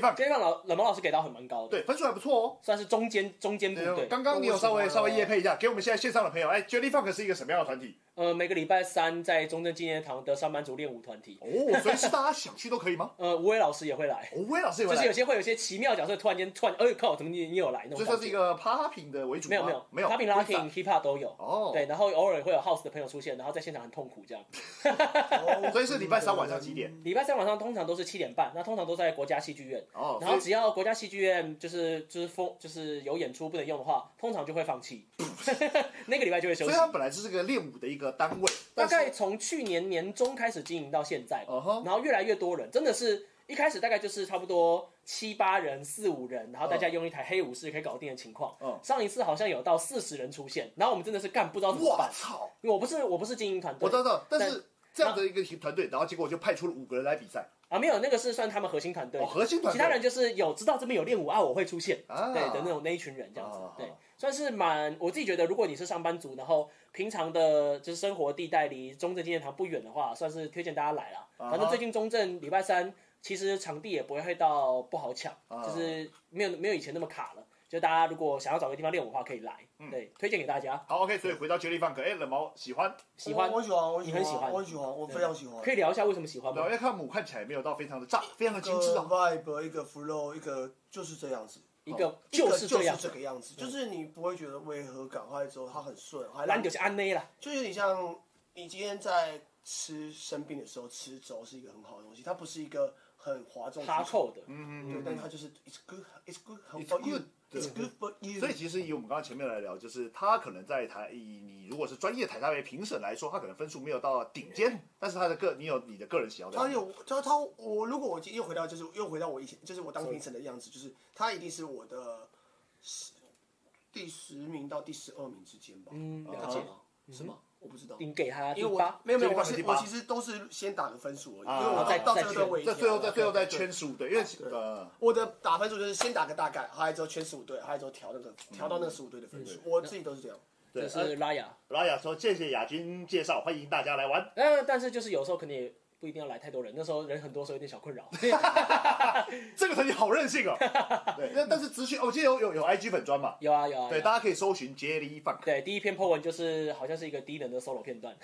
S1: ，Jelly Funk，
S3: Funk 老冷毛老师给到很蛮高的，，
S1: 对，分数还不错哦。
S3: 算是中间中间部队。
S1: 刚刚你有稍微稍微夜配一下，给我们现在线上的朋友，哎，Jelly Funk 是一个什么样的团体？
S3: 呃，每个礼拜三在中正纪念堂的上班族练舞团体，
S1: 哦，随时大家想去都可以 吗？
S3: 呃，吴伟老师也会来，
S1: 哦，魏老师也
S3: 就
S1: 会
S3: 是有
S1: 来，
S3: 些会有些奇妙角色突然间突然，哎呦靠，怎么你你有来那
S1: 所
S3: 种
S1: 以
S3: 感觉？
S1: 算是一个 popping 的为主吗
S3: 没有没有
S1: 没有
S3: p o p p i n g locking hip hop 都有
S1: 哦
S3: 对，然后偶尔会有 house 的朋友出现，然后在现场很痛苦这样。
S2: 哦
S1: 所以是礼拜三晚上几点？
S3: 礼拜三晚上通常都是七点半，那通常都在国家戏剧院。
S1: 哦
S3: 然后
S1: 所
S3: 只要国家戏剧院就是就是封就是有演出不能用的话，通常就会放 弃，那个礼拜就会休
S1: 所以
S3: 息。
S1: 它本来就是个练舞的一个单位，
S3: 大
S1: 但是
S3: 概从去年年中开始经营到现在吧
S1: 嗯哼
S3: 然后越来越多人，真的是一开始大概就是差不多七八人、四五人，然后大家用一台黑武士可以搞定的情况。
S1: 嗯
S3: 上一次好像有到四十人出现，然后我们真的是干不知道怎么
S2: 我
S3: 办。
S2: 操！
S3: 因为我不是我不是精英团队，
S1: 我知道，但
S3: 但
S1: 是这样的一个团队，然后结果就派出了五个人来比赛，
S3: 啊，没有那个是算他们核心团队的、
S1: 哦核心团队
S3: 其他人就是有知道这边有练舞啊，我会出现，
S1: 啊
S3: 对的那种那一群人这样子，
S1: 啊
S3: 对，算是蛮我自己觉得，如果你是上班族，然后平常的就是生活地带离中正纪念堂不远的话，算是推荐大家来啦。
S1: 啊哈
S3: 反正最近中正礼拜三其实场地也不会到不好抢，
S1: 啊
S3: 就是没有没有以前那么卡了。就大家如果想要找个地方练舞的话，可以来，
S2: 嗯
S3: 对，推荐给大家。
S1: 好，OK，所以回到 Jelly Funk，哎，冷毛喜欢，
S3: 喜欢
S2: 我我喜欢，我
S3: 你很喜欢
S2: 我很喜欢，我非常喜欢。
S3: 可以聊一下为什么喜欢
S1: 然后
S3: 吗？
S1: 要看母看起来没有到非常的炸，非常的
S2: 一
S1: 精致
S2: 个
S3: 呃
S1: 啊，
S3: 嗯
S2: vibe，一个 flow，一个就是这样子。
S3: 一个
S2: 哦一个
S3: 是这样，
S2: 就是这个样子，就是你不会觉得违和感，或者说它很顺，还
S3: 那你就是安内啦。
S2: 就有点像你今天在吃生病的时候吃粥是一个很好的东西，它不是一个很哗众取
S3: 哈
S2: 宠，
S3: 扣的，
S1: 嗯
S2: 对，
S1: 嗯嗯
S2: 但是他就是 it's good, it's good
S1: It's
S2: for you,
S1: good，
S2: it's
S1: 对
S2: good for you。
S1: 所以其实以我们刚刚前面来聊，就是他可能在台以你如果是专业台大为评审来说，他可能分数没有到顶尖，但是他的个你有你的个人喜好
S2: 他
S1: 的，
S2: 有，他他我如果我又回到就是又回到我以前就是我当评审的样子，就是他一定是我的十第十名到第十二名之间吧？
S3: 嗯，了
S2: 是
S3: 解。
S2: 吗？是吗？我不知道，
S3: 你给他第
S2: 因为我
S3: 八，
S2: 没有没有，
S1: 所以
S2: 我
S1: 你
S2: 是
S1: 第八
S2: 我其实都是先打个分数而已，
S1: 啊
S2: 因为我
S1: 再
S2: 到
S3: 再
S2: 最后都
S3: 圈
S2: 围一
S1: 在
S2: 条
S1: 最后在最后再
S2: 对
S1: 圈十五对，因为其
S2: 对
S1: 呃
S2: 我的打分数就是先打个大概，还有之后圈十五队，还有之后调那个调到那个十五队的分数，我自己都是这样。
S1: 对
S3: 就
S1: 呃
S3: 是拉雅。
S1: 拉雅说谢谢雅君介绍，欢迎大家来玩。
S3: 嗯，但是就是有时候可能也不一定要来太多人，那时候人很多，所以有点小困扰。
S1: 这个成绩好任性 哦。对，那但是资讯，哦我记得有有有 IG 粉砖嘛，
S3: 有啊有啊，
S1: 对，
S3: 有啊
S1: 大家可以搜寻 Jelly Funk。
S3: 对第一篇 po 文就是好像是一个低能的 solo 片段，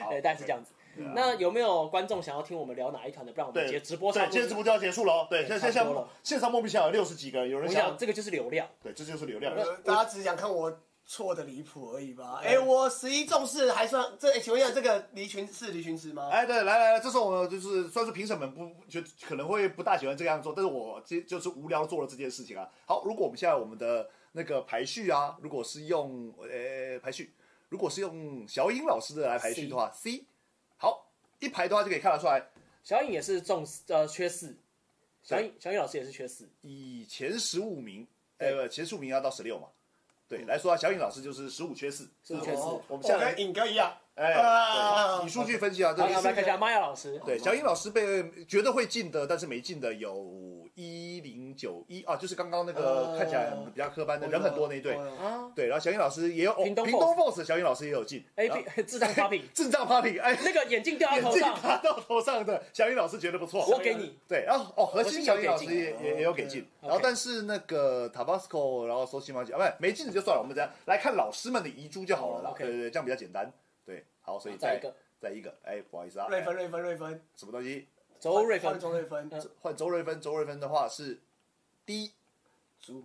S1: 好
S3: 对，大概是这样子。
S1: 对啊
S3: 那有没有观众想要听我们聊哪一团的？不然我们
S1: 对，
S3: 直直播
S1: 对
S3: 上，，
S1: 今天直播就要结束喽。对，现在
S3: 差
S1: 线
S3: 不多
S1: 上
S3: 了
S1: 线上莫名其妙有六十几个人，有
S3: 我
S1: 人
S3: 跟你
S1: 想要
S3: 讲，，这个就是流量。
S1: 对，这就是流量。
S2: 呃大家只想看我错的离谱而已吧？哎，我十一中四还算这？哎请问一下，这个离群是离群值吗？
S1: 哎，对，来来来，这是我们就是算是评审们不就可能会不大喜欢这个样做，但是我这就是无聊做了这件事情啊。好，如果我们现在我们的那个排序啊，如果是用呃排序，如果是用小颖老师的来排序的话，C，好，一排的话就可以看得出来，
S3: 小颖也是中四呃缺四，小颖小颖老师也是缺四，
S1: 以前十五名，呃，前十五名要到十六嘛。对，来说啊，小颖老师就是十五缺四，十
S3: 15缺四
S1: 我们
S2: 我
S1: 现在
S2: 跟尹哥一样，
S1: 哎
S2: 哦啊
S1: 对，以数据分析啊，这
S3: 好，那我
S1: 个
S3: 们来看一下玛雅老师，
S1: 对，小颖老师被觉得会进的，但是没进的有一零九一啊，就是刚刚那个
S2: 哦
S1: 看起来比较科班的人很多那一队。
S3: 啊
S1: 对，然后小颖老师也有哦
S3: 哦
S1: 屏
S3: 屏东
S1: 东 Boss，小颖老师也有进。
S3: ，A
S1: 然后
S3: P 智障哎发品，
S1: 阵仗 Party，哎，
S3: 那个眼 镜掉到
S1: 眼
S3: 头
S1: 镜
S3: 上，
S1: 打到头上的小颖老师觉得不错。
S3: 我给你，
S1: 对，然后哦，核心小颖老师也
S3: 核
S1: 也也有
S3: 哦
S1: 给进，然后但是那个 Tabasco，然后搜西马姐啊，不没进的就算了，我们等一下来看老师们的遗珠就好了
S3: 哦
S1: 啦。
S3: ，OK
S1: 对对对，这样比较简单。对，好，所以
S3: 再
S1: 再
S3: 一个，
S1: 再一个，哎，不好意思啊，
S2: 瑞芬，瑞芬，瑞芬，
S1: 什么东西？
S3: 周瑞芬
S2: 换，周瑞芬，
S3: 嗯
S1: 换周瑞芬，周瑞芬的话是 D，
S2: 猪，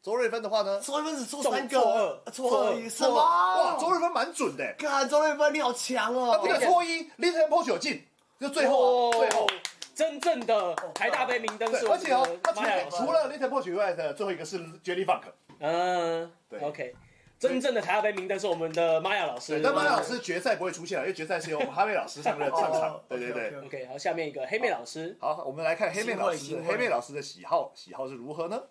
S1: 周瑞芬的话呢？
S2: 周瑞芬只错
S3: 中
S2: 三
S3: 错
S2: 个，
S3: 二
S2: 错
S3: 错
S2: 二
S3: 二
S2: 一，什
S1: 错哇，
S2: 么？
S1: 周瑞芬蛮准的欸，
S2: 看周瑞芬你好强
S1: 他
S2: 哦！
S1: 那个错一 Little Post 有进，就最后
S3: 哦
S1: 啊最后。
S3: 真正的台大杯明灯
S1: 对，
S3: 是我
S1: 而
S3: 们
S1: 且哦
S3: 的，
S1: 他除
S3: 玛雅
S1: 了
S3: 老师
S1: 除了 Little Post 以外的最后一个是 Jelly Funk，
S3: 嗯
S1: 对
S3: ，OK，真正的台大杯名单是我们的玛雅老师。
S1: 对，但马老师决赛不会出现了，啊因为决赛是由我们哈妹老师上任上场
S2: 哦。
S1: 对对对。
S2: OK，OK，OK
S3: OK，好，下面一个黑妹老师，
S1: 好，我们来看黑妹老师
S2: 欣慰
S1: 的，
S2: 欣慰
S1: 黑妹老师的喜好喜好是如何呢？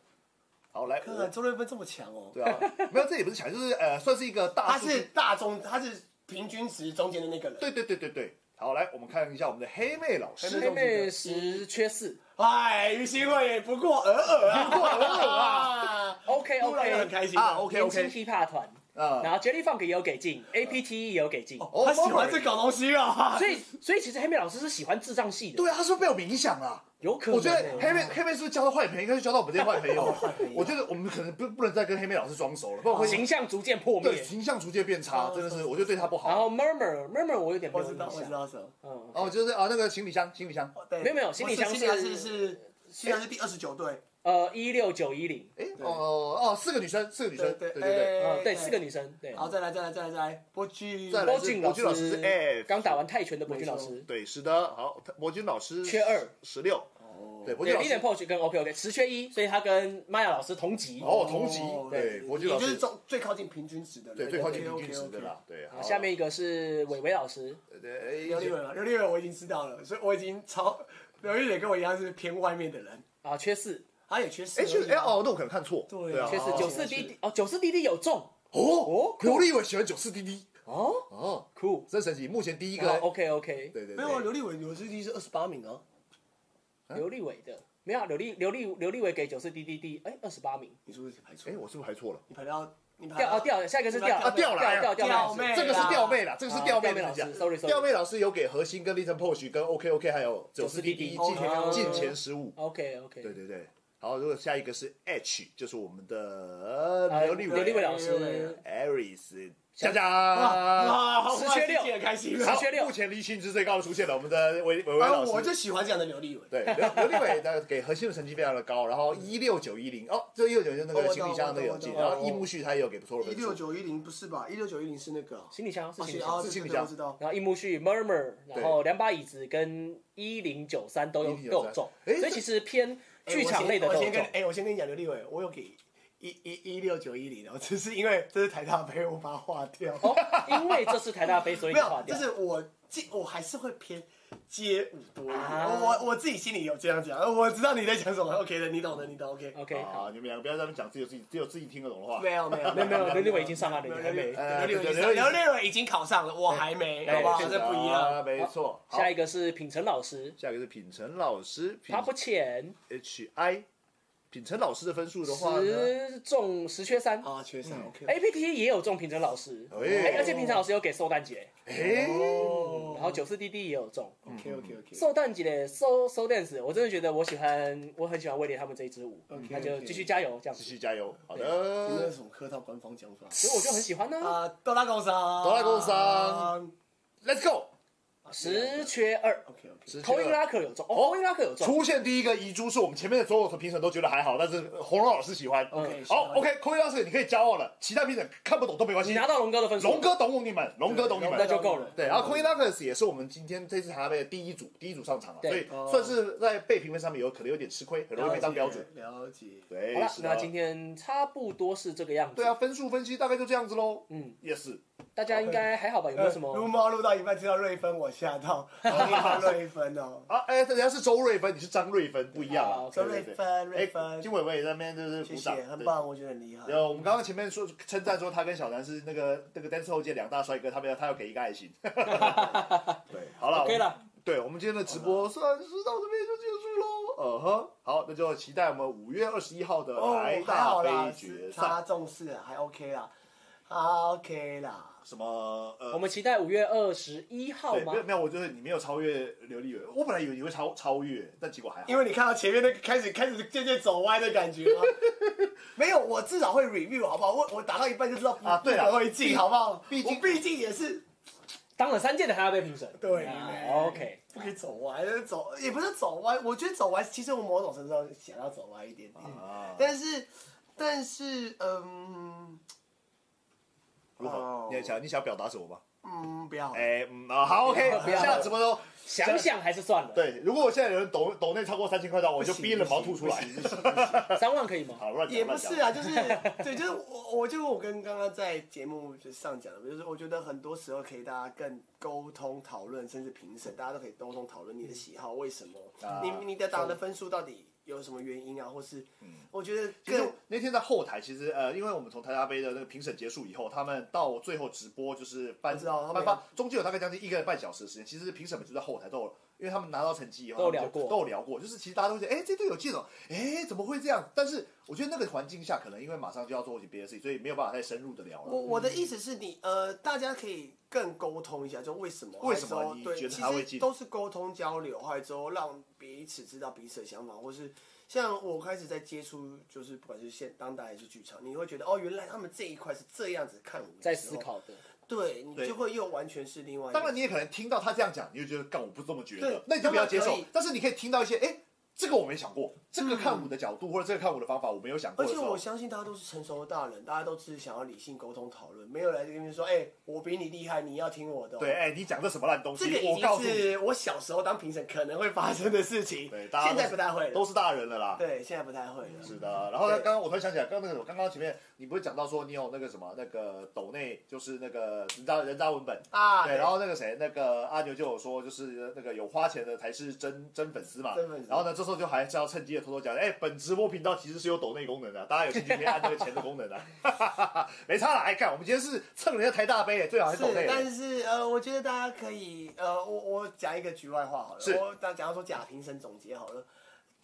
S1: 好，来，
S2: 看
S1: 我
S2: 周瑞芬这么强哦，
S1: 对啊，没有，这也不是强，就是呃，算是一个大
S2: 他
S1: 数据
S2: 啊是大中，他是平均值中间的那个人。
S1: 对对对对对。好，来，我们看一下我们的黑妹老师。
S3: 黑妹十缺四
S2: 哎，于心慧也不过尔尔啊，不过尔尔啊，
S3: ，OK
S2: 突然又很
S3: OK，
S2: 开心
S1: 啊，OK
S3: 年轻
S1: OK，
S3: hiphop 团，
S1: 啊，
S3: 然后 Jelly Funk 也有给劲，APT E 也有给劲，
S1: 哦
S2: 他喜欢这搞东西啊，
S3: 所以所以其实黑妹老师是喜欢智障系的，
S1: 对啊，他是不是被我们影响了？啊
S3: 有可能。哦
S1: 我觉得黑妹黑妹是不是交到坏朋友，应该是交到我们这些坏朋友啊
S2: 朋友。
S1: 我觉得我们可能不不能再跟黑妹老师装熟了，不然会
S3: 形象逐渐破
S1: 对
S3: 灭。
S1: 形象逐渐变差，真的是，我觉得对他不
S3: 然
S1: 好。
S3: 后 Murmur Murmur 我有点没
S2: 我
S3: 有
S2: 知
S3: 印
S2: 道，我知
S3: 象，
S2: 道什么。
S3: 嗯，
S1: 哦，就是啊，那个行李箱，行李箱。
S2: 对，
S3: 没有没有行李箱
S2: 不
S3: 是
S2: 是行李箱是是行李箱是第二十九队，
S3: 呃，一六九一零，
S1: 哎，哦哦，四个女生，四个女生，对
S2: 对
S1: 对对。
S3: 嗯，对，
S2: 哎
S3: 四个女生，对。
S2: 好，再来再来再来再来，波居，
S1: 再来
S3: 博
S1: 是
S3: 君
S1: 博
S3: 老
S1: 君老师是哎 F
S3: 刚打完泰拳的博君老
S2: 没
S3: 师，
S1: 对，是的，好，他魔君老师
S3: 缺二
S1: 十六，对，魔君
S3: 对
S1: 老
S3: l i n
S1: 师
S3: p o c h 跟 OK OK 十缺一，所以他跟玛雅老师同级。
S1: 哦同级
S2: 哦，
S1: 对，魔君
S2: 也
S1: 老
S2: 就是
S1: 师
S2: 中最靠近平均值的人，
S1: 对最靠近平
S2: OK，OK，OK
S1: 均值的啦，对。
S3: 好，下面一个是伟伟老师，
S2: 刘
S1: 刘
S2: 立伟嘛，刘立伟我已经知道了，所以我已经超刘立伟跟我一样是偏外面的人，
S3: 啊，缺四，
S2: 他也缺失
S1: 哎，确实，哎哦，那我可能看错，
S2: 对
S1: 啊，
S3: 缺四，九四 D D 哦，九四 D D 有中
S1: 哦，刘立伟喜欢九四 DD
S3: 哦
S1: 哦，
S3: ，cool，
S1: 真神奇，目前第一
S3: 好
S1: 个，
S3: OK OK，
S1: 对对
S2: 没有啊，
S1: 对，
S2: 刘立伟刘志第是二十八名啊，
S3: 刘立伟的没有啊刘立刘立刘立伟给九四 D D D 哎二十八名
S2: 你是不是排错
S1: 哎，？我是不是排错了？
S2: 你排到你排
S3: 掉
S2: 到
S3: 哦掉，下一个是
S2: 你把
S3: 掉
S2: 它
S1: 掉了
S3: 掉掉
S2: 掉
S3: 妹
S2: 妹
S1: 这个是吊妹啦，这个是吊妹的
S3: 啊吊妹老师
S1: 评价
S3: sorry，sorry
S1: 吊妹老师有给核心跟 Little Posh 跟 OK OK 还有九四 DD 进
S2: 哦
S1: 进前十五，
S3: ，OK OK，
S1: 对对对，好，如果下一个是 H，就是我们的
S3: 呃
S1: 刘立
S3: 刘立伟
S1: 伟
S3: 老师，
S1: ，Aries，加加。
S2: 啊，好，
S3: 十缺六
S2: 我自己也开心。
S1: 好
S3: 十缺六
S1: 目前离薪资最高的出现了，我们的韦韦伟
S2: 啊，
S1: 老师。
S2: 我就喜欢这样的刘立伟。
S1: 对，刘刘立伟的给核心的成绩非常的高，然后一六九一零哦，这一六九就那
S2: 嗯哦我
S1: 个
S2: 懂
S1: 行李箱那个有进，
S2: 我懂
S1: 然后易木旭他也有给不错的
S2: 一
S1: 分
S2: 六
S1: 数，
S2: 九一零不是吧？一六九一零是那个哦
S3: 行李箱是
S2: 哦
S3: 行李
S2: 啊
S3: 箱，
S1: 是
S2: 对
S1: 行李
S2: 对对
S1: 箱
S2: 我知道。
S3: 然后樱木旭 Murmur，然后两把椅子跟一零九三都有
S1: 1093
S3: 都有中，
S1: 诶
S3: 所
S1: 这
S3: 以其实偏
S2: 哎
S3: 剧场类的
S2: 我
S3: 都
S2: 先我先
S3: 有
S2: 跟
S3: 中。
S2: 哎，我先跟你讲，刘立伟，我有给一一一六九一零哦，只是因为这是台大杯，我把它划掉。
S3: 哦，因为这是台大杯，所以
S2: 没
S3: 你划
S2: 有，就
S3: 掉。
S2: 是我记，我还是会偏街舞多一点。
S3: 啊
S2: 我我自己心里有这样讲，我知道你在讲什么。OK 的，你懂的，你懂。OK。
S3: OK，好
S1: 啊，，你们两个不要在那边讲自己自己只有自己听得懂的话，
S2: 没有没有
S3: 没有没有，刘立伟已经上岸了，你还没。
S1: 呃
S2: 刘立
S1: 对对
S2: 伟，
S1: 对
S2: 刘立伟已经考上了，我还没，好不好？
S3: 对
S2: 这不一样。
S3: 哦
S1: 啊，没错。好
S3: 下一个是品成老师，
S1: 下一个是品成老师，品
S3: 他不浅，
S1: H I，品成老师的分数的话呢，
S3: 十中十缺三。
S2: 啊，缺少 OK。
S3: A P T 也有中品成老师，
S1: 哎
S3: 哎而且品成老师有给寿诞节，
S1: 哎，
S2: 哦
S3: 然后九四弟弟也有中。
S1: 哦
S2: OK OK OK。
S3: 寿诞节的 So So Dance，我真的觉得我喜欢，我很喜欢威廉他们这一支舞，
S2: OK，
S3: 那就
S2: OK
S3: 继续加油这样
S1: 继续
S3: 子。
S1: 加油，好
S2: 你们有
S1: 的，
S2: 什么客套官方讲法？
S3: 所以我就很喜欢呢。
S2: 啊，多拉工商，
S1: 多拉工商。，Let's go，
S3: 十缺二，
S2: OK OK。
S1: 直接
S3: 头音拉克有中，哦，头音拉克有中，
S1: 出现第一个遗珠是我们前面的所有评审都觉得还好，但是红龙老师喜欢。
S3: 嗯
S1: 好，OK，孔乙老师你可以骄傲了，其他评审看不懂都没关系。
S3: 你拿到龙哥的分数，
S1: 龙哥懂你们，龙哥懂你
S3: 那
S1: 们。
S3: 就够了。
S1: 对，然后 Queen Lovers 也是我们今天这次茶杯的第一组，第一组上场了，所
S3: 对
S1: 以算是在被评分上面有可能有点吃亏，很容易被当标准。
S2: 了解。
S1: 对
S3: 好了，，
S1: 哎是的啊
S3: 那今天差不多是这个样子。
S1: 对啊，，分数分析大概就这样子喽。
S3: 嗯，
S1: ，yes，
S3: 大家应该还好吧？有没有什
S2: 呃撸
S3: 么？
S2: 猫撸到一半听到瑞芬，我吓到，好瑞芬 哦，
S1: 啊，哎，人家是周瑞芬，你是张瑞芬，不一样
S3: 啊
S1: 啊。
S3: ，OK
S2: 周
S1: 对
S2: 瑞
S1: 对对
S2: 芬，瑞
S1: 哎，
S2: 芬
S1: 金，伟伟在那边就是
S2: 谢
S1: 鼓
S2: 谢
S1: 掌，，
S2: 很
S1: 对
S2: 棒，我觉得很厉害。哦
S1: 有，我们刚刚前面说称赞说他跟小南是那个那个 dance 后界两大帅哥，他们要他要给一个爱心。 对，好了
S3: OK
S1: 我们
S3: 了，
S1: 对，我们今天的直播算是到这边就结束喽。呃呵，好，那就期待我们五月二十一号的
S2: 哦，
S1: 台
S2: 还
S1: 大
S2: 好
S1: 杯
S2: 啦，
S1: 决
S2: 是
S1: 赛。
S2: 他重视啊，还 OK 啦，啊 OK 啦，
S1: 什么呃，
S3: 我们期待五月二十一号
S1: 对，
S3: 吗
S1: 没？有没有，我就是你没有超越刘立伟，我本来以为你会超超越，但结果还好。
S2: 因为你看到前面那个开始开始渐渐走歪的感觉吗？ 没有，我至少会 review 好不好？我我打到一半就知道不
S1: 啊对啦
S2: 不会进好不好？
S1: 毕竟
S2: 我毕竟也是
S3: 当了三届的台大杯评审。
S2: 对
S3: 啊
S2: 对
S3: OK，
S2: 不可以走歪，走也不是走歪，我觉得走歪，其实我某种程度上想要走歪一点点，
S1: 啊，
S2: 但是但是嗯
S1: 如何？
S2: 哦
S1: 你想你想表达什么吗？
S2: 嗯不要，
S1: 哎，嗯啊，好，OK，
S3: 不要
S1: 下直播中
S3: 想想还是算了。
S1: 对，如果我现在有人抖抖内超过三千块的话，我就逼冷毛吐出来。
S3: 三万可以吗？
S1: 好，乱讲
S2: 也不
S1: 乱讲
S2: 是啊，就是对，就是我，我就我跟刚刚在节目上讲的，就是我觉得很多时候可以大家更沟通讨论，甚至评审，大家都可以沟通讨论你的喜好，为什么、
S1: 啊嗯
S2: 你你的打的分数到底有什么原因啊，或是、我觉得
S1: 其实
S2: 更
S1: 我那天在后台，其实呃，因为我们从台大杯的那个评审结束以后，他们到最后直播就是翻
S2: 我知道他们
S1: 翻翻，中间有大概将近一个半小时的时间。其实评审们就在后台都有，因为他们拿到成绩以后
S3: 都有
S1: 他们就
S3: 聊过
S1: 都有聊过，就是其实大家都会觉得，哎，这队有进哦，哎，怎么会这样？但是我觉得那个环境下，可能因为马上就要做一些别的事情，所以没有办法再深入的聊
S2: 我
S1: 了。
S2: 我的意思是你呃，大家可以更沟通一下，就为什么
S1: 为什么
S2: 还有时候
S1: 你
S2: 对，
S1: 觉得
S2: 其
S1: 他会
S2: 实
S1: 进
S2: 都是沟通交流，还有之后让彼此知道彼此的想法，或是像我开始在接触，就是不管是现当代还是剧场，你会觉得哦，原来他们这一块是这样子看我们，
S3: 在思，考的。
S2: 对你
S1: 对
S2: 就会又完全是另外一个。
S1: 当然，你也可能听到他这样讲，你就觉得，干，我不是这么觉得
S2: 对，
S1: 那你就不要接
S2: 当
S1: 受
S2: 然可以。嗯
S1: 但是你可以听到一些，哎，这个我没想过，这个看舞的角度或者这个看舞的方法，我没有想过
S2: 而
S1: 的
S2: 且
S1: 时候。
S2: 我相信大家都是成熟的大人，大家都只是想要理性沟通讨论，没有来这边说，哎、我比你厉害，你要听我的哦、
S1: 对，哎，你讲这什么烂东西？
S2: 这个已
S1: 我告
S2: 经
S1: 诉你。
S2: 是我小时候当评审可能会发生的事情，
S1: 对大家都
S2: 现在
S1: 是
S2: 不太会了，
S1: 都是大人了啦。
S2: 对，现在不太会了。
S1: 是的，然后呢，
S2: 对
S1: 刚刚我突然想起来，刚刚那个刚刚前面你不是讲到说你有那个什么那个抖内，就是那个人渣人渣文本
S2: 啊，
S1: 对，然后那个谁，那个阿牛就有说，就是那个有花钱的才是真真粉丝嘛。
S2: 真粉丝
S1: 然后呢，这时候就还是要趁机的偷偷讲，哎，本直播频道其实是有抖内功能的，啊大家有兴趣可以按那个钱的功能的、啊， 没差啦。哎，看我们今天是蹭人家台大杯，最好还
S2: 是
S1: 抖内。
S2: 但是呃，我觉得大家可以呃，我我讲一个局外话好了，
S1: 是
S2: 我当假如说假评审总结好了。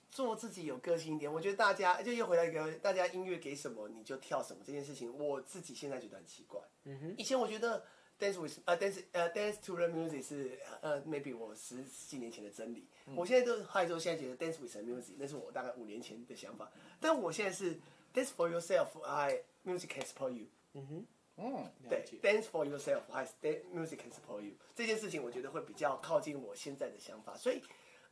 S2: 做自己有个性一点，我觉得大家就又回到一个，大家音乐给什么你就跳什么这件事情，我自己现在觉得很奇怪。嗯哼，以前我觉得 Dance with 呃 Dance 呃 Dance to the Music 是呃 maybe 我十几年前的真理。
S3: 嗯
S2: 我现在都还说现在觉得 Dance with the Music 那是我大概五年前的想法，但我现在是 Dance for yourself，I music can support you。对
S3: 嗯哦了解
S2: ，dance for yourself 还是 dan- music can support you 这件事情，我觉得会比较靠近我现在的想法。所以，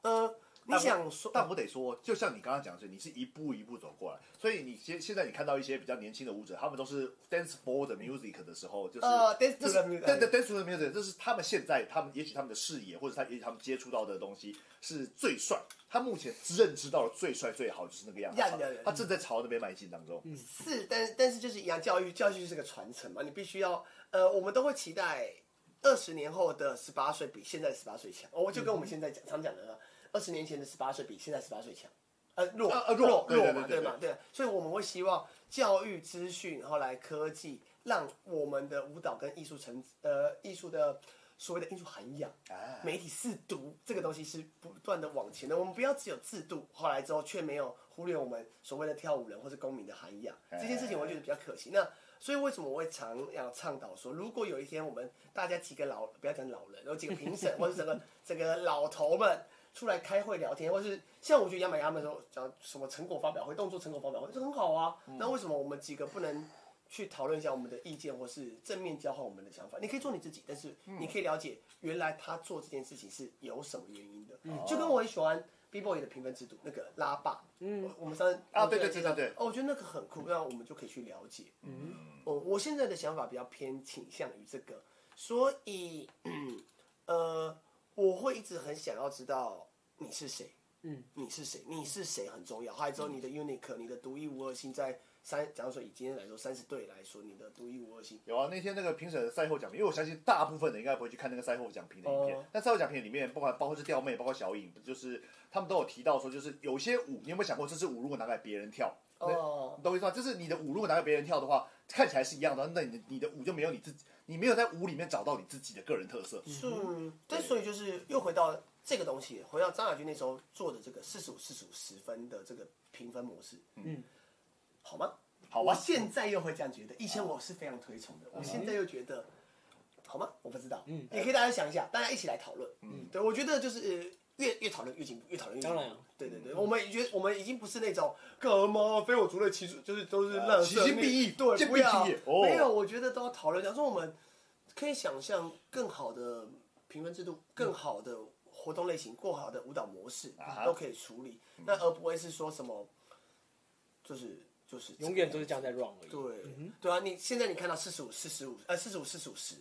S2: 呃，你想说，
S1: 但我得说，就像你刚刚讲的是，你是一步一步走过来，所以你现现在你看到一些比较年轻的舞者，他们都是 dance for the music 的时候，就是
S2: 呃，dance to
S1: 这是
S2: the music
S1: 对对 dance for the music，这是他们现在他们也许他们的视野或者他也许他们接触到的东西是最帅，他目前认知到的最帅最好就是那个样子
S2: 呀呀呀，
S1: 他正在朝那边迈进当中。
S2: 是，但但是就是一样，教育教育就是个传承嘛，你必须要，呃，我们都会期待二十年后的十八岁比现在十八岁强。哦，就跟我
S1: 嗯
S2: 们现在讲常讲的，啊二十年前的十八岁比现在十八岁强，呃，弱
S1: 呃呃弱
S2: 弱
S1: 对对
S2: 嘛，
S1: 对对
S2: 嘛，对。所以我们会希望教育资讯，然后来科技，让我们的舞蹈跟艺术成呃艺术的。所谓的艺术涵养，
S1: 啊
S2: 媒体试读这个东西是不断的往前的。我们不要只有制度，后来之后却没有忽略我们所谓的跳舞人或是公民的涵养这件事情，我觉得比较可惜。那所以为什么我会常要倡导说，如果有一天我们大家几个老不要讲老人，有几个评审或者整个整个老头们出来开会聊天，或是像我觉得亚马亚们说讲什么成果发表会、动作成果发表会，这很好啊。那为什么我们几个不能？去讨论一下我们的意见，或是正面交换我们的想法。你可以做你自己，但是你可以了解原来他做这件事情是有什么原因的。
S1: 嗯
S2: 就跟我很喜欢 B boy 的评分制度，那个拉霸，嗯，我们上次
S1: 啊对对对对对
S2: 哦，我觉得那个很酷，那我们就可以去了解。嗯，我我现在的想法比较偏倾向于这个，所以，呃，我会一直很想要知道你是谁。你是谁，你是谁很重要。还有之后你的 unique，你的独一无二性在三，假如说以今天来说三十队来说，你的独一无二性，
S1: 有啊，那天那个评审的赛后讲评，因为我相信大部分人应该不会去看那个赛后讲评的影片。
S2: 哦
S1: 但赛后讲评里面，不管包括是吊妹，包括小影，就是他们都有提到说，就是有些舞，你有没有想过，这支舞如果拿给别人跳，那
S2: 哦
S1: 你懂我意思吗？就是你的舞如果拿给别人跳的话，看起来是一样的，那你的你的舞就没有你自己，你没有在舞里面找到你自己的个人特
S3: 嗯
S1: 色。
S2: 是，但所以就是又回到这个东西，回到张亚军那时候做的这个四十五、四十五十分的这个评分模式，嗯，好啊吗？
S1: 好
S2: 我
S1: 吧，
S2: 现在又会这样觉得，以前我是非常推崇的，我现在又觉得，好吗？我不知道，嗯，也可以大家想一下，大家一起来讨论，嗯，对，我觉得就是呃越越讨论越进步，越讨论越进步
S3: 当然啊
S2: 对对对，我们觉得我们已经不是那种干嘛非我族类，其实就是都是烂，
S1: 其心必异
S2: 对，
S1: 见
S2: 不
S1: 必
S2: 要
S1: 听也哦
S2: 没有，我觉得都要讨论，假如说我们可以想象更好的评分制度，更好的活动类型，更好的舞蹈模式
S1: 啊哈嗯
S2: 都可以处理，那而不会是说什么，就是就是
S3: 永远都是这样在 run 而已。
S2: 对，对啊，你现在你看到四十五、四十五，呃，四十五、四十五十，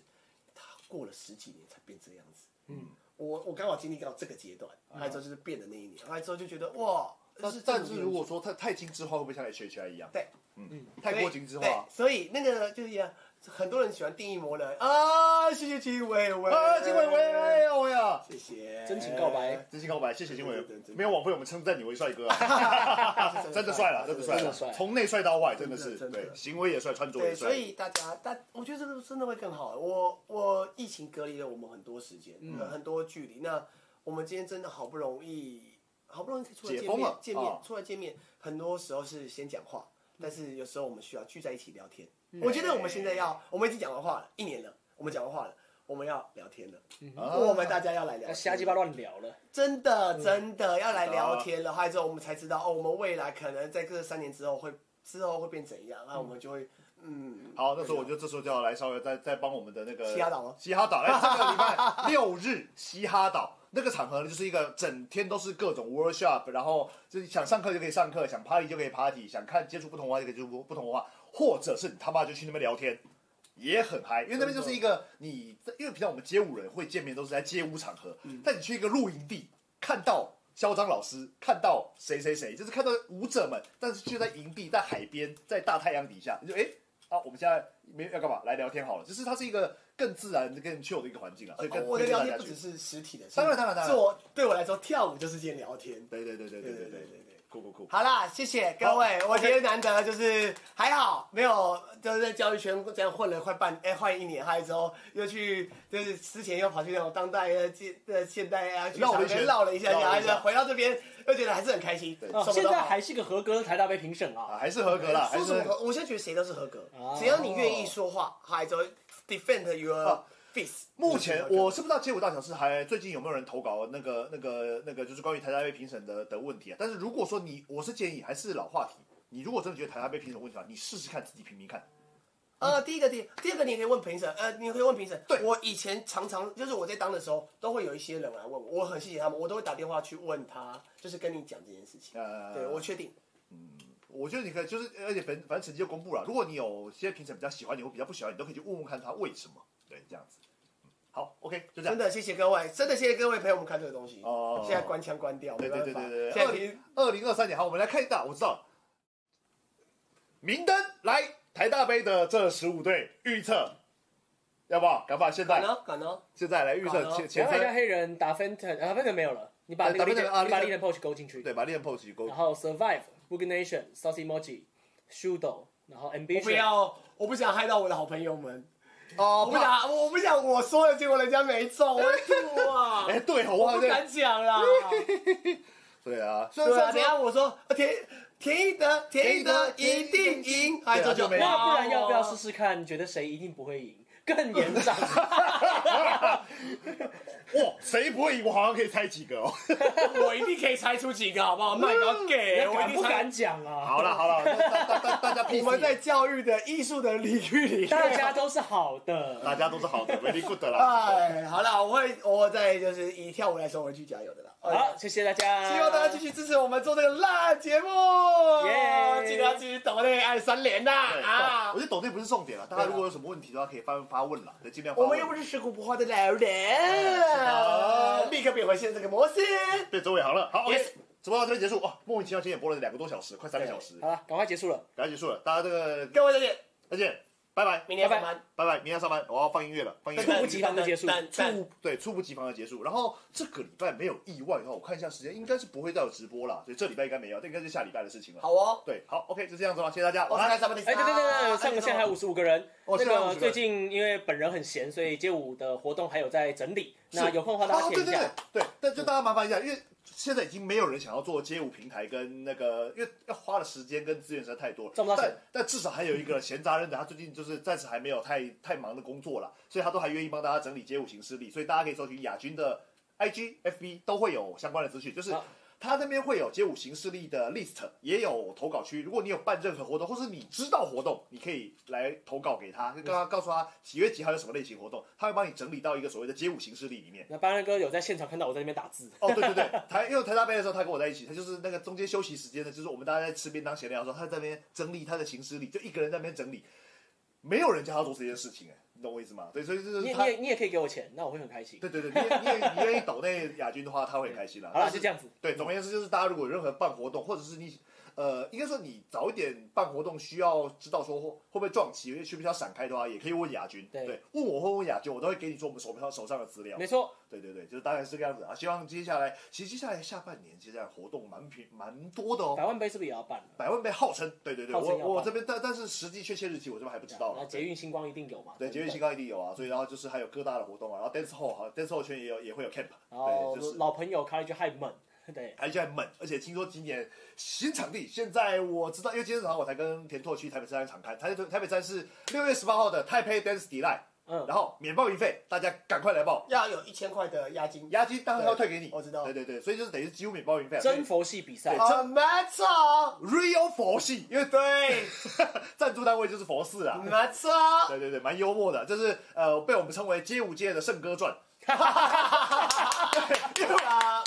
S2: 它过了十几年才变这样子。嗯，我我刚好经历到这个阶段，还有之后就是变的那一年，还有之后就觉得哇，
S1: 啊但
S2: 是
S1: 但是如果说太太精致化，会不会像 H H I 一样？
S2: 对，
S1: 嗯，太
S2: 所以
S1: 过精致
S2: 对
S1: 化。
S2: 所以那个就是一样很多人喜欢定义魔人啊，谢谢金伟伟
S1: 啊，金伟伟，哎呦喂呀！
S2: 谢谢
S3: 真情告白，
S1: 真心告白，谢谢金伟
S2: 对对对，
S1: 没有网朋友们称赞你为帅哥啊，真的帅了，真的帅
S3: 真
S1: 了
S3: 的帅，
S1: 从内帅到外，真的是
S2: 真的真的
S1: 对，行为也帅，穿着
S2: 对，
S1: 也帅
S2: 所。以大家，大我觉得这个真的会更好。我我疫情隔离了我们很多时间，
S1: 嗯
S2: 呃很多距离。那我们今天真的好不容易，好不容易可以出来
S1: 解
S2: 见
S1: 封
S2: 面
S1: 了，
S2: 见面、
S1: 啊嗯
S2: 出来见面，很多时候是先讲话，但是有时候我们需要聚在一起聊天。我觉得我们现在要，我们已经讲完话了，一年了，我们讲完话了。我们要聊天了，
S1: 啊
S2: 我们大家要来聊
S3: 要
S2: 天，
S3: 瞎鸡巴乱聊了，
S2: 真的
S1: 嗯
S2: 真的要来聊天
S1: 啊
S2: 了，还有之后我们才知道哦，我们未来可能在这三年之后会之后会变怎样，那我们就会嗯，
S1: 好，那时候我就这时候就要来稍微再再帮我们的那个
S2: 嘻哈岛吗
S1: 嘻哈岛来 上个礼拜六日嘻哈岛那个场合呢，就是一个整天都是各种 workshop，然后就是想上课就可以上课，想 party 就可以 party，想看接触不同文化就可以接触不同文化，或者是你他妈就去那边聊天。也很嗨，因为那边就是一个你，因为平常我们街舞人会见面都是在街舞场合，但你去一个露营地，看到肖张老师，看到谁谁谁，就是看到舞者们，但是却在营地，在海边，在大太阳底下，你就哎、啊，我们现在没要干嘛，来聊天好了。就是它是一个更自然、更 chill 的一个环境啊，所以更
S2: 我的
S1: 推荐
S2: 聊
S1: 大
S2: 天
S1: 家
S2: 不只
S1: 去。
S2: 是实体的，
S1: 当然当然当然
S2: 是我对我来说，跳舞就是件聊天。
S1: 对对对对对对
S2: 对
S1: 对
S2: 对对
S1: 对，酷酷酷。
S2: 好啦，谢谢各位，我觉得难得就是还好没有就是在教育圈这样混了快半 哎快一年，还有之后又去就是之前又跑去那种当代呃现呃现代啊，去
S1: 绕了
S2: 场
S1: 一圈
S2: 边绕了一下
S1: 绕
S2: 下，
S1: 了
S2: 还
S1: 一
S2: 是
S1: 下
S2: 回到这边又觉得还是很开心。
S3: 啊
S2: 什么都
S3: 现在
S2: 好
S3: 还是个合格的台大杯评审
S1: 啊，
S3: 啊，
S1: 还是合格啦，还哦
S2: 说
S1: 是
S2: 什么合？我现在觉得谁都是合格，只要你愿意说话，还有之后 defend your
S1: 啊
S2: fist。
S1: 目前我是不知道街舞大小事还最近有没有人投稿那个那个那个就是关于台大杯评审的的问题啊。但是如果说你，我是建议还是老话题，你如果真的觉得台大杯评审有问题的话，你试试看自己评评看。
S2: 呃，第一个第第二个，你可以问评审，呃，你可以问评审。
S1: 对
S2: 我以前常常就是我在当的时候，都会有一些人来问我，我很谢谢他们，我都会打电话去问他，就是跟你讲这件事情。
S1: 呃，
S2: 对，我确定。
S1: 我觉得你可以就是，而且反正反正成绩就公布了。如果你有些评审比较喜欢你或比较不喜欢你，都可以去问问看他为什么。对，这样子。嗯好，OK，就这样
S2: 真。的谢谢各位，真的谢谢各位陪我们看这个东西。
S1: 哦
S2: 现在关枪关掉，
S1: 对对对
S2: 没办
S1: 对对
S2: 法
S1: 对
S2: 现在
S1: 哦
S2: 听。
S1: 二零二三年，好，我们来看一下，我知道了名单来台大杯的这十五队预测，要不要？敢把现
S2: 敢
S1: 在
S2: 哦，敢哦，
S1: 现在来预测
S2: 好
S1: 前
S3: 前
S1: 前
S3: 面一个
S1: 三，
S3: 黑人打 Fenton，啊 Fenton 没有了，你把那个
S1: 打 Fenton，啊
S3: Leader- 你把
S1: Leader-
S3: Leader Poach 勾进去，
S1: 对，把练 pose 去勾
S3: 然。后 Survive、Boog Nation、Saucy Moji、Shudo，然后
S2: 我不
S3: Ambition，
S2: 要，我不想害到我的好朋友们。
S1: 哦，
S2: 我
S1: 不
S2: 不
S1: 打，
S2: 想，我不想我说了，结果人家没中，我会 吐啊！
S1: 哎，对哦，我
S2: 我
S1: 好
S2: 不
S1: 像
S2: 敢讲啦。
S1: 对啊，虽然
S2: 对
S1: 说
S2: 啊，等一下我说呃田田一德，田一德一定赢，哎，这就
S1: 对啊就没
S3: 那不然要不要
S2: 是？
S3: 试试看？你觉得谁一定不会赢？更严 重，
S1: 哇，谁不会赢？我好像可以猜几 个哦。
S2: 我一定可以猜出几个，好不好？卖嗯个给，我一
S3: 敢
S2: 定
S3: 不
S2: 猜
S3: 敢讲啊？
S1: 好了好了， 大大大大家啊
S2: 我
S1: 我
S2: 们在教育的艺术的领域里，
S3: 大家都是好的，
S1: 大家都是好的，very good 啦。
S2: 哎，好啦，我会，我在就是以跳舞来说，我会去加油的啦。哎
S3: 好，谢谢大家，
S2: 希望大家继续支持我们做这个烂节目，
S3: 耶
S2: 记得要继续抖内按三连呐
S1: 对
S2: 啊
S1: 我！觉得抖内不是重点了，大家如果有什么问题的话，可以发发问了，对尽量发
S2: 我
S1: 问。
S2: 们又不是食古不化的老
S3: 哎
S1: 的
S2: 人，立刻变回现在这个模式。
S1: 对，周伟航了。好
S2: Yes
S1: ，OK，直播到这边结束哇，莫名其妙今天也播了两个多小时，快三个小时，
S3: 好了，赶快结束了，
S1: 赶快结束了，大家这个
S2: 各位再见，
S1: 再见，拜拜，
S2: 明天
S3: 拜
S2: 上
S3: 拜
S2: 班，
S1: 拜拜，明天要上班，我要放音乐了， 放音
S3: 猝
S1: 乐
S3: 不。及防的结束
S2: 等等等
S1: 猝对猝不及防的结束，然后这个礼拜没有意外的话，我看一下时间，应该是不会再有直播啦，所以这礼拜应该没有，这应该是下礼拜的事情了。
S2: 好哦，
S1: 对，好，OK，就这样子吧，谢谢大家，
S2: 我
S1: 晚
S2: 是
S1: 安
S2: 看。什么的？
S3: 哎，对对对对，上个线还有五十五个人。
S1: 啊哦
S3: 那
S1: 现在55
S3: 个
S1: 人
S3: 最近因为本人很闲，所以街舞的活动还有在整理。那有空的话大
S1: 啊，
S3: 家
S1: 对
S3: 填一
S1: 对对
S3: 下。
S1: 对，但就大家麻烦一下，因为现在已经没有人想要做街舞平台跟那个，因为要花的时间跟资源实在太多了。
S3: 赚不到钱
S1: 但但至少还有一个闲杂人等，他最近就是暂时还没有太太忙的工作了，所以他都还愿意帮大家整理街舞行事历，所以大家可以搜寻亚军的 IG、FB 都会有相关的资讯，就是
S3: 好。
S1: 他那边会有街舞行事历的 list，也有投稿区。如果你有办任何活动，或是你知道活动，你可以来投稿给他，跟
S3: 嗯
S1: 他告诉他几月几号有什么类型活动，他会帮你整理到一个所谓的街舞行事历里面。
S3: 那班恩哥有在现场看到我在那边打字，
S1: 哦，对对对，台因为台大杯的时候，他跟我在一起，他就是那个中间休息时间呢，就是我们大家在吃便当闲聊的时候，他在那边整理他的行事历，就一个人在那边整理，没有人叫他做这件事情，哎，你懂我意思吗？对，所以这就
S3: 你
S1: 是
S3: 也
S1: 他
S3: 你，也你也可以给我钱，那我会很开心。
S1: 对对对，你也你也你愿意抖内亚军的话，他会很开心啦。
S3: 好了，
S1: 但
S3: 就是这样子。
S1: 对，总而言之就是大家如果有任何办活动，或者是你呃，应该说你早一点办活动，需要知道说会会不会撞期，因为需不需要闪开的话，也可以问亚军，
S3: 对
S1: 对，问我或问亚军，我都会给你说我们手上手上的资料
S3: 没。错，
S1: 对对对，就是大概是这个样子啊。希望接下来，其实接下来下半年，接下来活动蛮频蛮多的
S3: 百
S1: 哦。
S3: 万杯是不是也要办了？
S1: 百万杯号称，对对对，
S3: 号称
S1: 我
S3: 要办
S1: 我这边但但是实际确切日期我这边还不知道
S3: 那
S1: 了。
S3: 捷运星光一定有嘛？
S1: 对，捷运星
S3: 光，
S1: 光一定有啊，所以然后就是还有各大的活动啊，然后 dance hall 好像 dance hall 圈也有也会有 camp，
S3: 然后
S1: 对，就是
S3: 哦老朋友 College High 们， 对，
S1: 而且还猛，而且听说今年新场地，现在我知道，因为今天早上我才跟田拓去台北山场看，台北台北山是六月十八号的台北 dance delight，
S3: 嗯
S1: 然后免报名费，大家赶快来报，
S2: 要有一千块的押金。
S1: 押金当然要退给你，
S2: 对我知道
S1: 对对对，所以就是等于是几乎免报名费啊，所以
S3: 真佛系比赛，
S2: 啊，没错，
S1: Real 佛系，因为
S2: 对， 嗯
S1: 赞助单位就是佛寺啊。
S2: 没错。
S1: 对对对，蛮幽默的，就是呃被我们称为街舞界的《圣歌传》，
S2: 因为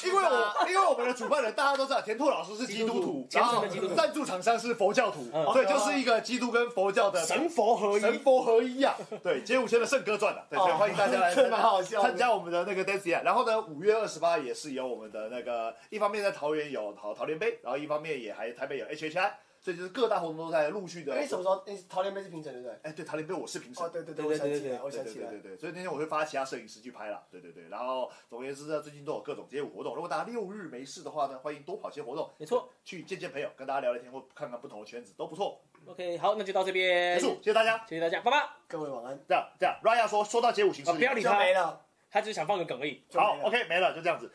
S1: 因为我因为我们的主办人大家都知道，田拓老师是基督
S3: 基督
S1: 徒
S3: 徒，
S1: 然后
S3: 虔诚的基督徒
S1: 赞助厂商是佛教徒，
S3: 嗯
S1: 所以就是一个基督跟佛教的
S3: 神佛合一，
S1: 神佛合一啊！对，街舞圈的圣歌传啊，对，所以
S2: 哦
S1: 欢迎大家来
S2: 这蛮好笑的
S1: 参加我们的那个 dance 啊。然后呢，五月二十八也是有我们的那个，一方面在桃园有桃桃园杯，然后一方面也还台北有 HHI，所以就是各大活动都在陆续的。
S2: 哎，什么时候？哎，桃园杯是平审对不对？
S1: 哎，对，桃园杯我是评审
S2: 哦，。对对对，我想起来，我
S1: 对
S2: 想
S1: 对
S2: 起
S1: 对
S2: 来
S1: 对。对，所以那天我会发其他摄影师去拍啦，对对对。然后总而言之呢，最近都有各种街舞活动，如果大家六日没事的话呢，欢迎多跑些活动，
S3: 没错，
S1: 去见见朋友，跟大家聊聊天或看看不同的圈子都不错。
S3: OK，好，那就到这边，
S1: 结束，谢谢大家。
S3: 谢谢大家，拜拜。
S2: 各位晚安。
S1: 这样这样，Raya 说说到街舞形式，
S3: 哦不要理
S2: 就
S3: 他
S2: 没了，
S3: 他只是想放个梗而已。
S2: 就没
S1: 好
S2: 了
S1: ，OK，没了，就这样 子。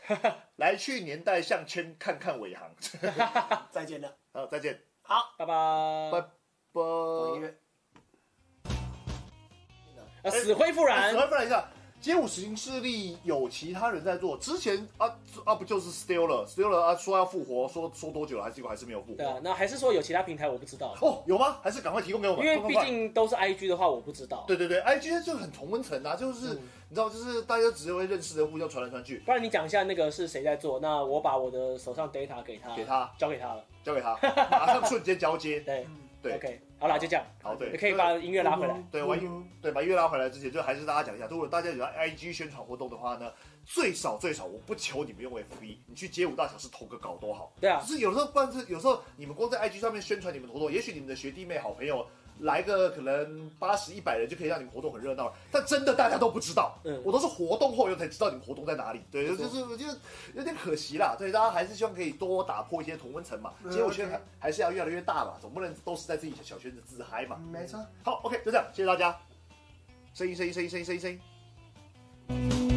S1: 来去年代项圈看看尾行，
S2: 再见了，
S1: 好，再见，
S3: 拜拜，
S1: 拜
S3: 哦
S2: 我音
S1: 拜。
S2: 乐。
S3: 呃，死灰复燃
S1: 我，来分享一下，街舞行势力有其他人在做，之前啊啊不就是 Steeler，Steeler 啊说要复活，说说多久了，还是结果还是没有复
S3: 对
S1: 活。
S3: 啊，那还是说有其他平台我不知道，
S1: 哦，有吗？还是赶快提供给我
S3: 因
S1: 们，
S3: 为
S1: 快快
S3: 毕
S1: 快
S3: 竟都是 IG 的话，我不知道。
S1: 对对哎对，IG 就是很同温层啊，就是、
S3: 嗯
S1: 你知道，就是大家只会认识的，互相传来传去，
S3: 不然你讲一下那个是谁在做？那我把我的手上 data 给他，
S1: 给他
S3: 交给他了。
S1: 交 给他，马上瞬间交接。
S3: 对
S1: 对
S3: ，OK，好啦，就这样。
S1: 好，对，
S3: 你可以把音乐拉回来。
S1: 对，玩音对把音乐拉回来之前，就还是大家讲一下，如果大家有 IG 宣传活动的话呢，最少最少，我不求你们用 FB，你去街舞大小事投个稿多好。
S3: 对啊
S1: 可，是有时候光是有时候你们光在 IG 上面宣传你们的活动，也许你们的学弟妹、好朋友来个可能八十一百人就可以让你们活动很热闹，但真的大家都不知道。
S3: 嗯
S1: 我都是活动后又才知道你们活动在哪里。对，就是我觉得有点可惜啦。对，大家还是希望可以多打破一些同温层嘛，街舞圈还还是要越来越大嘛，总不能都是在自己的小圈子自嗨嘛。
S2: 没错。
S1: 好，OK，就这样，谢谢大家。声音，声音，声音，声音，声音，声音。